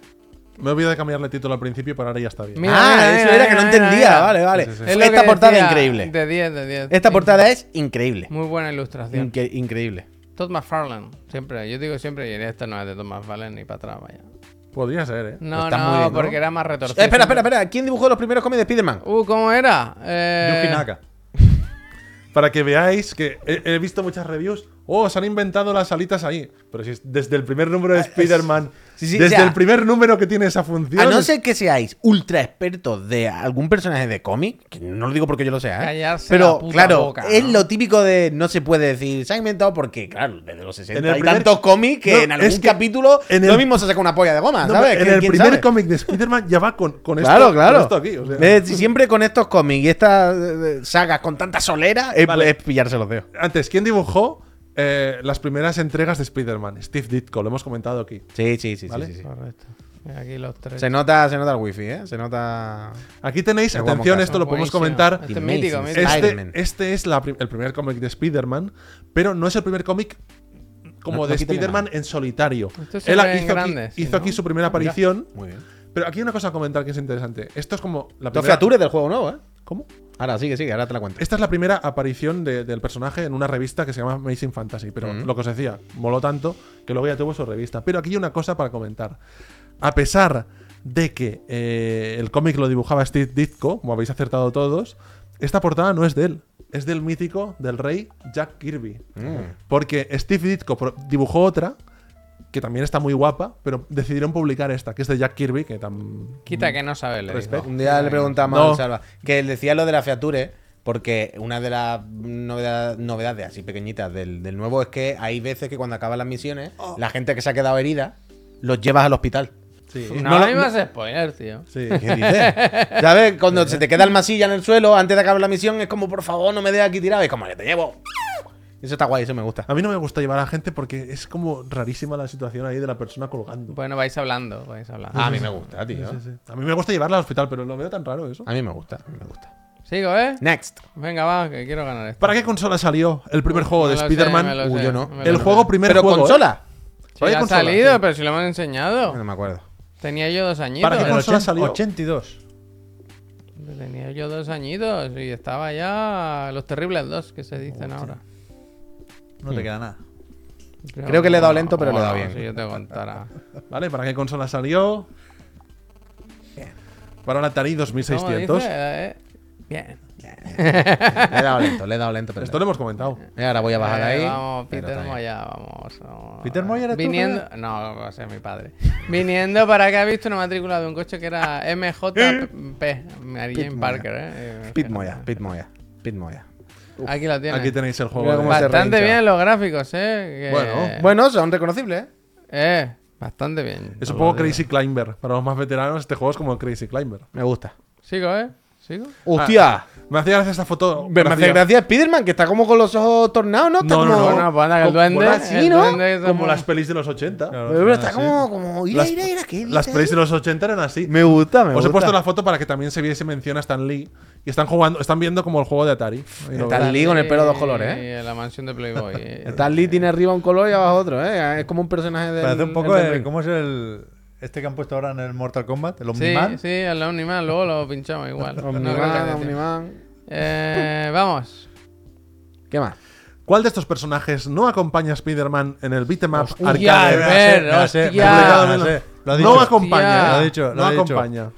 Speaker 3: Me he olvidado de cambiarle el título al principio, pero ahora ya está bien.
Speaker 2: Mira,
Speaker 1: ah,
Speaker 2: mira,
Speaker 1: eso
Speaker 2: mira,
Speaker 1: era que no
Speaker 2: mira,
Speaker 1: entendía.
Speaker 2: mira.
Speaker 1: Vale, vale.
Speaker 3: Sí, sí, sí.
Speaker 2: Es lo
Speaker 1: Esta
Speaker 2: que
Speaker 1: portada
Speaker 2: decía,
Speaker 1: increíble.
Speaker 2: De 10, de 10.
Speaker 1: Esta portada es Mm. increíble.
Speaker 2: Muy buena ilustración.
Speaker 1: Inque- increíble.
Speaker 2: Todd McFarlane, siempre. Yo digo siempre, y esta no es de Todd McFarlane ni para atrás, vaya.
Speaker 3: Podría ser, ¿eh?
Speaker 2: No,
Speaker 1: Está
Speaker 2: no,
Speaker 1: muy bien, ¿no?
Speaker 2: porque era más retorcido.
Speaker 1: Eh, espera, espera, espera. ¿Quién dibujó los primeros cómics de Spider-Man?
Speaker 2: Uh, ¿cómo era? Eh,
Speaker 4: Yuki Naka.
Speaker 3: Para que veáis que he, he visto muchas reviews. Oh, se han inventado las alitas ahí. Pero si es desde el primer número de Spider-Man,
Speaker 1: Ah, Sí, sí,
Speaker 3: desde
Speaker 1: o sea,
Speaker 3: el primer número que tiene esa función.
Speaker 1: A no
Speaker 3: es-
Speaker 1: ser que seáis ultra expertos de algún personaje de cómic, que no lo digo porque yo lo sea, ¿eh?
Speaker 2: Callarse
Speaker 1: pero
Speaker 2: la puta
Speaker 1: claro,
Speaker 2: boca,
Speaker 1: es
Speaker 2: ¿no?
Speaker 1: lo típico de no se puede decir, se ha inventado porque, claro, desde los 60
Speaker 3: En el
Speaker 1: hay
Speaker 3: primer-
Speaker 1: tantos cómics que
Speaker 3: No,
Speaker 1: en algún
Speaker 3: es que
Speaker 1: capítulo
Speaker 3: en
Speaker 1: lo
Speaker 3: el-
Speaker 1: mismo se saca una polla de goma,
Speaker 3: no,
Speaker 1: ¿sabes?
Speaker 3: en
Speaker 1: Que
Speaker 3: el
Speaker 1: quién
Speaker 3: primer
Speaker 1: sabe.
Speaker 3: cómic de Spider-Man ya va con, con
Speaker 1: Claro,
Speaker 3: esto,
Speaker 1: claro.
Speaker 3: con esto aquí. o sea.
Speaker 1: Eh, si siempre con estos cómics y estas eh, sagas con tanta solera es,
Speaker 3: Vale.
Speaker 1: es pillarse los dedos.
Speaker 3: Antes, ¿quién dibujó eh, las primeras entregas de Spider-Man? Steve Ditko, lo hemos comentado aquí.
Speaker 1: Sí, sí, sí,
Speaker 3: Vale.
Speaker 1: sí, sí, sí.
Speaker 2: Correcto. Mira Aquí los tres.
Speaker 1: Se nota, se nota el wifi, ¿eh? Se nota...
Speaker 3: Aquí tenéis,
Speaker 1: Me voy a
Speaker 3: atención,
Speaker 1: mojar.
Speaker 3: esto lo podemos
Speaker 2: Buenísimo.
Speaker 3: comentar.
Speaker 2: Este es
Speaker 1: Amazing
Speaker 2: mítico, mítico.
Speaker 1: Spider-Man.
Speaker 3: Este, este es la prim- el primer cómic de Spider-Man, pero no es el primer cómic como
Speaker 1: No- no
Speaker 3: de
Speaker 1: quítale
Speaker 3: Spider-man en solitario.
Speaker 2: Esto se
Speaker 3: Él
Speaker 2: ve en
Speaker 3: hizo, aquí,
Speaker 2: grande, sí,
Speaker 3: hizo
Speaker 2: ¿no?
Speaker 3: aquí su primera aparición,
Speaker 1: Muy bien.
Speaker 3: pero aquí hay una cosa a comentar que es interesante. Esto es como la
Speaker 1: Dos
Speaker 3: primera...
Speaker 1: features del juego nuevo, ¿eh?
Speaker 3: ¿Cómo?
Speaker 1: Ahora sigue, sigue, ahora te la cuento.
Speaker 3: Esta es la primera aparición de- del personaje en una revista que se llama Amazing Fantasy, pero lo que os decía, moló tanto que luego ya tuvo su revista. Pero aquí hay una cosa para comentar. A pesar de que eh, el cómic lo dibujaba Steve Ditko, como habéis acertado todos, esta portada no es de él, es del mítico, del rey Jack Kirby.
Speaker 1: Mm.
Speaker 3: Porque Steve Ditko pro- dibujó otra, que también está muy guapa, pero decidieron publicar esta, que es de Jack Kirby, que tan...
Speaker 2: Quita que no sabe leer.
Speaker 3: Respect.
Speaker 1: Un día le preguntamos
Speaker 3: No.
Speaker 1: a Salva que él decía lo de las features, porque una de las novedad- novedades así pequeñitas del, del nuevo es que hay veces que cuando acaban las misiones, la gente que se ha quedado herida los llevas al hospital.
Speaker 3: Sí.
Speaker 2: No,
Speaker 3: No
Speaker 2: a
Speaker 3: lo-
Speaker 2: mí me
Speaker 3: no-
Speaker 2: hace spoiler, tío.
Speaker 3: sí.
Speaker 1: ¿Qué dices? ¿Sabes? Cuando se te queda el masilla en el suelo, antes de acabar la misión, es como, por favor, no me dejes aquí tirado. Es como, que te llevo. Eso está guay, eso me gusta.
Speaker 3: A mí no me gusta llevar a gente porque es como rarísima la situación ahí de la persona colgando.
Speaker 2: Bueno, vais hablando, vais hablando.
Speaker 3: Ah,
Speaker 1: A mí me gusta, tío.
Speaker 3: Sí, sí. A mí me gusta llevarla al hospital, pero lo veo tan raro eso.
Speaker 1: A mí me gusta, a mí me gusta.
Speaker 2: Sigo, ¿eh?
Speaker 1: Next.
Speaker 2: Venga, va, que quiero ganar esto.
Speaker 3: ¿Para qué consola salió el primer juego
Speaker 2: Me
Speaker 3: de
Speaker 2: lo sé, me
Speaker 3: Spider-Man?
Speaker 2: lo
Speaker 1: Uy,
Speaker 2: sé,
Speaker 1: yo no.
Speaker 2: me lo
Speaker 3: El
Speaker 2: sé.
Speaker 3: juego primer
Speaker 1: Pero
Speaker 3: juego. ¿eh?
Speaker 1: consola.
Speaker 2: Sí,
Speaker 3: ¿Para qué
Speaker 2: ha
Speaker 3: consola?
Speaker 2: salido,
Speaker 3: Sí.
Speaker 2: pero si lo hemos enseñado.
Speaker 1: No me acuerdo.
Speaker 2: Tenía yo dos añitos.
Speaker 3: ¿Para qué
Speaker 4: En el
Speaker 3: consola
Speaker 4: 80
Speaker 3: salió?
Speaker 4: 82.
Speaker 2: Tenía yo dos añitos y estaba ya los terribles dos que se dicen ahora.
Speaker 4: No
Speaker 1: Hmm.
Speaker 4: te queda nada.
Speaker 1: Creo que le he dado lento, pero le he dado
Speaker 2: Bueno,
Speaker 1: bien.
Speaker 2: Si yo te contara.
Speaker 3: ¿Vale? ¿Para qué consola salió? Para la Atari
Speaker 2: ¿Cómo
Speaker 3: 2600.
Speaker 2: dice? Eh, Bien.
Speaker 1: Le he dado lento, le he dado lento. pero
Speaker 3: Esto lo hemos comentado.
Speaker 1: Y ahora voy a bajar
Speaker 2: Eh,
Speaker 1: ahí.
Speaker 2: Vamos,
Speaker 1: pero
Speaker 2: Peter
Speaker 1: está bien.
Speaker 2: Moya, vamos, vamos.
Speaker 4: ¿Peter Moya eres tú,
Speaker 2: Viniendo... No, va a ser mi padre. Viniendo para acá he visto una matrícula de un coche que era MJP. Mary
Speaker 1: Pete
Speaker 2: Jane
Speaker 1: Moya.
Speaker 2: Parker, ¿eh?
Speaker 1: Pit Moya, Pit Moya, Pit Moya.
Speaker 2: Aquí la tienes.
Speaker 3: Aquí tenéis el
Speaker 1: Mira
Speaker 3: juego.
Speaker 1: cómo
Speaker 3: de-
Speaker 1: se-
Speaker 2: Bastante
Speaker 1: reincha.
Speaker 2: bien los gráficos, ¿eh? Que-
Speaker 3: Bueno,
Speaker 1: Bueno, son reconocibles, ¿eh?
Speaker 2: Eh, bastante bien.
Speaker 3: Es
Speaker 2: os
Speaker 3: un
Speaker 2: lo
Speaker 3: poco
Speaker 2: digo.
Speaker 3: Crazy Climber. Para los más veteranos, este juego es como el Crazy Climber.
Speaker 1: Me gusta.
Speaker 2: Sigo, ¿eh? Sigo.
Speaker 1: ¡Hostia!
Speaker 3: Me hacía gracia esta foto.
Speaker 1: Me hace gracia Spiderman, que está como con los ojos tornados, ¿no? Está
Speaker 3: No,
Speaker 1: como...
Speaker 3: no,
Speaker 2: Bueno, pues anda, que el
Speaker 1: como-
Speaker 2: duende.
Speaker 1: bueno, así,
Speaker 2: el
Speaker 1: ¿no?
Speaker 2: duende que
Speaker 3: Como
Speaker 2: somos-
Speaker 3: las pelis de los 80.
Speaker 1: Pero está
Speaker 4: Sí.
Speaker 1: como, como, ira,
Speaker 3: Las-
Speaker 1: ira, ira, ¿qué
Speaker 3: Las
Speaker 1: dices?
Speaker 3: pelis de los 80 eran así.
Speaker 1: Me gusta, me
Speaker 3: Os
Speaker 1: gusta.
Speaker 3: he puesto la foto para que también se viese mención a Stan Lee. Y están jugando, están viendo como el juego de Atari. Y lo
Speaker 1: Está
Speaker 3: veis.
Speaker 1: Stan Lee con el pelo de dos colores, ¿eh?
Speaker 2: Y en la mansión de Playboy. eh.
Speaker 1: Stan Lee tiene arriba un color y abajo otro, ¿eh? Es como un personaje de.
Speaker 4: Parece un poco el- ¿Cómo es el. Este que han puesto ahora en el Mortal Kombat? El
Speaker 2: Sí,
Speaker 4: Omniman.
Speaker 2: sí, el Omniman, luego lo pinchamos igual. No creo que
Speaker 1: Omniman,
Speaker 2: haya tiempo.
Speaker 1: Omniman.
Speaker 2: Eh, vamos.
Speaker 1: ¿Qué más?
Speaker 3: ¿Cuál de estos personajes no acompaña a Spider-Man en el beatmap
Speaker 4: Ah,
Speaker 3: arcade?
Speaker 4: me la sé, me la sé, me la
Speaker 2: hostia.
Speaker 4: sé, me la sé. Lo ha
Speaker 3: No
Speaker 4: dicho.
Speaker 3: acompaña. ¿eh?
Speaker 4: Lo ha dicho, lo
Speaker 3: no
Speaker 4: ha dicho.
Speaker 3: acompaña.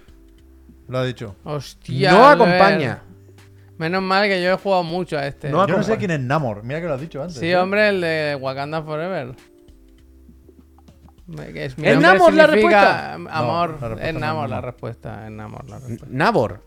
Speaker 4: Lo ha dicho.
Speaker 2: Hostia.
Speaker 1: no
Speaker 2: Albert.
Speaker 1: acompaña.
Speaker 2: Menos mal que yo he jugado mucho a este.
Speaker 3: No ac-
Speaker 4: Yo no
Speaker 3: acompaña.
Speaker 4: sé quién es Namor. Mira que lo has dicho antes.
Speaker 2: sí,
Speaker 4: ¿eh?
Speaker 2: hombre, el de Wakanda Forever. Me- que es- mi
Speaker 1: ¿Es
Speaker 2: nombre
Speaker 1: Namor la
Speaker 2: significa,
Speaker 1: respuesta?
Speaker 2: mm, Amor.
Speaker 4: No, la respuesta
Speaker 2: es
Speaker 4: no es
Speaker 2: Namor la
Speaker 4: Namor.
Speaker 2: respuesta. Es Namor la respuesta.
Speaker 1: Nabor.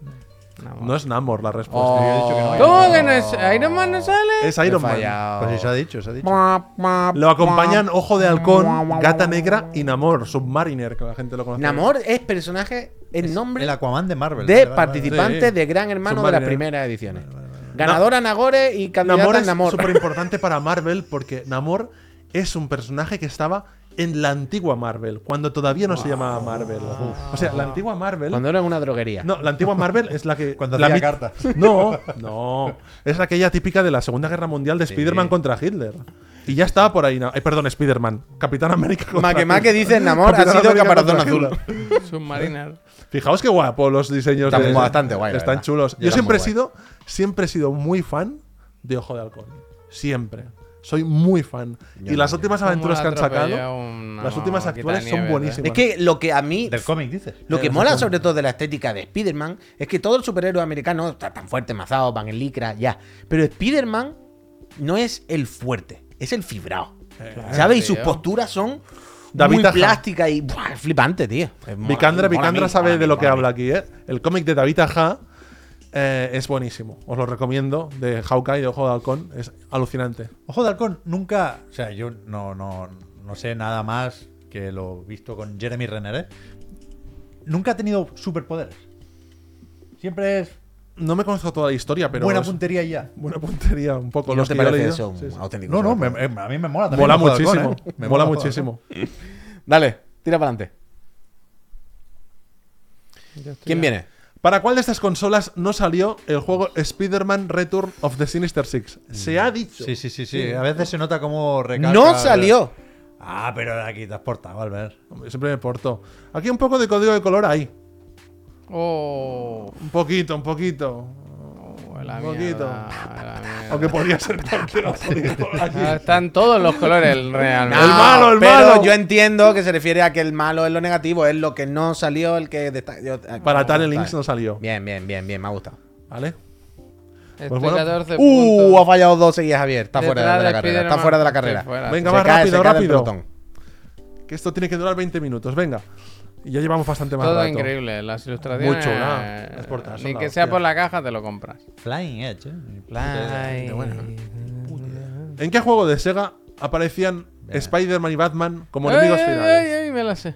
Speaker 2: Namor.
Speaker 3: No es Namor la respuesta.
Speaker 4: Yo he dicho que no.
Speaker 2: ¿Cómo que no es? Iron Man no sale.
Speaker 3: Es Iron Man.
Speaker 4: Pues sí, se ha dicho, se ha dicho.
Speaker 1: Lo
Speaker 3: Lo acompañan Ojo de Halcón, Gata Negra y Namor, Submariner, que la gente lo conoce.
Speaker 1: Namor es personaje en nombre
Speaker 4: El Aquaman de Marvel.
Speaker 1: de
Speaker 4: Vale, vale, vale.
Speaker 1: participante
Speaker 3: Sí.
Speaker 1: de Gran Hermano de
Speaker 3: Submariner.
Speaker 1: las primeras ediciones. Ganadora Nagore y candidata
Speaker 3: Namor
Speaker 1: Namor.
Speaker 3: es súper importante para Marvel porque Namor es un personaje que estaba en la antigua Marvel, cuando todavía no se llamaba Marvel. O sea, la antigua Marvel.
Speaker 1: Cuando era en una droguería.
Speaker 3: No, la antigua Marvel es la que.
Speaker 4: Cuando
Speaker 3: la
Speaker 4: hacía
Speaker 3: mit-
Speaker 4: cartas.
Speaker 3: No, no. Es aquella típica de la Segunda Guerra Mundial de Spider-Man contra Hitler. Y ya estaba por ahí. na- eh, perdón, Spider-Man. Capitán América contra
Speaker 1: Más que más que
Speaker 3: Hitler.
Speaker 1: dice Namor ha
Speaker 3: Capitán
Speaker 1: sido
Speaker 3: América
Speaker 1: caparazón
Speaker 3: contra
Speaker 1: azul.
Speaker 3: Hitler.
Speaker 2: Submariner.
Speaker 3: Fijaos qué guapo los diseños.
Speaker 1: Están
Speaker 3: de-
Speaker 1: bastante guay, la
Speaker 3: Están
Speaker 1: verdad.
Speaker 3: chulos.
Speaker 1: Ya
Speaker 3: Yo
Speaker 1: eran
Speaker 3: siempre he
Speaker 1: muy guay.
Speaker 3: sido, siempre he sido muy fan de Ojo de Halcón. Siempre. Soy muy fan. y las últimas
Speaker 2: ¿Cómo
Speaker 3: aventuras
Speaker 2: la
Speaker 3: que han
Speaker 2: atropella
Speaker 3: sacado,
Speaker 2: una
Speaker 3: las últimas actuales son
Speaker 2: quitanieves,
Speaker 3: buenísimas.
Speaker 1: Es que lo que a mí
Speaker 4: Del cómic, dices.
Speaker 1: Lo que mola sobre todo de la estética de Spider-Man es que todos los superhéroes americanos están tan fuertes, mazados, van en licra, ya. Pero Spider-Man no es el fuerte, es el fibrado. ¿Sabes? Y sus
Speaker 2: tío.
Speaker 1: posturas son
Speaker 3: Eh, David
Speaker 1: muy
Speaker 3: Aja.
Speaker 1: plásticas y buah, es flipante, tío. Es mola-
Speaker 3: Vicandra,
Speaker 1: mola
Speaker 3: Vicandra
Speaker 1: mil,
Speaker 3: sabe
Speaker 1: mola
Speaker 3: de
Speaker 1: mil,
Speaker 3: lo que
Speaker 1: mola
Speaker 3: habla
Speaker 1: mil.
Speaker 3: aquí, ¿eh? El cómic de David Aja eh, es buenísimo. Os lo recomiendo. De Hawkeye, de Ojo de Halcón. Es alucinante.
Speaker 4: Ojo de Halcón nunca. O sea, yo no, no, no sé nada más que lo visto con Jeremy Renner, ¿eh? Nunca ha tenido superpoderes. Siempre es
Speaker 3: No me conozco toda la historia, pero.
Speaker 4: buena
Speaker 3: es
Speaker 4: puntería y ya.
Speaker 3: buena puntería. Un poco
Speaker 1: ¿Y ¿No
Speaker 3: los
Speaker 1: te
Speaker 3: que yo he
Speaker 1: parece
Speaker 3: leído.
Speaker 1: eso un
Speaker 3: Sí, sí.
Speaker 1: auténtico?
Speaker 4: No, no, me-
Speaker 1: superhéroe?
Speaker 4: me- eh, a mí me mola también.
Speaker 3: Mola
Speaker 4: Ojo de Halcón,
Speaker 3: muchísimo.
Speaker 4: ¿eh? Me
Speaker 3: Mola
Speaker 4: Ojo de Halcón.
Speaker 3: muchísimo.
Speaker 1: Dale, tira para adelante.
Speaker 2: tío. Yo estoy
Speaker 1: ¿Quién
Speaker 2: ya-
Speaker 1: viene?
Speaker 3: ¿Para cuál de estas consolas no salió el juego Spider-Man Return of the Sinister Six?
Speaker 1: Mm.
Speaker 3: Se ha dicho.
Speaker 4: Sí, sí, sí, sí. A veces se nota como recarga.
Speaker 1: No salió.
Speaker 4: Ah, pero aquí te has portado, Albert.
Speaker 3: Hombre, siempre me portó. Aquí un poco de código de color ahí.
Speaker 2: Oh,
Speaker 3: Un poquito, un poquito.
Speaker 2: oh, o la
Speaker 3: Un poquito.
Speaker 2: mierda, o la mierda.
Speaker 3: Aunque podría ser canceroso. digo, aquí.
Speaker 2: Ah, Están todos los colores realmente.
Speaker 3: El No. malo, el
Speaker 1: Ah, pero
Speaker 3: malo.
Speaker 1: Yo entiendo que se refiere a que el malo es lo negativo, es lo que no salió, el que. desta- yo- ah,
Speaker 3: Para
Speaker 1: vale,
Speaker 3: Tunnel Links
Speaker 1: vale.
Speaker 3: no salió.
Speaker 1: Bien, bien, bien, bien, me ha gustado.
Speaker 3: ¿Vale?
Speaker 2: Estoy
Speaker 4: Pues
Speaker 3: bueno.
Speaker 2: 14
Speaker 1: Uh, ha
Speaker 2: Este puntos.
Speaker 1: fallado dos seguidas, Javier. Está
Speaker 2: Detrás
Speaker 1: fuera de la
Speaker 2: de
Speaker 1: carrera. Está
Speaker 2: Spider-Man.
Speaker 1: fuera de la carrera.
Speaker 2: Estoy fuera.
Speaker 3: Venga,
Speaker 1: Se
Speaker 3: más
Speaker 1: cae- se cae
Speaker 3: rápido,
Speaker 1: del
Speaker 3: rápido.
Speaker 1: pelotón.
Speaker 3: Que esto tiene que durar 20 minutos. Venga. Y ya llevamos bastante más
Speaker 2: Todo
Speaker 3: rato.
Speaker 2: increíble, las ilustraciones.
Speaker 3: Mucho, nada. Las portadas son
Speaker 2: Ni
Speaker 3: la
Speaker 2: que sea
Speaker 3: hostia.
Speaker 2: por la caja, te lo compras.
Speaker 4: Flying Edge, ¿eh?
Speaker 2: Ay.
Speaker 3: ¿En qué juego de Sega aparecían Spider-Man y Batman como
Speaker 2: Ay,
Speaker 3: enemigos
Speaker 2: ay,
Speaker 3: finales?
Speaker 2: ay, ay, me la sé.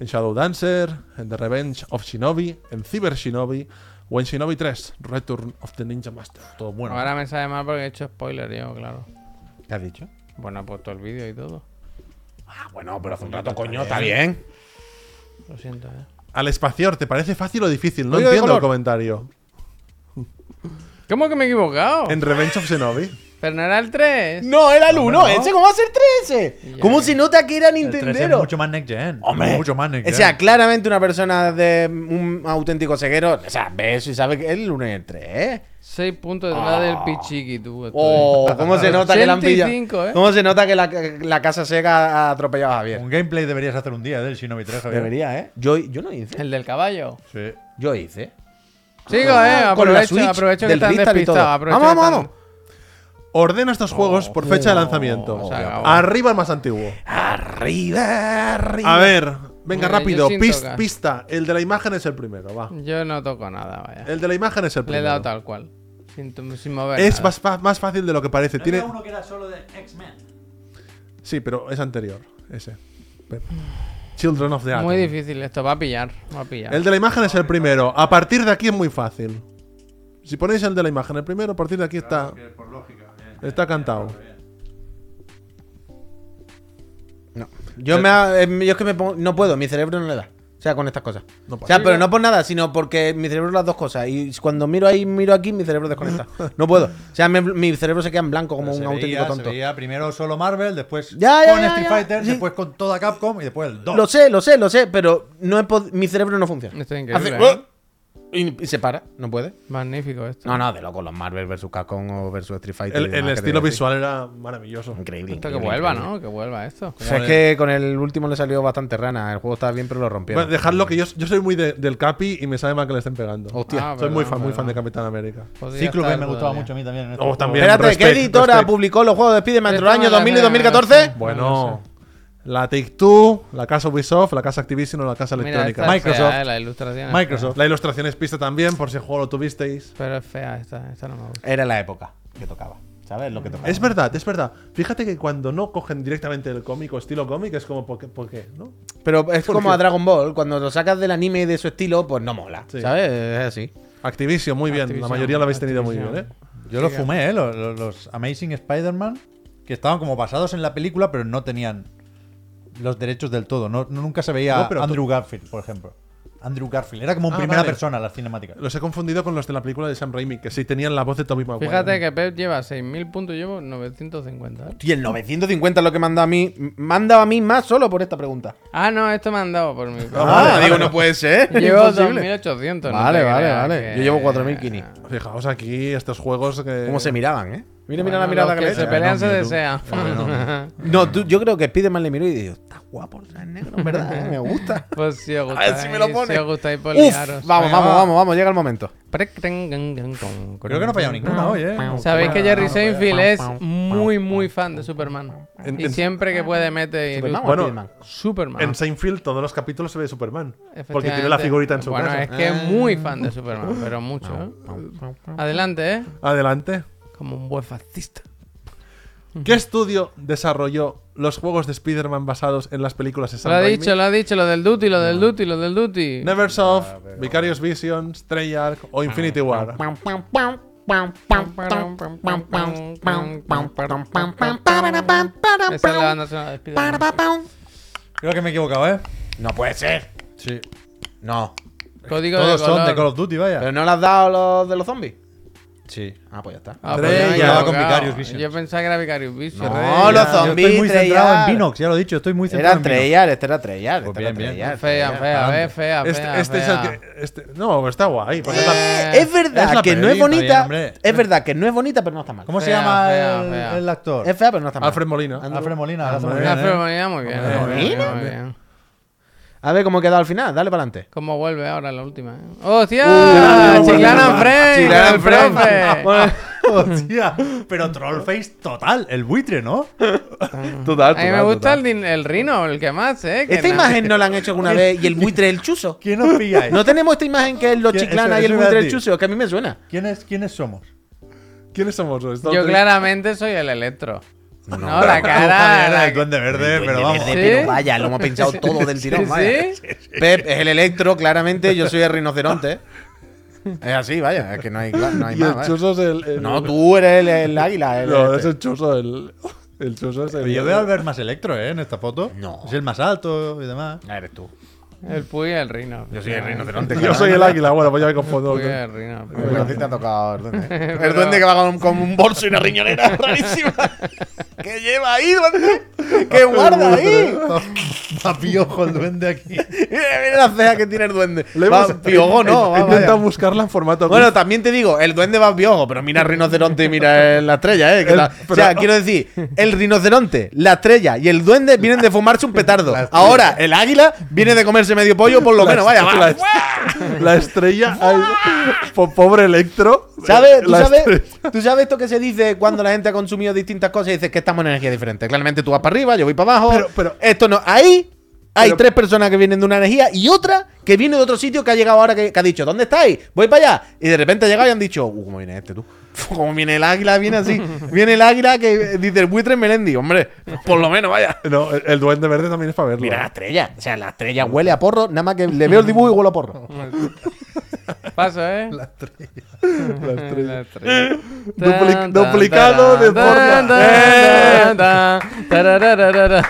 Speaker 3: En Shadow Dancer, en The Revenge of Shinobi, en Cyber Shinobi o en Shinobi 3, Return of the Ninja Master.
Speaker 4: Todo bueno.
Speaker 2: Ahora me sabe mal porque he hecho spoiler yo, claro.
Speaker 4: ¿Qué has dicho?
Speaker 2: Bueno, he puesto el vídeo y todo.
Speaker 1: Ah, bueno, pero hace un rato, coño, está bien.
Speaker 2: Lo siento, eh.
Speaker 3: Al espacior, ¿te parece fácil o difícil? No
Speaker 1: Código de
Speaker 3: entiendo el
Speaker 1: color.
Speaker 3: comentario.
Speaker 2: ¿Cómo que me he equivocado?
Speaker 3: En Revenge of Shinobi.
Speaker 2: Pero no era el 3.
Speaker 1: No, era el
Speaker 3: Ah,
Speaker 1: 1.
Speaker 4: no.
Speaker 1: ¿Ese cómo va a ser 13?
Speaker 2: Ya.
Speaker 1: ¿Cómo se nota que era
Speaker 4: El 3 es
Speaker 1: Nintendero?
Speaker 4: mucho más next gen.
Speaker 1: Hombre.
Speaker 4: Mucho más next
Speaker 1: O
Speaker 4: gen.
Speaker 1: sea, claramente una persona de un auténtico ceguero, o sea, ve eso y sabe que es el 1 y el 3, ¿eh?
Speaker 2: 6 puntos detrás del pichiqui, tú. estoy.
Speaker 1: Oh, cómo se nota que la han pillado.
Speaker 2: 85, ¿eh?
Speaker 1: Cómo se nota que la, la casa Sega ha atropellado a Javier.
Speaker 4: Un gameplay deberías hacer un día del Shinobi 3, Javier.
Speaker 1: ¿eh? Yo, yo no hice.
Speaker 2: El del caballo.
Speaker 4: Sí.
Speaker 1: Yo hice.
Speaker 2: Sigo,
Speaker 1: Ah,
Speaker 2: eh.
Speaker 1: con la
Speaker 2: Aprovecho,
Speaker 1: Switch,
Speaker 2: aprovecho que
Speaker 1: del
Speaker 2: están
Speaker 1: Rital y todo.
Speaker 2: despistados. aprovecho
Speaker 1: Vamos,
Speaker 2: que
Speaker 1: vamos,
Speaker 2: están-
Speaker 3: Ordena estos juegos por fecha de lanzamiento.
Speaker 2: se acabó.
Speaker 3: Arriba el más antiguo.
Speaker 1: Arriba, arriba.
Speaker 3: A ver, venga
Speaker 2: Mira,
Speaker 3: rápido.
Speaker 2: yo sin
Speaker 3: Pis-
Speaker 2: tocar.
Speaker 3: pista. El de la imagen es el primero, va.
Speaker 2: Yo no toco nada, vaya.
Speaker 1: Eh,
Speaker 3: El de la imagen es
Speaker 2: Le
Speaker 3: el
Speaker 2: he
Speaker 3: primero.
Speaker 2: dado tal cual. Sin, tu- sin mover.
Speaker 3: Es
Speaker 2: nada.
Speaker 3: más, fa- más fácil de lo que parece. Tiene...
Speaker 4: que era solo de X-Men.
Speaker 3: Sí, pero es anterior. Ese. Pep. Children of the Atom.
Speaker 2: Muy difícil esto. Va a pillar. Va a pillar.
Speaker 3: El de la imagen es el primero. A partir de aquí es muy fácil. Si ponéis el de la imagen el primero, a partir de aquí está. Está cantado.
Speaker 1: No. Yo, me, ha- eh, yo es que me pongo- no puedo, mi cerebro no le da. O sea, con estas cosas.
Speaker 3: No
Speaker 1: o
Speaker 3: pasa.
Speaker 1: sea, pero no por nada, sino porque mi cerebro las dos cosas. Y cuando miro ahí, miro aquí, mi cerebro desconecta. No puedo. O sea, me- mi cerebro se queda en blanco como un
Speaker 4: se
Speaker 1: auténtico
Speaker 4: veía,
Speaker 1: tonto.
Speaker 4: se veía primero solo Marvel, después
Speaker 1: Ya, ya,
Speaker 4: con
Speaker 1: ya,
Speaker 4: Street
Speaker 1: ya.
Speaker 4: Fighter,
Speaker 1: Sí.
Speaker 4: después con toda Capcom y después el 2.
Speaker 1: Lo sé, lo sé, lo sé, pero no he pod- mi cerebro no funciona.
Speaker 2: Esto es increíble,
Speaker 1: Hace- ¡Oh!
Speaker 2: ¿eh?
Speaker 1: y, y se para, no puede.
Speaker 2: Magnífico esto.
Speaker 1: No, no, de loco, los Marvel vs. Capcom o vs. Street Fighter. y
Speaker 3: El, el
Speaker 1: demás, que te
Speaker 3: estilo
Speaker 1: voy a decir.
Speaker 3: visual era maravilloso.
Speaker 1: Increíble.
Speaker 2: Esto que
Speaker 1: increíble,
Speaker 2: vuelva,
Speaker 1: increíble.
Speaker 2: ¿no? Que vuelva esto.
Speaker 1: O sea, es que con el último le salió bastante rana. El juego estaba bien, pero lo rompieron.
Speaker 3: Bueno, dejadlo que yo, yo soy muy de- del Capi y me sabe mal que le estén pegando.
Speaker 1: Hostia.
Speaker 2: Ah,
Speaker 3: soy muy
Speaker 2: verdad,
Speaker 3: fan, muy
Speaker 2: verdad. Ah,
Speaker 3: fan de Capitán América.
Speaker 2: Podría
Speaker 4: Ciclo que
Speaker 2: estar
Speaker 4: me gustaba
Speaker 2: todavía.
Speaker 4: mucho a mí también. en
Speaker 3: Oh,
Speaker 4: estos
Speaker 3: también.
Speaker 1: Espérate,
Speaker 3: respect,
Speaker 1: ¿qué editora
Speaker 3: respect.
Speaker 1: publicó los juegos de Spider-Man entre los
Speaker 2: Esto
Speaker 1: años
Speaker 2: me
Speaker 1: 2000 y
Speaker 2: la pena,
Speaker 1: 2014?
Speaker 2: no
Speaker 3: Bueno, la Take Two, la casa Ubisoft, la casa Activision o la casa
Speaker 2: Mira,
Speaker 3: electrónica.
Speaker 2: esta es
Speaker 4: Microsoft.
Speaker 2: fea, eh, la ilustración es
Speaker 4: Microsoft.
Speaker 3: La ilustración es pista también, por si el juego lo tuvisteis.
Speaker 2: fea. Pero es fea esta. Esta no me gusta.
Speaker 1: Era la época que tocaba. ¿Sabes lo que tocaba?
Speaker 3: Es verdad, es verdad. Fíjate que cuando no cogen directamente el cómic o estilo cómic, es como, ¿por qué? ¿Por qué? ¿No?
Speaker 1: Pero es
Speaker 3: ¿Por
Speaker 1: como
Speaker 3: qué?
Speaker 1: a Dragon Ball. Cuando lo sacas del anime y de su estilo, pues no mola.
Speaker 3: Sí.
Speaker 1: ¿Sabes? Es así.
Speaker 3: Activision, muy bien.
Speaker 2: Activision,
Speaker 3: la mayoría lo habéis tenido muy bien,
Speaker 2: Activision.
Speaker 3: ¿eh?
Speaker 4: Yo los fumé, ¿eh? Los, los- los Amazing Spider-Man, que estaban como basados en la película, pero no tenían los derechos del todo. No, no- nunca se veía
Speaker 3: No, pero
Speaker 4: Andrew Garfield, por ejemplo. Andrew Garfield. Era como en
Speaker 3: Ah,
Speaker 4: primera
Speaker 3: vale.
Speaker 4: persona las cinemáticas.
Speaker 3: Los he confundido con los de la película de Sam Raimi, que sí tenían la voz de Tommy Maguire.
Speaker 2: Fíjate que Pep lleva 6.000 puntos. Llevo 950. ¿eh?
Speaker 1: Y el 950 es lo que me han dado a mí. Me han dado a mí más solo por esta pregunta.
Speaker 2: Ah, no, esto me han dado por mi.
Speaker 1: Ah, digo, no puede ser.
Speaker 2: Llevo
Speaker 1: Imposible.
Speaker 2: 2.800. no
Speaker 1: Vale,
Speaker 2: te
Speaker 1: vale,
Speaker 2: creas
Speaker 1: vale.
Speaker 2: que-
Speaker 1: Yo llevo 4.500.
Speaker 3: Fijaos aquí estos juegos que.
Speaker 1: ¿Cómo se miraban, eh? Mira, mira la
Speaker 2: Bueno,
Speaker 1: mirada
Speaker 2: los
Speaker 1: que le
Speaker 2: se
Speaker 1: echa.
Speaker 2: pelean se
Speaker 4: Fenómeno.
Speaker 2: desean.
Speaker 1: No, tú- yo creo que Spiderman le miró y dijo, está guapo, trae negro, en verdad, eh, me gusta.
Speaker 2: Pues si os
Speaker 1: A
Speaker 2: gustáis,
Speaker 1: ver si me lo pone.
Speaker 2: si os gustáis
Speaker 1: Uf,
Speaker 2: poliaros.
Speaker 1: vamos, vamos, vamos, vamos, llega el momento.
Speaker 2: Creo
Speaker 4: Creo que no he fallado
Speaker 3: Ah,
Speaker 4: ninguna hoy, ¿eh?
Speaker 2: Sabéis que Jerry Seinfeld es muy, muy fan de Superman.
Speaker 3: En-
Speaker 2: Y
Speaker 3: en-
Speaker 2: siempre que puede mete.
Speaker 1: Superman,
Speaker 2: ilustra-
Speaker 3: Bueno,
Speaker 1: Spiderman.
Speaker 2: Superman.
Speaker 3: En Seinfeld todos los capítulos se ve Superman.
Speaker 2: Efectivamente.
Speaker 3: Porque tiene la figurita en su
Speaker 2: Bueno,
Speaker 3: casa.
Speaker 2: es que es muy fan de Superman, pero mucho. ¿eh? Adelante, ¿eh?
Speaker 3: Adelante.
Speaker 2: Como un buen fascista.
Speaker 3: ¿Qué estudio desarrolló los juegos de Spider-Man basados en las películas de Sam
Speaker 2: Lo ha
Speaker 3: Raimi?
Speaker 2: dicho, lo ha dicho, lo del Duty, lo del Duty, lo del Duty.
Speaker 3: Neversoft, Vicarious Visions, Treyarch o Infinity War.
Speaker 2: Esa es la banda sonora de Spiderman.
Speaker 4: Creo que me he equivocado, ¿eh?
Speaker 1: No puede ser.
Speaker 4: Sí.
Speaker 1: No.
Speaker 2: Código
Speaker 4: Todos
Speaker 2: de
Speaker 4: son de
Speaker 2: color.
Speaker 4: Call of Duty, vaya.
Speaker 1: ¿Pero no le has dado los de los zombies? Sí. Ah, pues ya está.
Speaker 2: Ah,
Speaker 3: Tres,
Speaker 2: ya me he
Speaker 3: ya.
Speaker 2: equivocado.
Speaker 4: Con Vicarious Visions.
Speaker 2: Yo pensaba que era Vicarious Vision. eh.
Speaker 1: No, los
Speaker 2: Rey, ya.
Speaker 1: zombies.
Speaker 4: Yo estoy muy
Speaker 1: Treyarch.
Speaker 4: centrado en Binox, ya lo he dicho, estoy muy centrado
Speaker 1: Era
Speaker 4: en Binox.
Speaker 1: Treyarch, este era Treyarch.
Speaker 4: Pues
Speaker 1: este era
Speaker 4: bien, bien.
Speaker 1: Treyarch,
Speaker 2: Fea,
Speaker 1: Treyarch.
Speaker 2: fea, eh, fea, fea.
Speaker 3: Este, este es el
Speaker 2: fea.
Speaker 3: que. este- no, está guay. porque
Speaker 1: Eh,
Speaker 3: la-
Speaker 1: es verdad
Speaker 4: es la
Speaker 1: que no es
Speaker 4: peli, está
Speaker 1: bonita.
Speaker 4: bien, hombre.
Speaker 1: es verdad que no es bonita, pero no está mal.
Speaker 4: ¿Cómo se
Speaker 2: Fea,
Speaker 4: llama
Speaker 2: fea,
Speaker 4: el,
Speaker 2: fea.
Speaker 4: el actor?
Speaker 1: Es fea, pero no está mal.
Speaker 3: Alfred Molina.
Speaker 1: Andrew-
Speaker 4: Alfred Molina.
Speaker 3: Alfred
Speaker 4: Alfred
Speaker 2: La
Speaker 4: Molina, ¿eh?
Speaker 2: femenina muy bien.
Speaker 3: Hombre,
Speaker 2: la femenina
Speaker 1: ¿femenina?
Speaker 2: muy bien.
Speaker 1: A ver cómo quedó al final. Dale para adelante.
Speaker 2: ¿Cómo vuelve ahora la última? eh? ¡Hostia!
Speaker 1: Uh,
Speaker 2: ¡Chiclana
Speaker 1: bueno.
Speaker 2: Fren!
Speaker 1: Chiclana
Speaker 2: ¡El
Speaker 1: Fren.
Speaker 2: profe!
Speaker 4: Hostia, pero Trollface total, el buitre, ¿no?
Speaker 1: Total,
Speaker 2: A mí me gusta el, din- el rino, el que más, ¿eh? Que
Speaker 1: Esta
Speaker 2: na-
Speaker 1: imagen no la han hecho alguna vez y el buitre el chuso.
Speaker 4: ¿Quién nos pilláis?
Speaker 1: No tenemos esta imagen que es los
Speaker 4: ¿Qué- eso-
Speaker 1: chiclana y
Speaker 4: eso
Speaker 1: el
Speaker 4: iba a
Speaker 1: buitre el
Speaker 4: decir?
Speaker 1: chuso, que a mí me suena.
Speaker 4: ¿Quiénes, ¿Quiénes somos?
Speaker 3: ¿Quiénes somos? Estamos
Speaker 2: Yo
Speaker 3: tres-
Speaker 2: claramente soy el electro. No, la cara.
Speaker 4: Era el
Speaker 2: la-
Speaker 4: duende verde, pero vamos.
Speaker 2: Verde. ¿Sí?
Speaker 1: Pues Pero vaya, lo hemos pensado todo del tirón.
Speaker 2: Sí,
Speaker 1: vaya.
Speaker 2: sí.
Speaker 1: Pep es el electro, claramente. Yo soy el rinoceronte. Es así, vaya. Es que no hay, no hay
Speaker 3: Y el
Speaker 1: más. vaya.
Speaker 3: chuso es el. el-
Speaker 1: No, tú eres el, el águila. el-
Speaker 3: No,
Speaker 1: este.
Speaker 3: es el chuso. El, el chuso es el.
Speaker 4: Pero yo veo al ver más electro, ¿eh? En esta foto.
Speaker 1: No.
Speaker 4: Es el más alto y demás.
Speaker 1: Ah, eres tú.
Speaker 2: El Puy y el rino.
Speaker 1: Yo soy el rinoceronte.
Speaker 3: Yo soy el águila. Bueno, pues ya me confundo.
Speaker 2: Puy y el rino.
Speaker 1: Pero a ti te ha tocado el duende. El duende que va con, con un bolso y una riñonera rarísima. ¿Qué lleva ahí, duende? ¿Qué guarda ahí?
Speaker 4: Va piojo el duende aquí.
Speaker 1: Mira, mira la ceja que tiene el duende.
Speaker 3: Le
Speaker 1: Va,
Speaker 3: hemos-
Speaker 1: piojo, no.
Speaker 3: he-
Speaker 1: va,
Speaker 3: he
Speaker 1: vaya.
Speaker 3: intentado buscarla en formato.
Speaker 1: Bueno, también te digo, el duende va piojo, pero mira el rinoceronte y mira eh, la estrella, ¿eh? que
Speaker 3: El-
Speaker 1: la- O sea,
Speaker 3: pero-
Speaker 1: quiero decir, el rinoceronte, la estrella y el duende vienen de fumarse un petardo. Ahora, el águila viene de comerse medio pollo, por lo
Speaker 3: La
Speaker 1: menos, vaya, va.
Speaker 3: est- la, est- la estrella. ay, po- pobre electro.
Speaker 1: ¿Sabes? ¿Tú
Speaker 3: La
Speaker 1: sabes,
Speaker 3: estrella-
Speaker 1: ¿Tú sabes esto que se dice cuando la gente ha consumido distintas cosas y dices que estamos en energía diferente? Claramente tú vas para arriba, yo voy para abajo.
Speaker 3: Pero- pero-
Speaker 1: esto no. Ahí hay
Speaker 3: Pero-
Speaker 1: tres personas que vienen de una energía y otra que viene de otro sitio que ha llegado ahora que, que ha dicho, ¿dónde estáis? Voy para allá. Y de repente ha llegado y han dicho, uh, ¿cómo viene este tú? Como viene el águila, viene así. Viene el águila que eh, dice el buitre Melendi, hombre. Por lo menos, vaya.
Speaker 3: No, el, el duende verde también es para verlo. ¿eh?
Speaker 1: Mira la estrella. O sea, la estrella huele a porro, nada más que le veo el dibujo y huele a porro.
Speaker 2: Paso, ¿eh?
Speaker 3: La estrella.
Speaker 2: La estrella.
Speaker 3: Dupli-
Speaker 2: Tan, tan,
Speaker 3: duplicado de
Speaker 2: tan,
Speaker 3: forma. ¡Eh!
Speaker 2: tan, tan, tan, tararararara.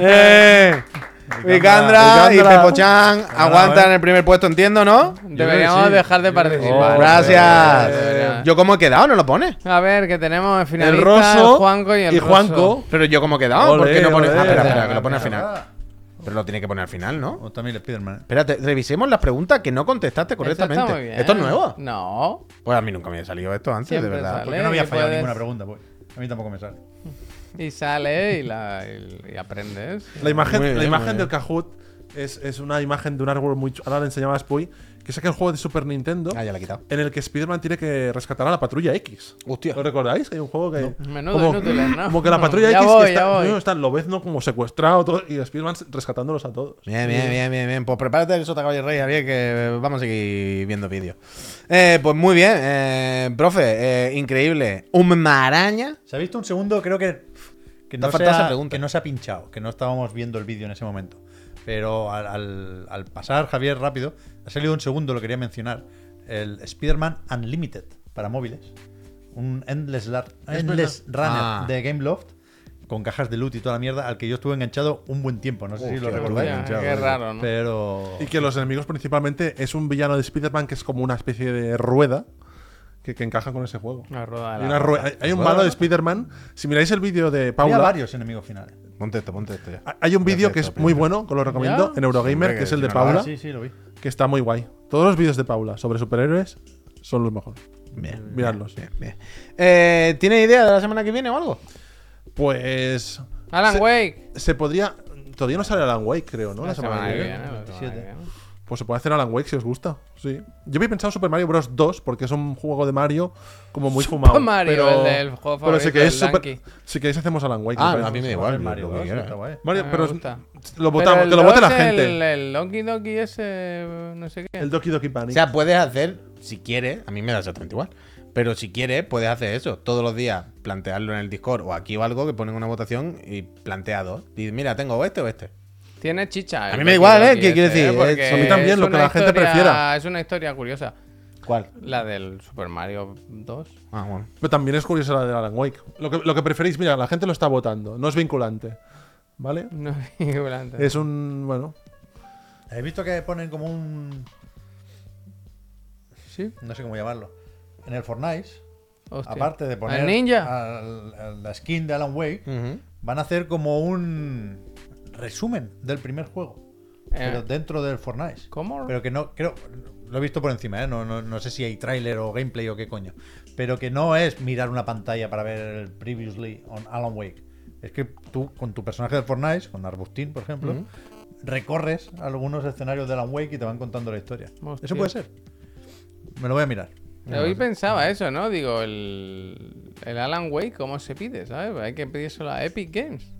Speaker 1: Eh, Vicandra y
Speaker 3: Vicandra.
Speaker 1: Pepochan aguantan el primer puesto, entiendo, ¿no?
Speaker 2: Deberíamos
Speaker 4: sí.
Speaker 2: dejar de
Speaker 4: Yo creo que sí.
Speaker 2: participar.
Speaker 4: Oh,
Speaker 1: Gracias.
Speaker 2: Deberíamos.
Speaker 1: Yo cómo he quedado, no lo pone.
Speaker 2: A ver, que tenemos el
Speaker 3: El
Speaker 2: finalista,
Speaker 3: Rosso
Speaker 2: el Juanco y el Rosso.
Speaker 3: Juanco.
Speaker 1: Pero yo cómo he quedado, ¿por
Speaker 3: Ole,
Speaker 1: qué no pone?
Speaker 3: ole.
Speaker 1: Ah, espera, espera, que lo pone al final. Pero lo tiene que poner al final, ¿no?
Speaker 4: O también el Spiderman.
Speaker 1: Espérate, revisemos las preguntas que no contestaste
Speaker 2: Eso está
Speaker 1: correctamente.
Speaker 2: muy bien.
Speaker 1: ¿Esto es nuevo?
Speaker 2: No.
Speaker 1: Pues a mí nunca me había salido esto antes,
Speaker 2: Siempre
Speaker 1: de verdad.
Speaker 2: sale.
Speaker 4: Porque no había
Speaker 2: y
Speaker 4: fallado
Speaker 2: puedes-
Speaker 4: ninguna pregunta, pues. A mí tampoco me sale.
Speaker 2: Y sale y, la, y- y aprendes.
Speaker 3: La imagen,
Speaker 1: Muy bien,
Speaker 3: la
Speaker 1: muy
Speaker 3: imagen
Speaker 1: bien.
Speaker 3: del Kahoot es, es una imagen de un árbol muy chulo. Ahora le enseñaba a Spuy que saca el juego de Super Nintendo
Speaker 1: Ah, ya la he quitado.
Speaker 3: en el que Spider-Man tiene que rescatar a la patrulla X.
Speaker 1: Hostia.
Speaker 3: ¿Os recordáis? Hay un juego que.
Speaker 2: Menudo
Speaker 3: como,
Speaker 2: inútiles, ¿no?
Speaker 3: como que la patrulla
Speaker 2: Ya
Speaker 3: X
Speaker 2: voy,
Speaker 3: está,
Speaker 2: ya voy.
Speaker 3: no, está en Lobezno como secuestrado todo, y Spider-Man rescatándolos a todos.
Speaker 1: Bien, bien, bien, bien, bien. Pues prepárate el Sota Caballo Rey, Javier, que eh, vamos a seguir viendo vídeos. Eh, pues muy bien, eh, profe, eh, increíble. Un maraña.
Speaker 4: ¿Se ha visto un segundo? Creo que, que,
Speaker 1: Te ha
Speaker 4: no se
Speaker 1: faltado esa
Speaker 4: ha,
Speaker 1: pregunta.
Speaker 4: que no se ha pinchado, que no estábamos viendo el vídeo en ese momento. Pero al, al- al pasar, Javier, rápido, ha salido un segundo, lo quería mencionar. El Spider-Man Unlimited para móviles. Un Endless, lar- endless Runner
Speaker 1: Ah.
Speaker 4: de Gameloft con cajas de loot y toda la mierda, al que yo estuve enganchado un buen tiempo. No sé si lo
Speaker 1: Hostia,
Speaker 4: recordáis.
Speaker 2: qué Enganchado, raro, ¿no?
Speaker 4: Pero.
Speaker 3: Y que los enemigos principalmente es un villano de Spider-Man que es como una especie de rueda que, que encaja con ese juego.
Speaker 2: Una rueda de
Speaker 3: Hay,
Speaker 2: la
Speaker 3: una rue- hay- hay un malo de Spider-Man. Si miráis el vídeo de
Speaker 4: Había
Speaker 3: Paula,
Speaker 4: varios enemigos finales.
Speaker 1: Ponte esto, ponte esto ya.
Speaker 3: hay un vídeo que es
Speaker 1: Perfecto,
Speaker 3: muy bueno, que lo recomiendo,
Speaker 2: ¿Ya?
Speaker 3: en Eurogamer,
Speaker 1: Hombre,
Speaker 3: que es
Speaker 1: que
Speaker 3: el de
Speaker 1: si no lo
Speaker 3: Paula.
Speaker 4: Ah, sí, sí, lo vi.
Speaker 3: que está muy guay. Todos los vídeos de Paula sobre superhéroes son los mejores.
Speaker 1: Bien,
Speaker 3: Miradlos.
Speaker 1: bien, bien. Eh, ¿Tienes idea de la semana que viene o algo?
Speaker 3: Pues.
Speaker 2: Alan
Speaker 3: se,
Speaker 2: Wake.
Speaker 3: Se podría. Todavía no sale Alan Wake, creo, ¿no? La, semana, que viene.
Speaker 2: la semana
Speaker 4: 27.
Speaker 2: que viene.
Speaker 3: Pues se puede hacer Alan Wake si os gusta. Sí. Yo había pensado Super Mario Bros. 2 porque es un juego de Mario como muy fumado.
Speaker 2: Mario,
Speaker 3: pero,
Speaker 2: el del juego
Speaker 3: pero sí
Speaker 2: favorito
Speaker 3: que es
Speaker 2: del
Speaker 3: super,
Speaker 2: Lanky.
Speaker 3: Sí que es hacemos Alan Wake.
Speaker 1: Ah,
Speaker 3: me
Speaker 1: a
Speaker 3: parece.
Speaker 1: mí me da
Speaker 4: El
Speaker 1: igual.
Speaker 4: Mario
Speaker 1: lo que
Speaker 4: 2,
Speaker 1: quiera.
Speaker 4: está guay.
Speaker 3: Mario,
Speaker 2: Ah, me
Speaker 3: pero es-
Speaker 2: gusta.
Speaker 3: lo
Speaker 2: Pero
Speaker 3: votamos,
Speaker 2: el
Speaker 3: que lo vote
Speaker 2: dos,
Speaker 3: la gente.
Speaker 2: El, el Donkey Donkey ese, eh, no sé qué.
Speaker 3: El Doki Doki Panic.
Speaker 1: O sea, puedes hacer, si quieres, a mí me da exactamente igual. Pero si quieres, puedes hacer eso. Todos los días plantearlo en el Discord o aquí o algo que ponen una votación y plantea dos. Y mira, tengo o este o este.
Speaker 2: Tiene chicha. el
Speaker 1: A mí me da
Speaker 2: Donkey
Speaker 1: igual, ¿eh?
Speaker 2: Donkey
Speaker 1: ¿Qué quiero
Speaker 2: ese,
Speaker 1: decir?
Speaker 2: porque
Speaker 1: Es- a mí
Speaker 3: también,
Speaker 2: es
Speaker 3: lo que
Speaker 2: una
Speaker 3: la gente
Speaker 2: historia-
Speaker 3: prefiera.
Speaker 2: Es una historia curiosa.
Speaker 1: ¿Cuál?
Speaker 2: La del Super Mario 2.
Speaker 1: Ah, bueno.
Speaker 3: Pero también es curiosa la de Alan Wake. Lo que, lo que preferís, mira, la gente lo está votando. No es vinculante. ¿Vale?
Speaker 2: No vinculante.
Speaker 3: Es un. Bueno.
Speaker 4: He visto que ponen como un.
Speaker 2: Sí.
Speaker 4: No sé cómo llamarlo. En el Fortnite
Speaker 2: Hostia.
Speaker 4: aparte de poner
Speaker 2: ¿Al ninja?
Speaker 4: al- a la skin de Alan Wake,
Speaker 1: Ujú.
Speaker 4: van a hacer como un resumen del primer juego.
Speaker 2: Eh.
Speaker 4: Pero dentro del Fortnite.
Speaker 2: ¿Cómo?
Speaker 4: Pero que no, creo, lo he visto por encima, ¿eh? no, no, no sé si hay tráiler o gameplay o qué coño. Pero que no es mirar una pantalla para ver el previously on Alan Wake. Es que tú, con tu personaje de Fortnite, con Arbustín, por ejemplo, recorres algunos escenarios de Alan Wake y te van contando la historia.
Speaker 2: Hostia.
Speaker 4: Eso puede ser. Me lo voy a mirar.
Speaker 2: Pero hoy pensaba eso, ¿no? Digo, el, el Alan Wake, ¿cómo se pide? ¿Sabes? Hay que pedírselo a Epic Games.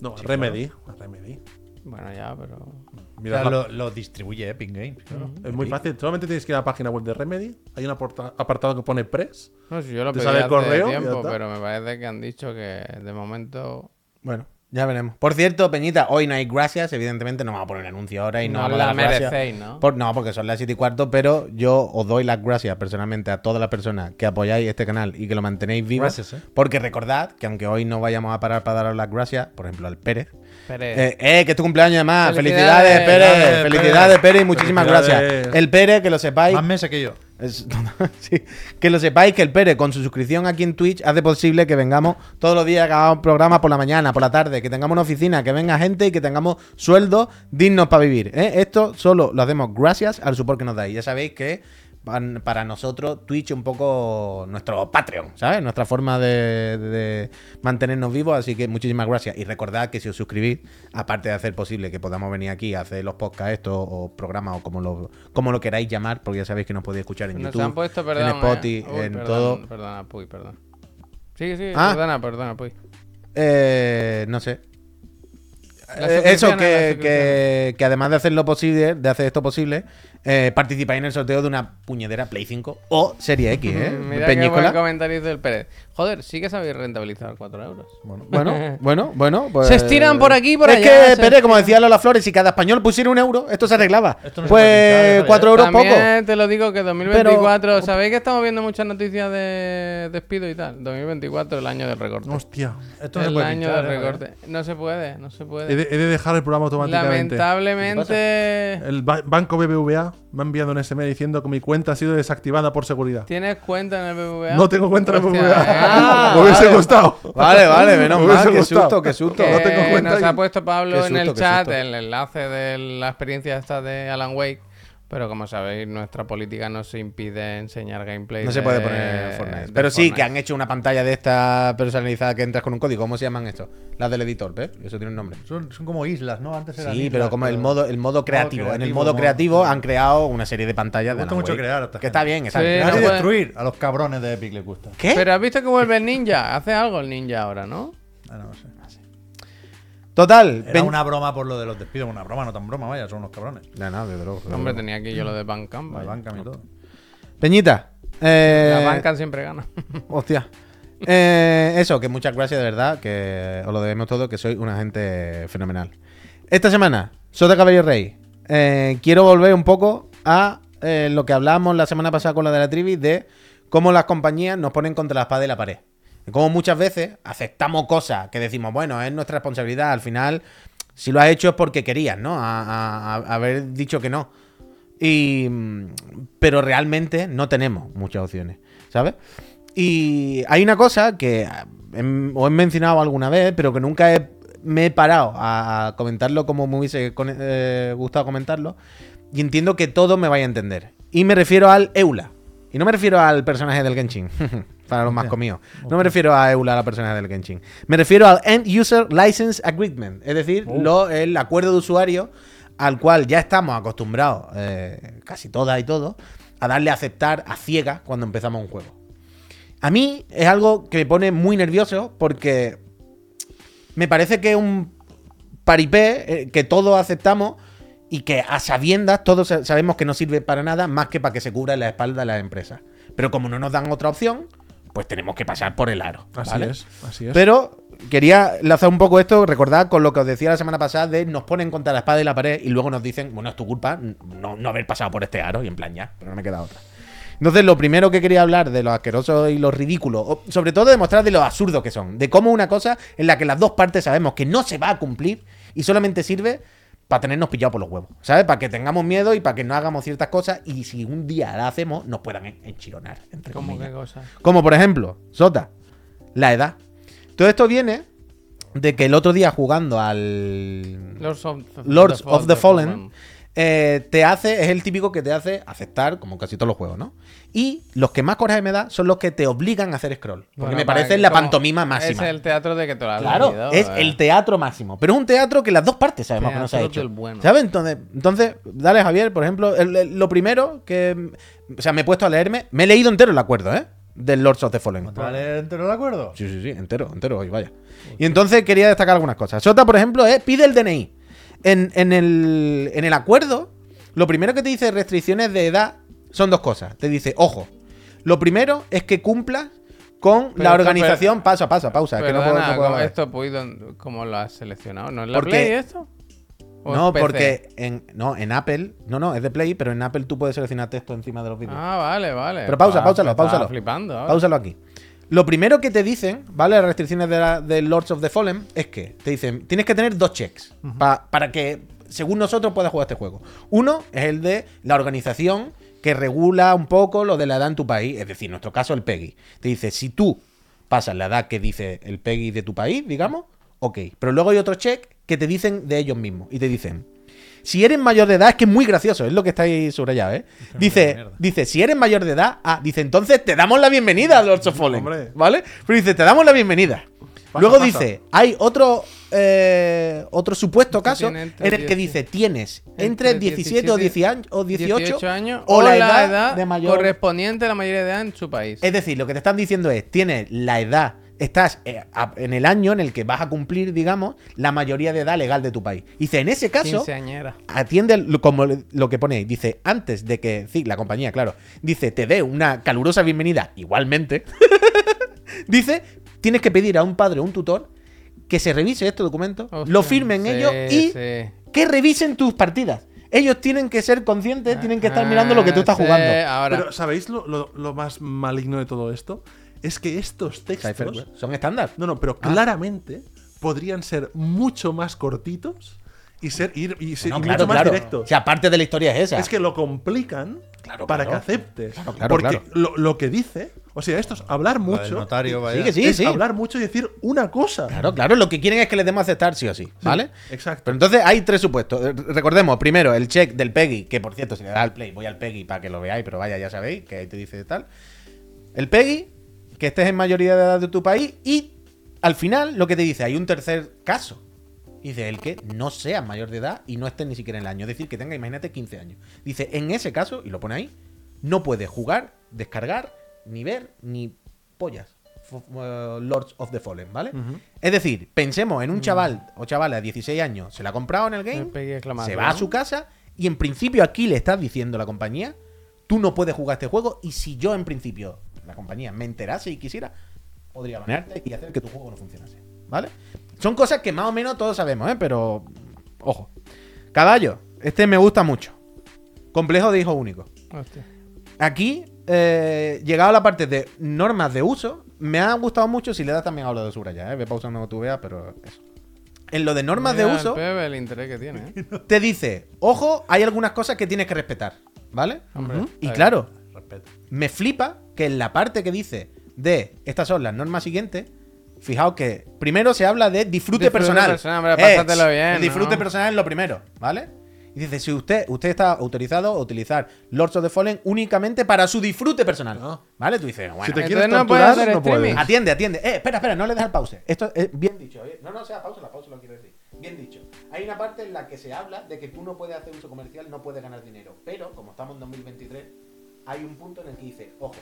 Speaker 3: No, Remedy. Remedy.
Speaker 2: Bueno, ya, pero.
Speaker 3: Mira,
Speaker 4: O sea, lo, lo distribuye Epic Games. claro.
Speaker 3: Es muy fácil. Solamente tienes que ir a la página web de Remedy. Hay un aporta- apartado que pone Press.
Speaker 2: No sé, yo lo
Speaker 3: ¿Te
Speaker 2: pedí
Speaker 3: sale el
Speaker 2: hace
Speaker 3: correo? Ya
Speaker 2: tiempo,
Speaker 3: está.
Speaker 2: pero me parece que han dicho que de momento.
Speaker 1: Bueno, ya veremos. Por cierto, Peñita, hoy no hay gracias. Evidentemente no vamos a poner anuncio ahora y no,
Speaker 2: No
Speaker 1: vamos a
Speaker 2: la
Speaker 1: dar gracias.
Speaker 2: merecéis, ¿no?
Speaker 1: Por- no, porque son las 7 y cuarto, pero yo os doy las gracias personalmente a todas las personas que apoyáis este canal y que lo mantenéis vivo.
Speaker 4: Gracias, ¿eh?
Speaker 1: Porque recordad que aunque hoy no vayamos a parar para daros las gracias, por ejemplo, al Pérez.
Speaker 2: Pérez.
Speaker 1: Eh, eh, que es tu cumpleaños además. Felicidades,
Speaker 2: Felicidades,
Speaker 1: Pérez.
Speaker 4: Pérez.
Speaker 1: Felicidades, Pérez. Y muchísimas
Speaker 3: Felicidades.
Speaker 1: gracias. El Pérez, que lo sepáis.
Speaker 4: Más meses que yo.
Speaker 1: Es- sí. Que lo sepáis que el Pérez, con su suscripción aquí en Twitch, hace posible que vengamos todos los días, que hagamos programas por la mañana, por la tarde, que tengamos una oficina, que venga gente y que tengamos sueldos dignos para vivir. ¿eh? Esto solo lo hacemos gracias al support que nos dais. Ya sabéis que pan- para nosotros Twitch es un poco nuestro Patreon, ¿sabes? Nuestra forma de, de mantenernos vivos, así que muchísimas gracias. Y recordad que si os suscribís, aparte de hacer posible que podamos venir aquí a hacer los podcasts estos, o programas o como lo, como lo queráis llamar, porque ya sabéis que nos podéis escuchar en
Speaker 2: Nos
Speaker 1: YouTube,
Speaker 2: han puesto, perdón.
Speaker 1: en Spotify,
Speaker 2: eh. Uy,
Speaker 1: en
Speaker 2: perdón,
Speaker 1: todo.
Speaker 2: Perdona, Puy, perdón. Sí, sí,
Speaker 1: Ah.
Speaker 2: perdona, perdona, Puy.
Speaker 1: Eh, no sé.
Speaker 2: Las
Speaker 1: Eh, eso,
Speaker 2: suscripciones, las
Speaker 1: que,
Speaker 2: suscripciones.
Speaker 1: que- que además de hacer lo posible, de hacer esto posible, eh, participáis en el sorteo de una puñedera Play 5 o Serie X, ¿eh?
Speaker 2: Mira qué
Speaker 1: Peñícola.
Speaker 2: buen comentario del Pérez. Joder, sí que sabéis rentabilizar 4 euros.
Speaker 1: Bueno, bueno, bueno. pues-
Speaker 2: Se estiran por aquí y por
Speaker 1: es
Speaker 2: allá,
Speaker 1: Que,
Speaker 2: se
Speaker 1: Pérez, como decía Lola Flores, si cada español pusiera un euro, esto se arreglaba.
Speaker 4: Esto no se puede ¿eh?
Speaker 1: pues
Speaker 4: quitar,
Speaker 1: cuatro euros
Speaker 2: También
Speaker 1: poco.
Speaker 2: te lo digo que 2024, sabéis que estamos viendo muchas noticias de despido y tal. 2024 el año del recorte.
Speaker 3: Hostia.
Speaker 4: Esto no se
Speaker 2: el
Speaker 4: puede
Speaker 2: año
Speaker 4: pinchar,
Speaker 2: del
Speaker 4: ¿eh?
Speaker 2: recorte. No se puede, no se
Speaker 3: He
Speaker 2: puede.
Speaker 3: de, he de dejar el programa automáticamente.
Speaker 2: Lamentablemente
Speaker 3: El ba- banco BBVA me ha enviado un SMS diciendo que mi cuenta ha sido desactivada por seguridad.
Speaker 2: tienes cuenta en el BBVA.
Speaker 3: No tengo cuenta en el
Speaker 2: Hostia,
Speaker 3: BBVA.
Speaker 1: Ah,
Speaker 3: me hubiese
Speaker 1: vale.
Speaker 3: gustado.
Speaker 1: Vale, vale, menos
Speaker 3: Me
Speaker 1: mal.
Speaker 3: hubiese
Speaker 1: Qué
Speaker 3: gustado.
Speaker 1: susto, qué susto.
Speaker 2: eh, que
Speaker 3: No tengo cuenta
Speaker 2: nos
Speaker 3: y-
Speaker 2: ha puesto Pablo
Speaker 1: Qué
Speaker 2: en el
Speaker 1: susto, qué
Speaker 2: chat
Speaker 1: susto.
Speaker 2: el enlace de la experiencia esta de Alan Wake. Pero como sabéis, nuestra política nos impide enseñar gameplay.
Speaker 1: No se puede
Speaker 2: de-
Speaker 1: poner Fortnite.
Speaker 2: de
Speaker 1: Eh, Pero sí,
Speaker 2: Fortnite.
Speaker 1: que han hecho una pantalla de esta personalizada que entras con un código. ¿Cómo se llaman esto? Las del editor, ¿ves? Eso tiene un nombre.
Speaker 4: Son, son como islas, ¿no? Antes eran
Speaker 1: Sí,
Speaker 4: islas,
Speaker 1: pero como el modo, el modo creativo. En el
Speaker 4: creativo,
Speaker 1: modo
Speaker 4: modo-
Speaker 1: creativo han creado una serie de pantallas.
Speaker 4: Me
Speaker 1: de
Speaker 4: gusta
Speaker 1: Alan
Speaker 4: mucho
Speaker 1: Wake.
Speaker 4: crear a esta
Speaker 1: Que
Speaker 4: gente.
Speaker 1: está bien, está
Speaker 2: Sí,
Speaker 1: bien.
Speaker 4: Así
Speaker 2: no puede-
Speaker 4: destruir a los cabrones de Epic les gusta.
Speaker 1: ¿Qué?
Speaker 2: Pero has visto que vuelve el ninja. Hace algo el ninja ahora, ¿no?
Speaker 4: Ah, no sé.
Speaker 1: Total.
Speaker 4: Era
Speaker 1: ven-
Speaker 4: una broma por lo de los despidos, una broma, no tan broma, vaya, son unos cabrones.
Speaker 1: No, no, desde luego, desde
Speaker 2: Hombre,
Speaker 1: luego.
Speaker 2: tenía aquí yo lo de Bandcamp.
Speaker 4: La
Speaker 2: vaya.
Speaker 4: banca y todo.
Speaker 1: Peñita. eh,
Speaker 2: La banca siempre gana.
Speaker 1: Hostia. Eh, eso, que muchas gracias de verdad, que os lo debemos todo, que sois una gente fenomenal. Esta semana, Sota Cabello Rey. eh, quiero volver un poco a eh, lo que hablábamos la semana pasada con la de la trivi de cómo las compañías nos ponen contra la espada y la pared. Y cómo muchas veces aceptamos cosas que decimos, bueno, es nuestra responsabilidad, al final, si lo has hecho es porque querías, ¿no? A- a- a haber dicho que no. Y, mm, pero realmente no tenemos muchas opciones, ¿sabes? Y hay una cosa que ah, em- os he mencionado alguna vez, pero que nunca he- me he parado a, a comentarlo como me hubiese con- eh, gustado comentarlo. Y entiendo que todo me vaya a entender. Y me refiero al Eula. Y no me refiero al personaje del Genshin, para los más comidos. No me refiero a Eula, la personaje del Genshin. Me refiero al End User License Agreement, es decir, lo- el acuerdo de usuario al cual ya estamos acostumbrados, eh, casi todas y todos, a darle a aceptar a ciegas cuando empezamos un juego. A mí es algo que me pone muy nervioso porque me parece que es un paripé eh, que todos aceptamos y que a sabiendas todos sa- sabemos que no sirve para nada más que para que se cubra la espalda de las empresas. Pero como no nos dan otra opción, pues tenemos que pasar por el aro.
Speaker 3: Así
Speaker 1: ¿vale?
Speaker 3: es, así es.
Speaker 1: Pero quería lanzar un poco esto, recordad con lo que os decía la semana pasada de nos ponen contra la espada y la pared y luego nos dicen, bueno, es tu culpa no, no haber pasado por este aro y en plan ya, pero no me queda otra. Entonces, lo primero que quería hablar de los asquerosos y los ridículos, o sobre todo demostrar de los absurdos que son, de cómo una cosa en la que las dos partes sabemos que no se va a cumplir y solamente sirve para tenernos pillados por los huevos, ¿sabes? Para que tengamos miedo y para que no hagamos ciertas cosas y si un día la hacemos, nos puedan en- enchironar, entre
Speaker 2: ¿Cómo
Speaker 1: comillas.
Speaker 2: qué cosa?
Speaker 1: Como por ejemplo, Sota, la edad. Todo esto viene de que el otro día jugando al
Speaker 2: Lords of the,
Speaker 1: Lords of the Fallen,
Speaker 2: Fallen.
Speaker 1: eh, te hace, es el típico que te hace aceptar, como casi todos los juegos, ¿no? Y los que más coraje me da son los que te obligan a hacer scroll. Porque
Speaker 2: Bueno,
Speaker 1: me
Speaker 2: para
Speaker 1: parece
Speaker 2: que-
Speaker 1: la
Speaker 2: como-
Speaker 1: pantomima máxima.
Speaker 2: Es el teatro de que te lo has
Speaker 1: Claro,
Speaker 2: leído,
Speaker 1: es
Speaker 2: eh.
Speaker 1: el teatro máximo. Pero es un teatro que las dos partes sabemos que no se ha
Speaker 2: Teatro
Speaker 1: hecho.
Speaker 2: del bueno.
Speaker 1: ¿Sabes? Entonces, entonces, dale Javier, por ejemplo, el- el- lo primero que. O sea, me he puesto a leerme. Me he leído entero el acuerdo, ¿eh? Del Lords of the Fallen.
Speaker 4: ¿Te vale entero el acuerdo?
Speaker 1: Sí, sí, sí, entero, entero hoy, vaya. Y entonces quería destacar algunas cosas. Sota, por ejemplo, es pide el DNI. En, en el, en el acuerdo, lo primero que te dice restricciones de edad son dos cosas. Te dice, ojo, lo primero es que cumplas con
Speaker 2: Pero
Speaker 1: la
Speaker 2: esto,
Speaker 1: organización. pausa, pausa, pausa. que no puedo-
Speaker 2: Perdona,
Speaker 1: no puedo
Speaker 2: ¿cómo-
Speaker 1: hablar.
Speaker 2: esto puedo, ¿cómo lo has seleccionado? ¿No es la
Speaker 1: Porque-
Speaker 2: Play esto? ¿O es
Speaker 1: No,
Speaker 2: PC?
Speaker 1: porque en, no, en Apple, no, no, es de Play, pero en Apple tú puedes seleccionar texto encima de los vídeos.
Speaker 2: Ah, vale, vale.
Speaker 1: Pero pausa,
Speaker 2: Ah,
Speaker 1: pausalo,
Speaker 2: me estaba
Speaker 1: pausalo.
Speaker 2: flipando. ahora.
Speaker 1: Páusalo aquí. Lo primero que te dicen, ¿vale? Las restricciones de, la- de Lords of the Fallen es que te dicen, tienes que tener dos checks pa- para que, según nosotros, puedas jugar este juego. Uno es el de la organización que regula un poco lo de la edad en tu país, es decir, en nuestro caso el PEGI. Te dice, si tú pasas la edad que dice el PEGI de tu país, digamos, ok. Pero luego hay otro check que te dicen de ellos mismos y te dicen, si eres mayor de edad, es que es muy gracioso, es lo que estáis subrayado, ¿eh? Dice,
Speaker 4: mierda.
Speaker 1: dice, si eres mayor de edad, ah, dice, entonces te damos la bienvenida a Lords of Fallen,
Speaker 3: Hombre.
Speaker 1: ¿vale? Pero dice, te damos la bienvenida.
Speaker 3: Pasa,
Speaker 1: Luego
Speaker 3: pasa.
Speaker 1: dice, hay otro eh, otro supuesto
Speaker 2: Esto
Speaker 1: caso
Speaker 2: tiene
Speaker 1: en
Speaker 2: entre
Speaker 1: el que
Speaker 2: 10
Speaker 1: dice, tienes entre 17 o 10 años- o 18,
Speaker 2: 18 años
Speaker 1: o la edad, de mayor. este
Speaker 2: correspondiente a la mayoría de edad en su país.
Speaker 1: Es decir, lo que te están diciendo es, tienes la edad, estás eh, a- en el año en el que vas a cumplir, digamos, la mayoría de edad legal de tu país. Dice, en ese caso,
Speaker 2: Quinceañera.
Speaker 1: atiende al- como le- lo que pone ahí. Dice, antes de que, sí, la compañía, claro, dice, te dé una calurosa bienvenida, igualmente, dice, tienes que pedir a un padre o un tutor que se revise este documento, lo
Speaker 2: Hostia,
Speaker 1: firmen
Speaker 2: sí,
Speaker 1: ellos y
Speaker 2: sí.
Speaker 1: que revisen tus partidas. Ellos tienen que ser conscientes, tienen que estar
Speaker 2: Ah,
Speaker 1: mirando lo que tú estás
Speaker 2: sí,
Speaker 1: jugando.
Speaker 2: Ahora,
Speaker 3: Pero ¿sabéis lo, lo- lo más maligno de todo esto? Es que estos textos...
Speaker 1: Cypherware, Ah. Son estándar.
Speaker 3: No, no, pero claramente podrían ser mucho más cortitos y ser ir y, ser-
Speaker 1: No,
Speaker 3: y
Speaker 1: claro,
Speaker 3: mucho más
Speaker 1: claro.
Speaker 3: directos.
Speaker 1: O sea, parte de la historia es esa.
Speaker 3: Es que lo complican
Speaker 1: Claro,
Speaker 3: para
Speaker 1: claro.
Speaker 3: que aceptes.
Speaker 1: Claro, claro,
Speaker 3: porque
Speaker 1: claro.
Speaker 3: Lo, lo que dice, o sea, esto es hablar
Speaker 4: La del
Speaker 3: mucho.
Speaker 4: notario, vaya.
Speaker 1: Sí, que sí,
Speaker 3: es
Speaker 1: sí.
Speaker 3: hablar mucho y decir una cosa.
Speaker 1: Claro, claro, lo que quieren es que les demos a aceptar sí o sí, ¿vale?
Speaker 3: exacto.
Speaker 1: Pero entonces hay tres supuestos. Eh, Recordemos, primero, el check del Peggy, que por cierto, si le das al play, voy al Peggy para que lo veáis, pero vaya, ya sabéis, que ahí te dice tal. El Peggy, que estés en mayoría de edad de tu país, y al final lo que te dice, hay un tercer caso. Dice el que no seas mayor de edad y no estés ni siquiera en el año. Es decir, que tenga, imagínate, 15 años. Dice, en ese caso, y lo pone ahí, no puedes jugar, descargar, ni ver, ni pollas. F- eh, Lords of the Fallen, ¿vale? Es decir, pensemos en un chaval o chavala de 16 años, se la ha comprado en el
Speaker 2: El Peggy
Speaker 1: game,
Speaker 2: exclamatorio,
Speaker 1: se va a
Speaker 2: ¿no?
Speaker 1: su casa y en principio aquí le estás diciendo la compañía, tú no puedes jugar este juego y si yo en principio, la compañía, me enterase y quisiera, podría banearte y hacer que tu juego no funcionase, ¿vale? Son cosas que más o menos todos sabemos, ¿eh? Pero, ojo. Caballo, este me gusta mucho. Complejo de hijo único.
Speaker 2: hostia.
Speaker 1: Aquí, eh, llegado a la parte de normas de uso, me ha gustado mucho. Si le das también hablo de subrayar, ¿eh? ve pausando cuando tú veas, pero eso. En lo de normas
Speaker 2: Mira
Speaker 1: de
Speaker 2: el
Speaker 1: uso,
Speaker 2: Pepe, el interés que tiene. ¿eh?
Speaker 1: te dice, ojo, hay algunas cosas que tienes que respetar, ¿vale?
Speaker 2: Hombre,
Speaker 1: Ujú. Y
Speaker 2: está
Speaker 1: claro,
Speaker 4: Respeto.
Speaker 1: me flipa que en la parte que dice de estas son las normas siguientes, fijaos que primero se habla de disfrute,
Speaker 2: Disfrute
Speaker 1: personal.
Speaker 2: personal, hombre,
Speaker 1: Eh,
Speaker 2: pásatelo bien,
Speaker 1: El disfrute
Speaker 2: ¿no?
Speaker 1: personal es lo primero, ¿vale? Y dice, si usted, usted está autorizado a utilizar Lords of the Fallen únicamente para su disfrute personal.
Speaker 3: No.
Speaker 1: ¿Vale? Tú dices, bueno,
Speaker 3: Si te
Speaker 2: Entonces
Speaker 3: quieres
Speaker 2: no puedes
Speaker 3: torturar,
Speaker 2: hacer
Speaker 3: no puedes.
Speaker 2: streaming.
Speaker 1: Atiende, atiende. Eh, espera, espera, no le das al pause. Esto es bien dicho. eh. No, no sea pausa, la pausa lo quiero decir. Bien dicho. Hay una parte en la que se habla de que tú no puedes hacer uso comercial, no puedes ganar dinero. Pero, como estamos en 2023, hay un punto en el que dice, ojo,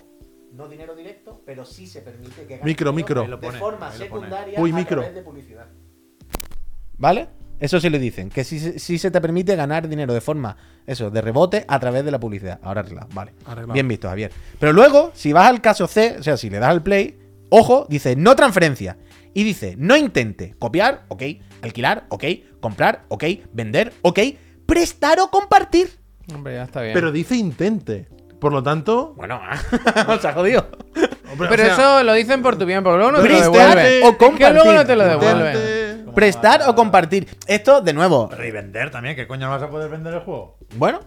Speaker 1: no dinero directo, pero sí se permite que ganes
Speaker 3: Micro, micro. Ahí
Speaker 1: dinero
Speaker 3: lo
Speaker 4: pone,
Speaker 1: de forma
Speaker 4: ahí lo pone.
Speaker 1: secundaria
Speaker 3: Uy,
Speaker 1: a
Speaker 3: micro.
Speaker 1: través de publicidad. ¿Vale? Eso sí le dicen, que sí, se- sí se te permite ganar dinero de forma, eso, de rebote a través de la publicidad. Ahora arreglado, vale.
Speaker 3: Arreglado.
Speaker 1: Bien visto, Javier. Pero luego, si vas al caso C, o sea, si le das al play, ojo, dice no transferencia. Y dice, no intente copiar, ok, alquilar, ok, comprar, ok, vender, ok, prestar o compartir.
Speaker 2: Hombre, ya está bien.
Speaker 3: Pero dice intente. Por lo tanto.
Speaker 1: Bueno, os ha jodido.
Speaker 3: hombre, o
Speaker 2: Pero
Speaker 3: sea,
Speaker 2: eso lo dicen por tu bien, porque luego no te lo
Speaker 1: Prestar
Speaker 2: devuelven.
Speaker 1: o
Speaker 2: Que luego no te lo
Speaker 1: eh, compartir.
Speaker 2: devuelven.
Speaker 3: intente-
Speaker 1: Prestar o compartir. Esto, de nuevo,
Speaker 4: Revender también, ¿qué coño no vas a poder vender el juego?
Speaker 1: Bueno.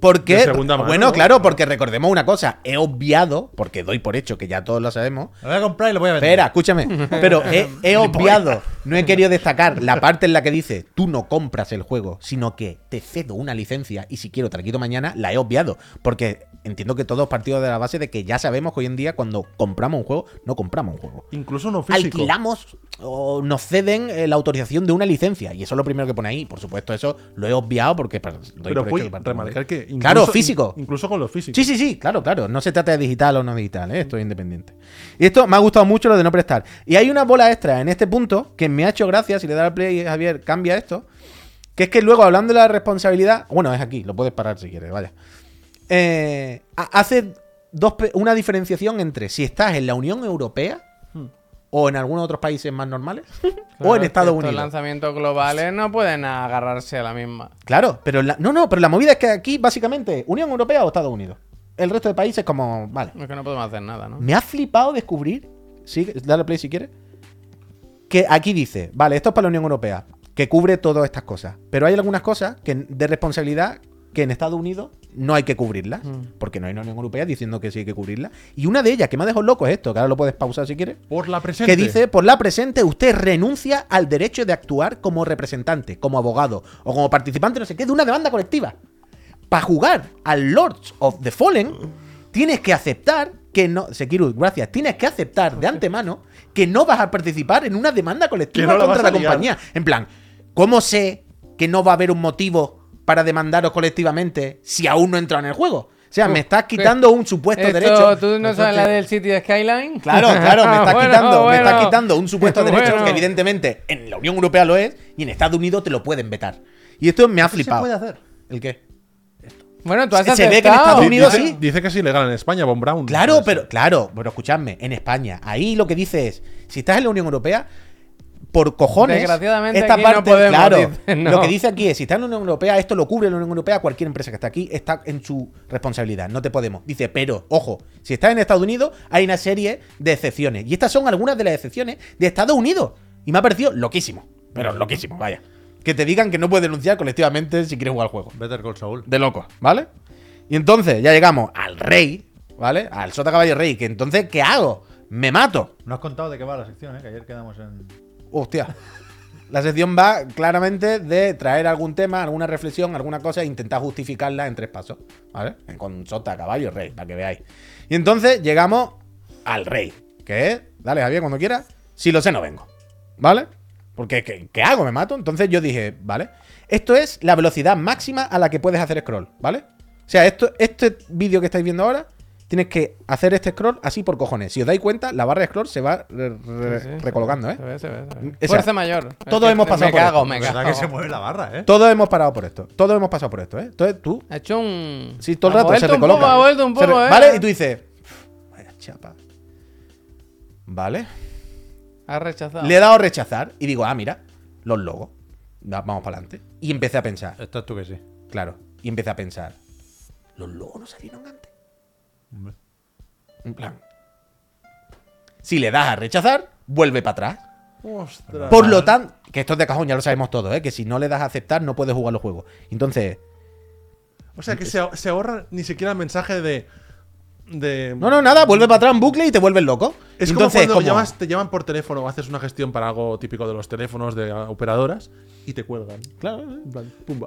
Speaker 1: Porque,
Speaker 3: De segunda mano,
Speaker 1: bueno,
Speaker 3: ¿no?
Speaker 1: claro, porque recordemos una cosa, he obviado, porque doy por hecho que ya todos lo sabemos.
Speaker 4: Lo voy a comprar y lo voy a vender.
Speaker 1: Espera, escúchame, pero he, he obviado, no he querido destacar la parte en la que dice, tú no compras el juego, sino que te cedo una licencia y si quiero te la quito mañana, la he obviado, porque entiendo que todos partimos de la base de que ya sabemos que hoy en día cuando compramos un juego, no compramos un juego.
Speaker 3: Incluso no físico.
Speaker 1: Alquilamos o nos ceden eh, la autorización de una licencia. Y eso es lo primero que pone ahí. Por supuesto, eso lo he obviado porque par- doy
Speaker 3: Pero
Speaker 1: por hecho
Speaker 3: voy
Speaker 1: que
Speaker 3: a
Speaker 1: partimos de-
Speaker 3: remarcar que. Incluso,
Speaker 1: Claro, físico.
Speaker 3: in- Incluso con lo físico.
Speaker 1: Sí, sí, sí, claro, claro. No se trata de digital o no digital, ¿eh? esto es independiente. Y esto me ha gustado mucho lo de no prestar. Y hay una bola extra en este punto que me ha hecho gracia. Si le das al play, Javier, cambia esto. Que es que luego, hablando de la responsabilidad. Bueno, es aquí, lo puedes parar si quieres, vaya. Eh, ha- hace dos pe- una diferenciación entre si estás en la Unión Europea o en algunos otros países más normales o en
Speaker 2: Claro,
Speaker 1: Estados
Speaker 2: estos
Speaker 1: Unidos.
Speaker 2: lanzamientos globales no pueden agarrarse a la misma.
Speaker 1: Claro, pero la, no, no, pero la movida es que aquí, básicamente, Unión Europea o Estados Unidos. El resto de países, como, vale.
Speaker 2: Es que no podemos hacer nada, ¿no?
Speaker 1: Me ha flipado descubrir. Sí, dale play si quieres. Que aquí dice, vale, esto es para la Unión Europea, que cubre todas estas cosas. Pero hay algunas cosas que, de responsabilidad que en Estados Unidos no hay que cubrirlas. Porque no hay una Unión Europea diciendo que sí hay que cubrirlas. Y una de ellas que me ha dejado loco es esto, que ahora lo puedes pausar si quieres.
Speaker 3: Por la presente.
Speaker 1: Que dice, por la presente, usted renuncia al derecho de actuar como representante, como abogado o como participante, no sé qué, de una demanda colectiva. Para jugar al Lords of the Fallen, tienes que aceptar que no. Sekirus, gracias. Tienes que aceptar de antemano que no vas a participar en una demanda colectiva
Speaker 3: Que no la
Speaker 1: contra la
Speaker 3: vas a liar.
Speaker 1: compañía. En plan, ¿cómo sé que no va a haber un motivo para demandaros colectivamente si aún no he entrado en el juego? O sea,
Speaker 2: Tú,
Speaker 1: me
Speaker 3: eh,
Speaker 1: estás
Speaker 2: ¿qué?
Speaker 1: quitando un supuesto
Speaker 2: Esto,
Speaker 1: derecho.
Speaker 2: ¿Tú no sabes la del City Skyline?
Speaker 1: Claro, claro, me está
Speaker 2: Bueno,
Speaker 1: quitando, me está
Speaker 2: bueno.
Speaker 1: quitando un supuesto derecho
Speaker 2: Bueno.
Speaker 1: que evidentemente en la Unión Europea lo es y en Estados Unidos te lo pueden vetar. Y esto me ha
Speaker 4: ¿Qué se
Speaker 1: flipado.
Speaker 4: puede hacer?
Speaker 1: ¿El qué?
Speaker 2: Bueno, tú has
Speaker 1: Se- se
Speaker 2: aceptado.
Speaker 1: ve que en Estados
Speaker 3: Di-
Speaker 1: Unidos-
Speaker 3: dice,
Speaker 1: sí.
Speaker 3: dice que es ilegal en España, Von Brown.
Speaker 1: Claro,
Speaker 3: Pues,
Speaker 1: pero claro, pero escuchadme, en España, ahí lo que dice es, si estás en la Unión Europea, por cojones,
Speaker 2: Desgraciadamente
Speaker 1: esta
Speaker 2: aquí no
Speaker 1: parte,
Speaker 2: podemos,
Speaker 1: claro,
Speaker 2: dice, no.
Speaker 1: lo que dice aquí es, si estás en la Unión Europea, esto lo cubre la Unión Europea, cualquier empresa que está aquí está en su responsabilidad, no te podemos. Dice, pero, ojo, si estás en Estados Unidos, hay una serie de excepciones, y estas son algunas de las excepciones de Estados Unidos, y me ha parecido loquísimo, pero loquísimo, vaya. Que te digan que no puedes denunciar colectivamente si quieres jugar al juego.
Speaker 4: Better Call Saul.
Speaker 1: De locos, ¿vale? Y entonces ya llegamos al rey, ¿vale? Al sota caballo rey, que entonces, ¿qué hago? Me mato.
Speaker 4: No has contado de qué va la sección, ¿eh? que ayer quedamos en...
Speaker 1: Hostia. La sección va claramente de traer algún tema, alguna reflexión, alguna cosa e intentar justificarla en tres pasos, ¿vale? Con sota caballo rey, para que veáis. Y entonces llegamos al rey, que es, dale Javier cuando quieras, si lo sé no vengo, ¿vale? Porque, ¿qué, qué hago? ¿Me mato? Entonces yo dije, ¿vale? Esto es la velocidad máxima a la que puedes hacer scroll, ¿vale? O sea, esto, este vídeo que estáis viendo ahora, tienes que hacer este scroll así por cojones. Si os dais cuenta, la barra de scroll se va re- re-
Speaker 2: Sí, sí,
Speaker 1: recolocando, ¿eh?
Speaker 2: se ve, se ve, se ve.
Speaker 1: O sea,
Speaker 2: Fuerza mayor.
Speaker 1: todos
Speaker 2: Es que
Speaker 1: hemos
Speaker 2: te-
Speaker 1: pasado
Speaker 2: me
Speaker 1: por
Speaker 2: cago,
Speaker 1: esto.
Speaker 2: Me
Speaker 4: La verdad
Speaker 2: cago,
Speaker 4: que se mueve la barra, ¿eh?
Speaker 1: Todos hemos parado por esto. Todos hemos pasado por esto, ¿eh? Entonces tú.
Speaker 2: Ha hecho un.
Speaker 1: Sí, todo el
Speaker 2: Ha
Speaker 1: rato se
Speaker 2: vuelto un
Speaker 1: recoloca.
Speaker 2: poco, ha vuelto un
Speaker 1: Se re-
Speaker 2: poco, ¿eh?
Speaker 1: Vale, y tú dices. Vaya chapa. Vale.
Speaker 2: Ha rechazado.
Speaker 1: Le he dado a rechazar y digo, ah, mira, los logos. Da- Vamos para adelante. Y empecé a pensar,
Speaker 4: Estás tú que sí.
Speaker 1: claro. Y empecé a pensar. Los logos no salieron antes.
Speaker 4: Hombre.
Speaker 1: En plan. Si le das a rechazar, vuelve para atrás.
Speaker 3: Ostras.
Speaker 1: Por lo tanto, que esto es de cajón, ya lo sabemos todos, ¿eh? Que si no le das a aceptar, no puedes jugar los juegos. Entonces,
Speaker 3: O sea que se, ah- se ahorra ni siquiera el mensaje de. de
Speaker 1: No, no, nada, vuelve para atrás en bucle y te vuelves loco.
Speaker 3: Es
Speaker 1: Entonces,
Speaker 3: como cuando llamas- te llaman por teléfono o haces una gestión para algo típico de los teléfonos de ah, operadoras y te cuelgan. Claro, en plan, pumba.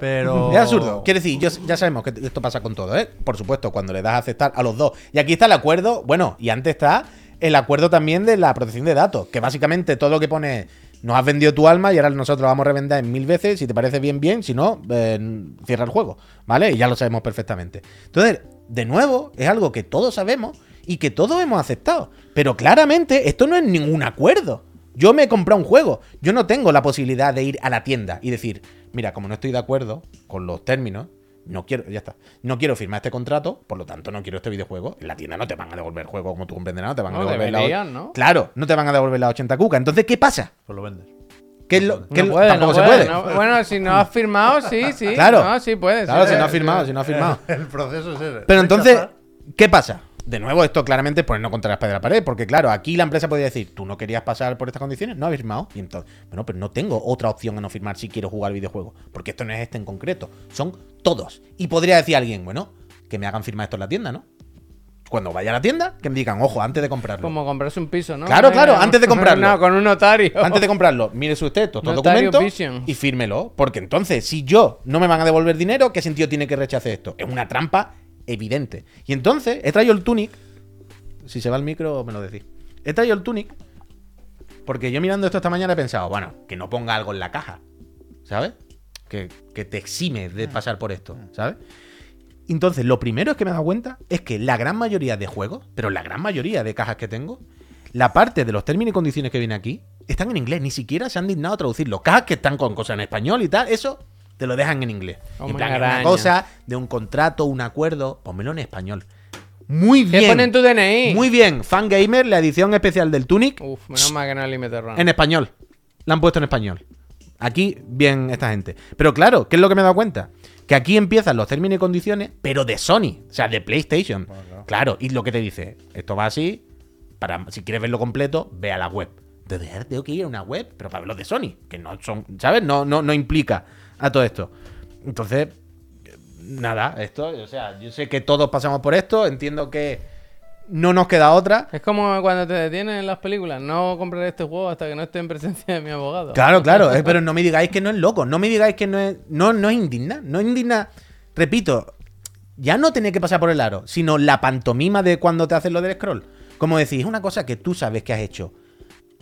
Speaker 4: Pero...
Speaker 1: Es absurdo. Quiero decir, yo- ya sabemos que esto pasa con todo, ¿eh? Por supuesto, cuando le das a aceptar a los dos. Y aquí está el acuerdo, bueno, y antes está el acuerdo también de la protección de datos, que básicamente todo lo que pone, nos has vendido tu alma y ahora nosotros la vamos a revender en mil veces, si te parece bien, bien, si no, eh, cierra el juego, ¿vale? Y ya lo sabemos perfectamente. Entonces, de nuevo, es algo que todos sabemos y que todos hemos aceptado. Pero claramente, esto no es ningún acuerdo. Yo me he comprado un juego. Yo no tengo la posibilidad de ir a la tienda y decir, mira, como no estoy de acuerdo con los términos, no quiero, ya está, no quiero firmar este contrato, por lo tanto no quiero este videojuego. En la tienda no te van a devolver el juego, como tú comprenderás, no te van a
Speaker 2: No,
Speaker 1: devolver la.
Speaker 2: deberían, ¿no?
Speaker 1: Claro, no te van a devolver la 80 cuca. Entonces, ¿qué pasa?
Speaker 4: Pues lo vendes.
Speaker 1: ¿Qué es lo-
Speaker 2: No
Speaker 1: qué es lo-
Speaker 2: puede,
Speaker 1: tampoco
Speaker 2: no
Speaker 1: se puede.
Speaker 2: no- bueno, si no has firmado, sí, sí.
Speaker 1: Claro.
Speaker 2: No, sí puedes.
Speaker 1: claro,
Speaker 2: sí,
Speaker 1: si no ha
Speaker 2: sí.
Speaker 1: firmado, si no ha firmado.
Speaker 4: El proceso es ese.
Speaker 1: Pero entonces, ¿qué pasa? De nuevo, esto claramente es ponernos contra la espada de la pared, porque claro, aquí la empresa podría decir, tú no querías pasar por estas condiciones, no has firmado. Y entonces, bueno, pero no tengo otra opción a no firmar si quiero jugar videojuegos, porque esto no es este en concreto, son todos. Y podría decir alguien, bueno, que me hagan firmar esto en la tienda, ¿no? Cuando vaya a la tienda, que me digan, ojo, antes de comprarlo.
Speaker 2: Como comprarse un piso, ¿no?
Speaker 1: Claro,
Speaker 2: Eh,
Speaker 1: claro, antes de comprarlo.
Speaker 2: No, con un notario.
Speaker 1: Antes de comprarlo, mire usted todos los
Speaker 2: Notario
Speaker 1: documentos
Speaker 2: Vision.
Speaker 1: y fírmelo. Porque entonces, si yo no me van a devolver dinero, ¿qué sentido tiene que rechace esto? Es una trampa evidente. Y entonces, he traído el Tunic. Si se va el micro, me lo decís. He traído el Tunic. Porque yo mirando esto esta mañana he pensado, bueno, que no ponga algo en la caja. ¿Sabes? Que, que te exime
Speaker 2: Ah.
Speaker 1: de pasar por esto, ¿sabes? Entonces, lo primero es que me he dado cuenta es que la gran mayoría de juegos, pero la gran mayoría de cajas que tengo, la parte de los términos y condiciones que viene aquí están en inglés, ni siquiera se han dignado a traducirlo. Cajas que están con cosas en español y tal, eso te lo dejan en inglés.
Speaker 2: Oh,
Speaker 1: en
Speaker 2: me
Speaker 1: plan, es una
Speaker 2: engaña.
Speaker 1: cosa de un contrato, un acuerdo, ponmelo en español. Muy
Speaker 2: ¿Qué
Speaker 1: bien.
Speaker 2: pone en tu DNI?
Speaker 1: Muy bien, Fangamer, la edición especial del Tunic
Speaker 2: Uf, menos mal que no es límite raro.
Speaker 1: en español. La han puesto en español. Aquí, bien, esta gente. Pero claro, ¿qué es lo que me he dado cuenta? Que aquí empiezan los términos y condiciones, pero de Sony, o sea, de PlayStation. claro. y lo que te dice, esto va así, para, si quieres verlo completo, ve a la web. De verdad, tengo que ir a una web, pero para ver los de Sony, que no son, ¿sabes? No, no, no implica a todo esto. Entonces, nada, esto, o sea, yo sé que todos pasamos por esto, entiendo que no nos queda otra.
Speaker 2: Es como cuando te detienen en las películas. No compraré este juego hasta que no esté en presencia de mi abogado.
Speaker 1: Claro, claro, eh, pero no me digáis que no es loco, no me digáis que no es no no es indigna, no es indigna. Repito, ya no tener que pasar por el aro, sino la pantomima de cuando te haces lo del scroll. Como decís, es una cosa que tú sabes que has hecho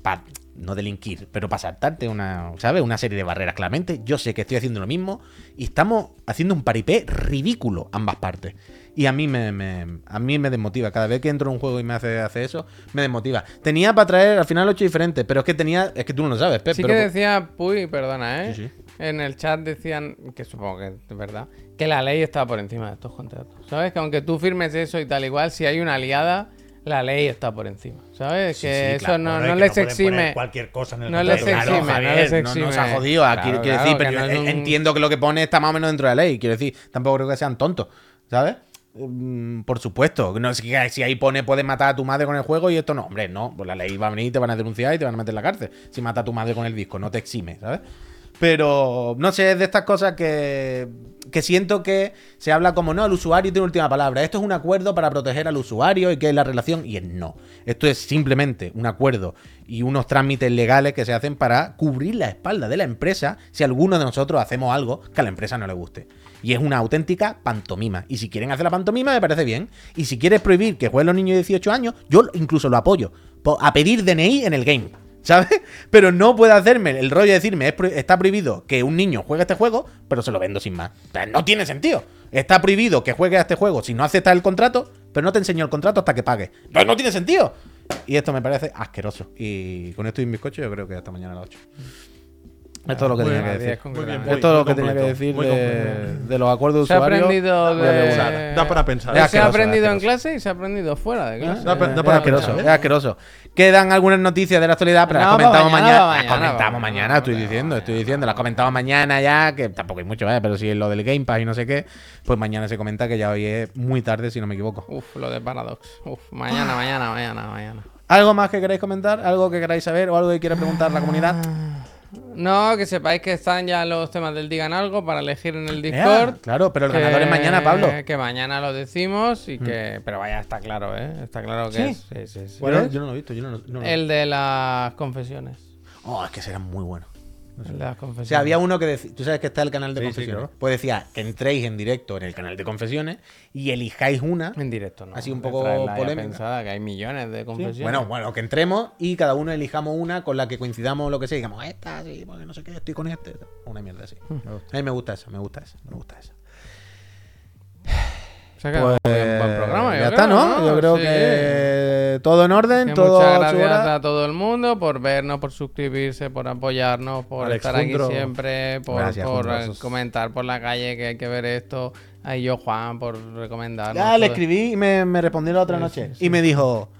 Speaker 1: para no delinquir, pero para saltarte una, ¿sabes? Una serie de barreras claramente. Yo sé que estoy haciendo lo mismo y estamos haciendo un paripé ridículo ambas partes. Y a mí me, me- a mí me desmotiva. Cada vez que entro en un juego y me hace, hace eso, me desmotiva. Tenía para traer al final ocho diferentes, pero es que tenía, es que tú no lo sabes, Pep,
Speaker 2: Sí
Speaker 1: pero
Speaker 2: que decía Puy, perdona, ¿eh?
Speaker 1: Sí, sí.
Speaker 2: En el chat decían, que supongo que es verdad, que la ley está por encima de estos contratos. ¿Sabes? Que aunque tú firmes eso y tal igual, si hay una aliada, la ley está por encima. ¿Sabes?
Speaker 1: Sí,
Speaker 2: que
Speaker 1: sí,
Speaker 2: eso
Speaker 1: claro,
Speaker 2: no,
Speaker 4: Bueno, y
Speaker 2: no
Speaker 4: que
Speaker 2: les
Speaker 4: pueden poner
Speaker 2: exime.
Speaker 4: Cualquier cosa en el
Speaker 2: No les
Speaker 4: contrato.
Speaker 1: Claro,
Speaker 2: exime,
Speaker 1: Javier,
Speaker 2: no les
Speaker 1: No nos
Speaker 2: exime.
Speaker 1: ha jodido. Aquí, quiero
Speaker 2: Claro, claro,
Speaker 1: decir,
Speaker 2: que
Speaker 1: pero yo
Speaker 2: no es un-
Speaker 1: entiendo que lo que pone está más o menos dentro de la ley. Quiero decir, tampoco creo que sean tontos, ¿sabes? Mm, Por supuesto, no es que si ahí pone puedes matar a tu madre con el juego y esto no, hombre, no, pues la ley va a venir, te van a denunciar y te van a meter en la cárcel. Si mata a tu madre con el disco, no te exime, ¿sabes? Pero no sé, es de estas cosas que, que siento que se habla como no, el usuario tiene última palabra. Esto es un acuerdo para proteger al usuario y que es la relación. Y es no. Esto es simplemente un acuerdo y unos trámites legales que se hacen para cubrir la espalda de la empresa si alguno de nosotros hacemos algo que a la empresa no le guste. Y es una auténtica pantomima. Y si quieren hacer la pantomima, me parece bien. Y si quieres prohibir que jueguen los niños de 18 años, yo incluso lo apoyo. Po- A pedir DNI en el game. ¿Sabes? Pero no puede hacerme el rollo de decirme, es pro- está prohibido que un niño juegue a este juego, pero se lo vendo sin más. O sea, no tiene sentido. Está prohibido que juegue a este juego si no aceptas el contrato, pero no te enseño el contrato hasta que pague. Pues no tiene sentido. Y esto me parece asqueroso. Y con esto y mis coches, yo creo que hasta mañana a las 8. Esto es todo lo que
Speaker 3: Ah, Muy
Speaker 1: tenía que
Speaker 3: bien,
Speaker 1: decir.
Speaker 2: Adiós,
Speaker 3: Muy bien,
Speaker 2: concretamente.
Speaker 3: Puy.
Speaker 1: Esto es todo lo que
Speaker 3: Muy
Speaker 1: tenía que
Speaker 3: completo,
Speaker 1: decir
Speaker 3: muy
Speaker 1: de,
Speaker 3: completo.
Speaker 1: de los acuerdos
Speaker 2: Se
Speaker 1: de
Speaker 2: ha
Speaker 1: pues, usuario.
Speaker 2: aprendido
Speaker 1: la
Speaker 2: de-
Speaker 1: regular.
Speaker 3: Da para pensar.
Speaker 1: Es
Speaker 2: se
Speaker 1: asqueroso,
Speaker 2: ha
Speaker 1: es
Speaker 2: aprendido en
Speaker 1: asqueroso.
Speaker 2: clase y se ha aprendido fuera de clase. ¿eh?
Speaker 3: Da pa- da
Speaker 1: Es
Speaker 3: para
Speaker 1: asqueroso,
Speaker 3: pensar,
Speaker 1: es asqueroso. Quedan algunas noticias de la actualidad, pero las
Speaker 2: No, pa'
Speaker 1: comentamos
Speaker 2: mañana,
Speaker 1: pues mañana.
Speaker 2: pa'
Speaker 1: Las
Speaker 2: mañana,
Speaker 1: comentamos
Speaker 2: pa'
Speaker 1: mañana,
Speaker 2: mañana,
Speaker 1: estoy
Speaker 2: pa'
Speaker 1: diciendo,
Speaker 2: mañana.
Speaker 1: estoy diciendo. Las comentamos mañana ya, que tampoco hay mucho, ¿eh? pero si es lo del Game Pass y no sé qué, pues mañana se comenta que ya hoy es muy tarde, si no me equivoco.
Speaker 2: Uf, lo de Paradox. Uf, mañana, mañana, mañana, mañana.
Speaker 1: ¿Algo más que queráis comentar? ¿Algo que queráis saber o algo que quiera preguntar la comunidad?
Speaker 2: No, que sepáis que están ya los temas del Digan Algo para elegir en el
Speaker 1: Ya,
Speaker 2: Discord.
Speaker 1: Eh, claro, pero el
Speaker 2: Que-
Speaker 1: ganador es mañana, Pablo. Mm.
Speaker 2: Que mañana lo decimos y que. Pero vaya, está claro, ¿eh? Está claro que
Speaker 1: ¿Sí?
Speaker 2: es. sí, sí, sí.
Speaker 1: Bueno, yo no lo he visto, yo no lo no lo-
Speaker 2: El de las confesiones.
Speaker 1: Oh, es que será muy bueno.
Speaker 2: El de las confesiones.
Speaker 1: O sea, había uno que decía, tú sabes que está el canal de
Speaker 4: Sí, sí,
Speaker 1: confesiones.
Speaker 4: claro.
Speaker 1: Pues decía, que entréis en directo en el canal de confesiones y elijáis una.
Speaker 2: En directo, ¿no?
Speaker 1: Ha sido un
Speaker 2: De
Speaker 1: poco
Speaker 2: traerla ya
Speaker 1: polémica.
Speaker 2: pensada, que hay millones de confesiones.
Speaker 1: Bueno, bueno, que entremos y cada uno elijamos una con la que coincidamos lo que sea. y Digamos, esta, sí, porque no sé qué, estoy con este. Una mierda así. A mí me gusta esa, me gusta esa, me gusta esa.
Speaker 2: Se ha quedado
Speaker 1: Pues,
Speaker 2: un buen programa. yo
Speaker 1: ya está,
Speaker 2: creo,
Speaker 1: ¿no? Yo creo
Speaker 2: Sí.
Speaker 1: que todo en orden,
Speaker 2: Que
Speaker 1: todo
Speaker 2: muchas
Speaker 1: a su
Speaker 2: gracias
Speaker 1: hora.
Speaker 2: a todo el mundo por vernos, por suscribirse, por apoyarnos, por
Speaker 3: Alex
Speaker 2: estar aquí
Speaker 3: Jundro.
Speaker 2: siempre, por,
Speaker 1: Gracias,
Speaker 2: por,
Speaker 1: Jundro,
Speaker 2: eh,
Speaker 1: eso es-
Speaker 2: comentar por la calle que hay que ver esto. A yo, Juan, por recomendarnos.
Speaker 1: Ya le
Speaker 2: todo.
Speaker 1: escribí y me, me respondió la otra
Speaker 2: Ah, Sí,
Speaker 1: noche.
Speaker 2: sí, sí.
Speaker 1: Y me dijo,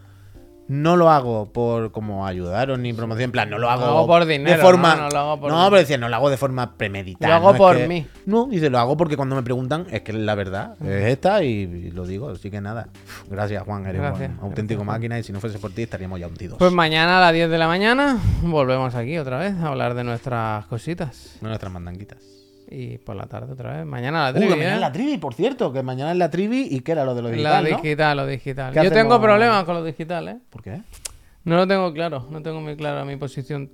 Speaker 1: No lo hago por como ayudaros ni promoción. En plan, no lo hago,
Speaker 2: hago por dinero,
Speaker 1: de forma.
Speaker 2: ¿no? No lo hago por-
Speaker 1: pero decía, no lo hago de forma premeditada.
Speaker 2: Lo hago
Speaker 1: no es
Speaker 2: por
Speaker 1: que-
Speaker 2: mí.
Speaker 1: No, dice, lo hago porque cuando me preguntan es que la verdad es esta y, y lo digo. Así que nada. Gracias, Juan. Eres
Speaker 2: Gracias.
Speaker 1: un auténtico máquina y si no fuese por ti estaríamos ya hundidos.
Speaker 2: Pues mañana a las 10 de la mañana volvemos aquí otra vez a hablar de nuestras cositas.
Speaker 1: no nuestras mandanguitas.
Speaker 2: Y por la tarde otra vez. Mañana a la
Speaker 1: Uy, Uh, que
Speaker 2: trivi,
Speaker 1: mañana
Speaker 2: ¿eh?
Speaker 1: es la trivi, por cierto. Que mañana es la trivi y que era lo de lo
Speaker 2: La
Speaker 1: digital, ¿no?
Speaker 2: digital, lo digital.
Speaker 1: ¿Qué
Speaker 2: Yo tengo
Speaker 1: hacemos?
Speaker 2: problemas con lo digital, ¿eh?
Speaker 1: ¿Por qué?
Speaker 2: No lo tengo claro, no tengo muy clara mi posición.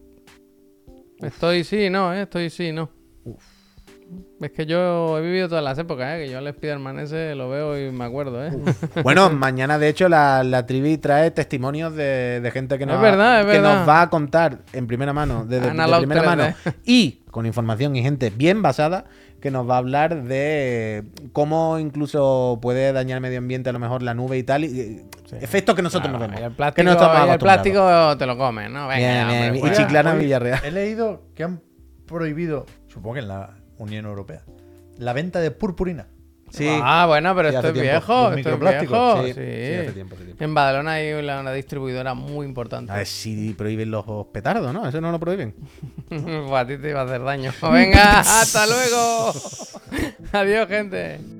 Speaker 2: Estoy sí, no, ¿eh? Estoy sí, no. Es que yo he vivido todas las épocas, ¿eh? Que yo al Spider-Man ese lo veo y me acuerdo, ¿eh?
Speaker 1: Bueno, mañana de hecho la, la trivi trae testimonios de, de gente que,
Speaker 2: Es
Speaker 1: nos,
Speaker 2: verdad, es
Speaker 1: que nos
Speaker 2: verdad.
Speaker 1: va a contar en primera mano, desde de
Speaker 2: Analog
Speaker 1: primera
Speaker 2: 3D.
Speaker 1: mano, y con información y gente bien basada que nos va a hablar de cómo incluso puede dañar el medio ambiente a lo mejor la nube y tal. y- y- Efectos que nosotros
Speaker 2: Claro,
Speaker 1: no
Speaker 2: Ah, y
Speaker 1: vemos.
Speaker 2: el plástico,
Speaker 1: que no estamos
Speaker 2: y el
Speaker 1: acostumbrados.
Speaker 2: plástico te lo comes, ¿no? Venga,
Speaker 1: Bien,
Speaker 2: hombre, pues
Speaker 1: bien, bien.
Speaker 2: fuera.
Speaker 1: Y Chiclana
Speaker 4: Oye,
Speaker 1: Villarreal.
Speaker 4: He leído que han prohibido, supongo que en la Unión Europea, la venta de purpurina.
Speaker 1: Sí.
Speaker 2: Ah, bueno, pero
Speaker 1: Sí,
Speaker 2: esto
Speaker 1: hace
Speaker 2: es
Speaker 1: tiempo.
Speaker 2: viejo,
Speaker 4: Los
Speaker 2: esto es
Speaker 4: microplásticos.
Speaker 2: viejo. Sí,
Speaker 1: Sí, sí, hace tiempo, hace tiempo.
Speaker 2: En Badalona hay una, una distribuidora muy importante.
Speaker 1: A ver si prohíben los petardos, ¿no? Eso no lo prohíben.
Speaker 2: Pues Buah, A ti te iba a hacer daño. Venga, hasta luego. Adiós, gente.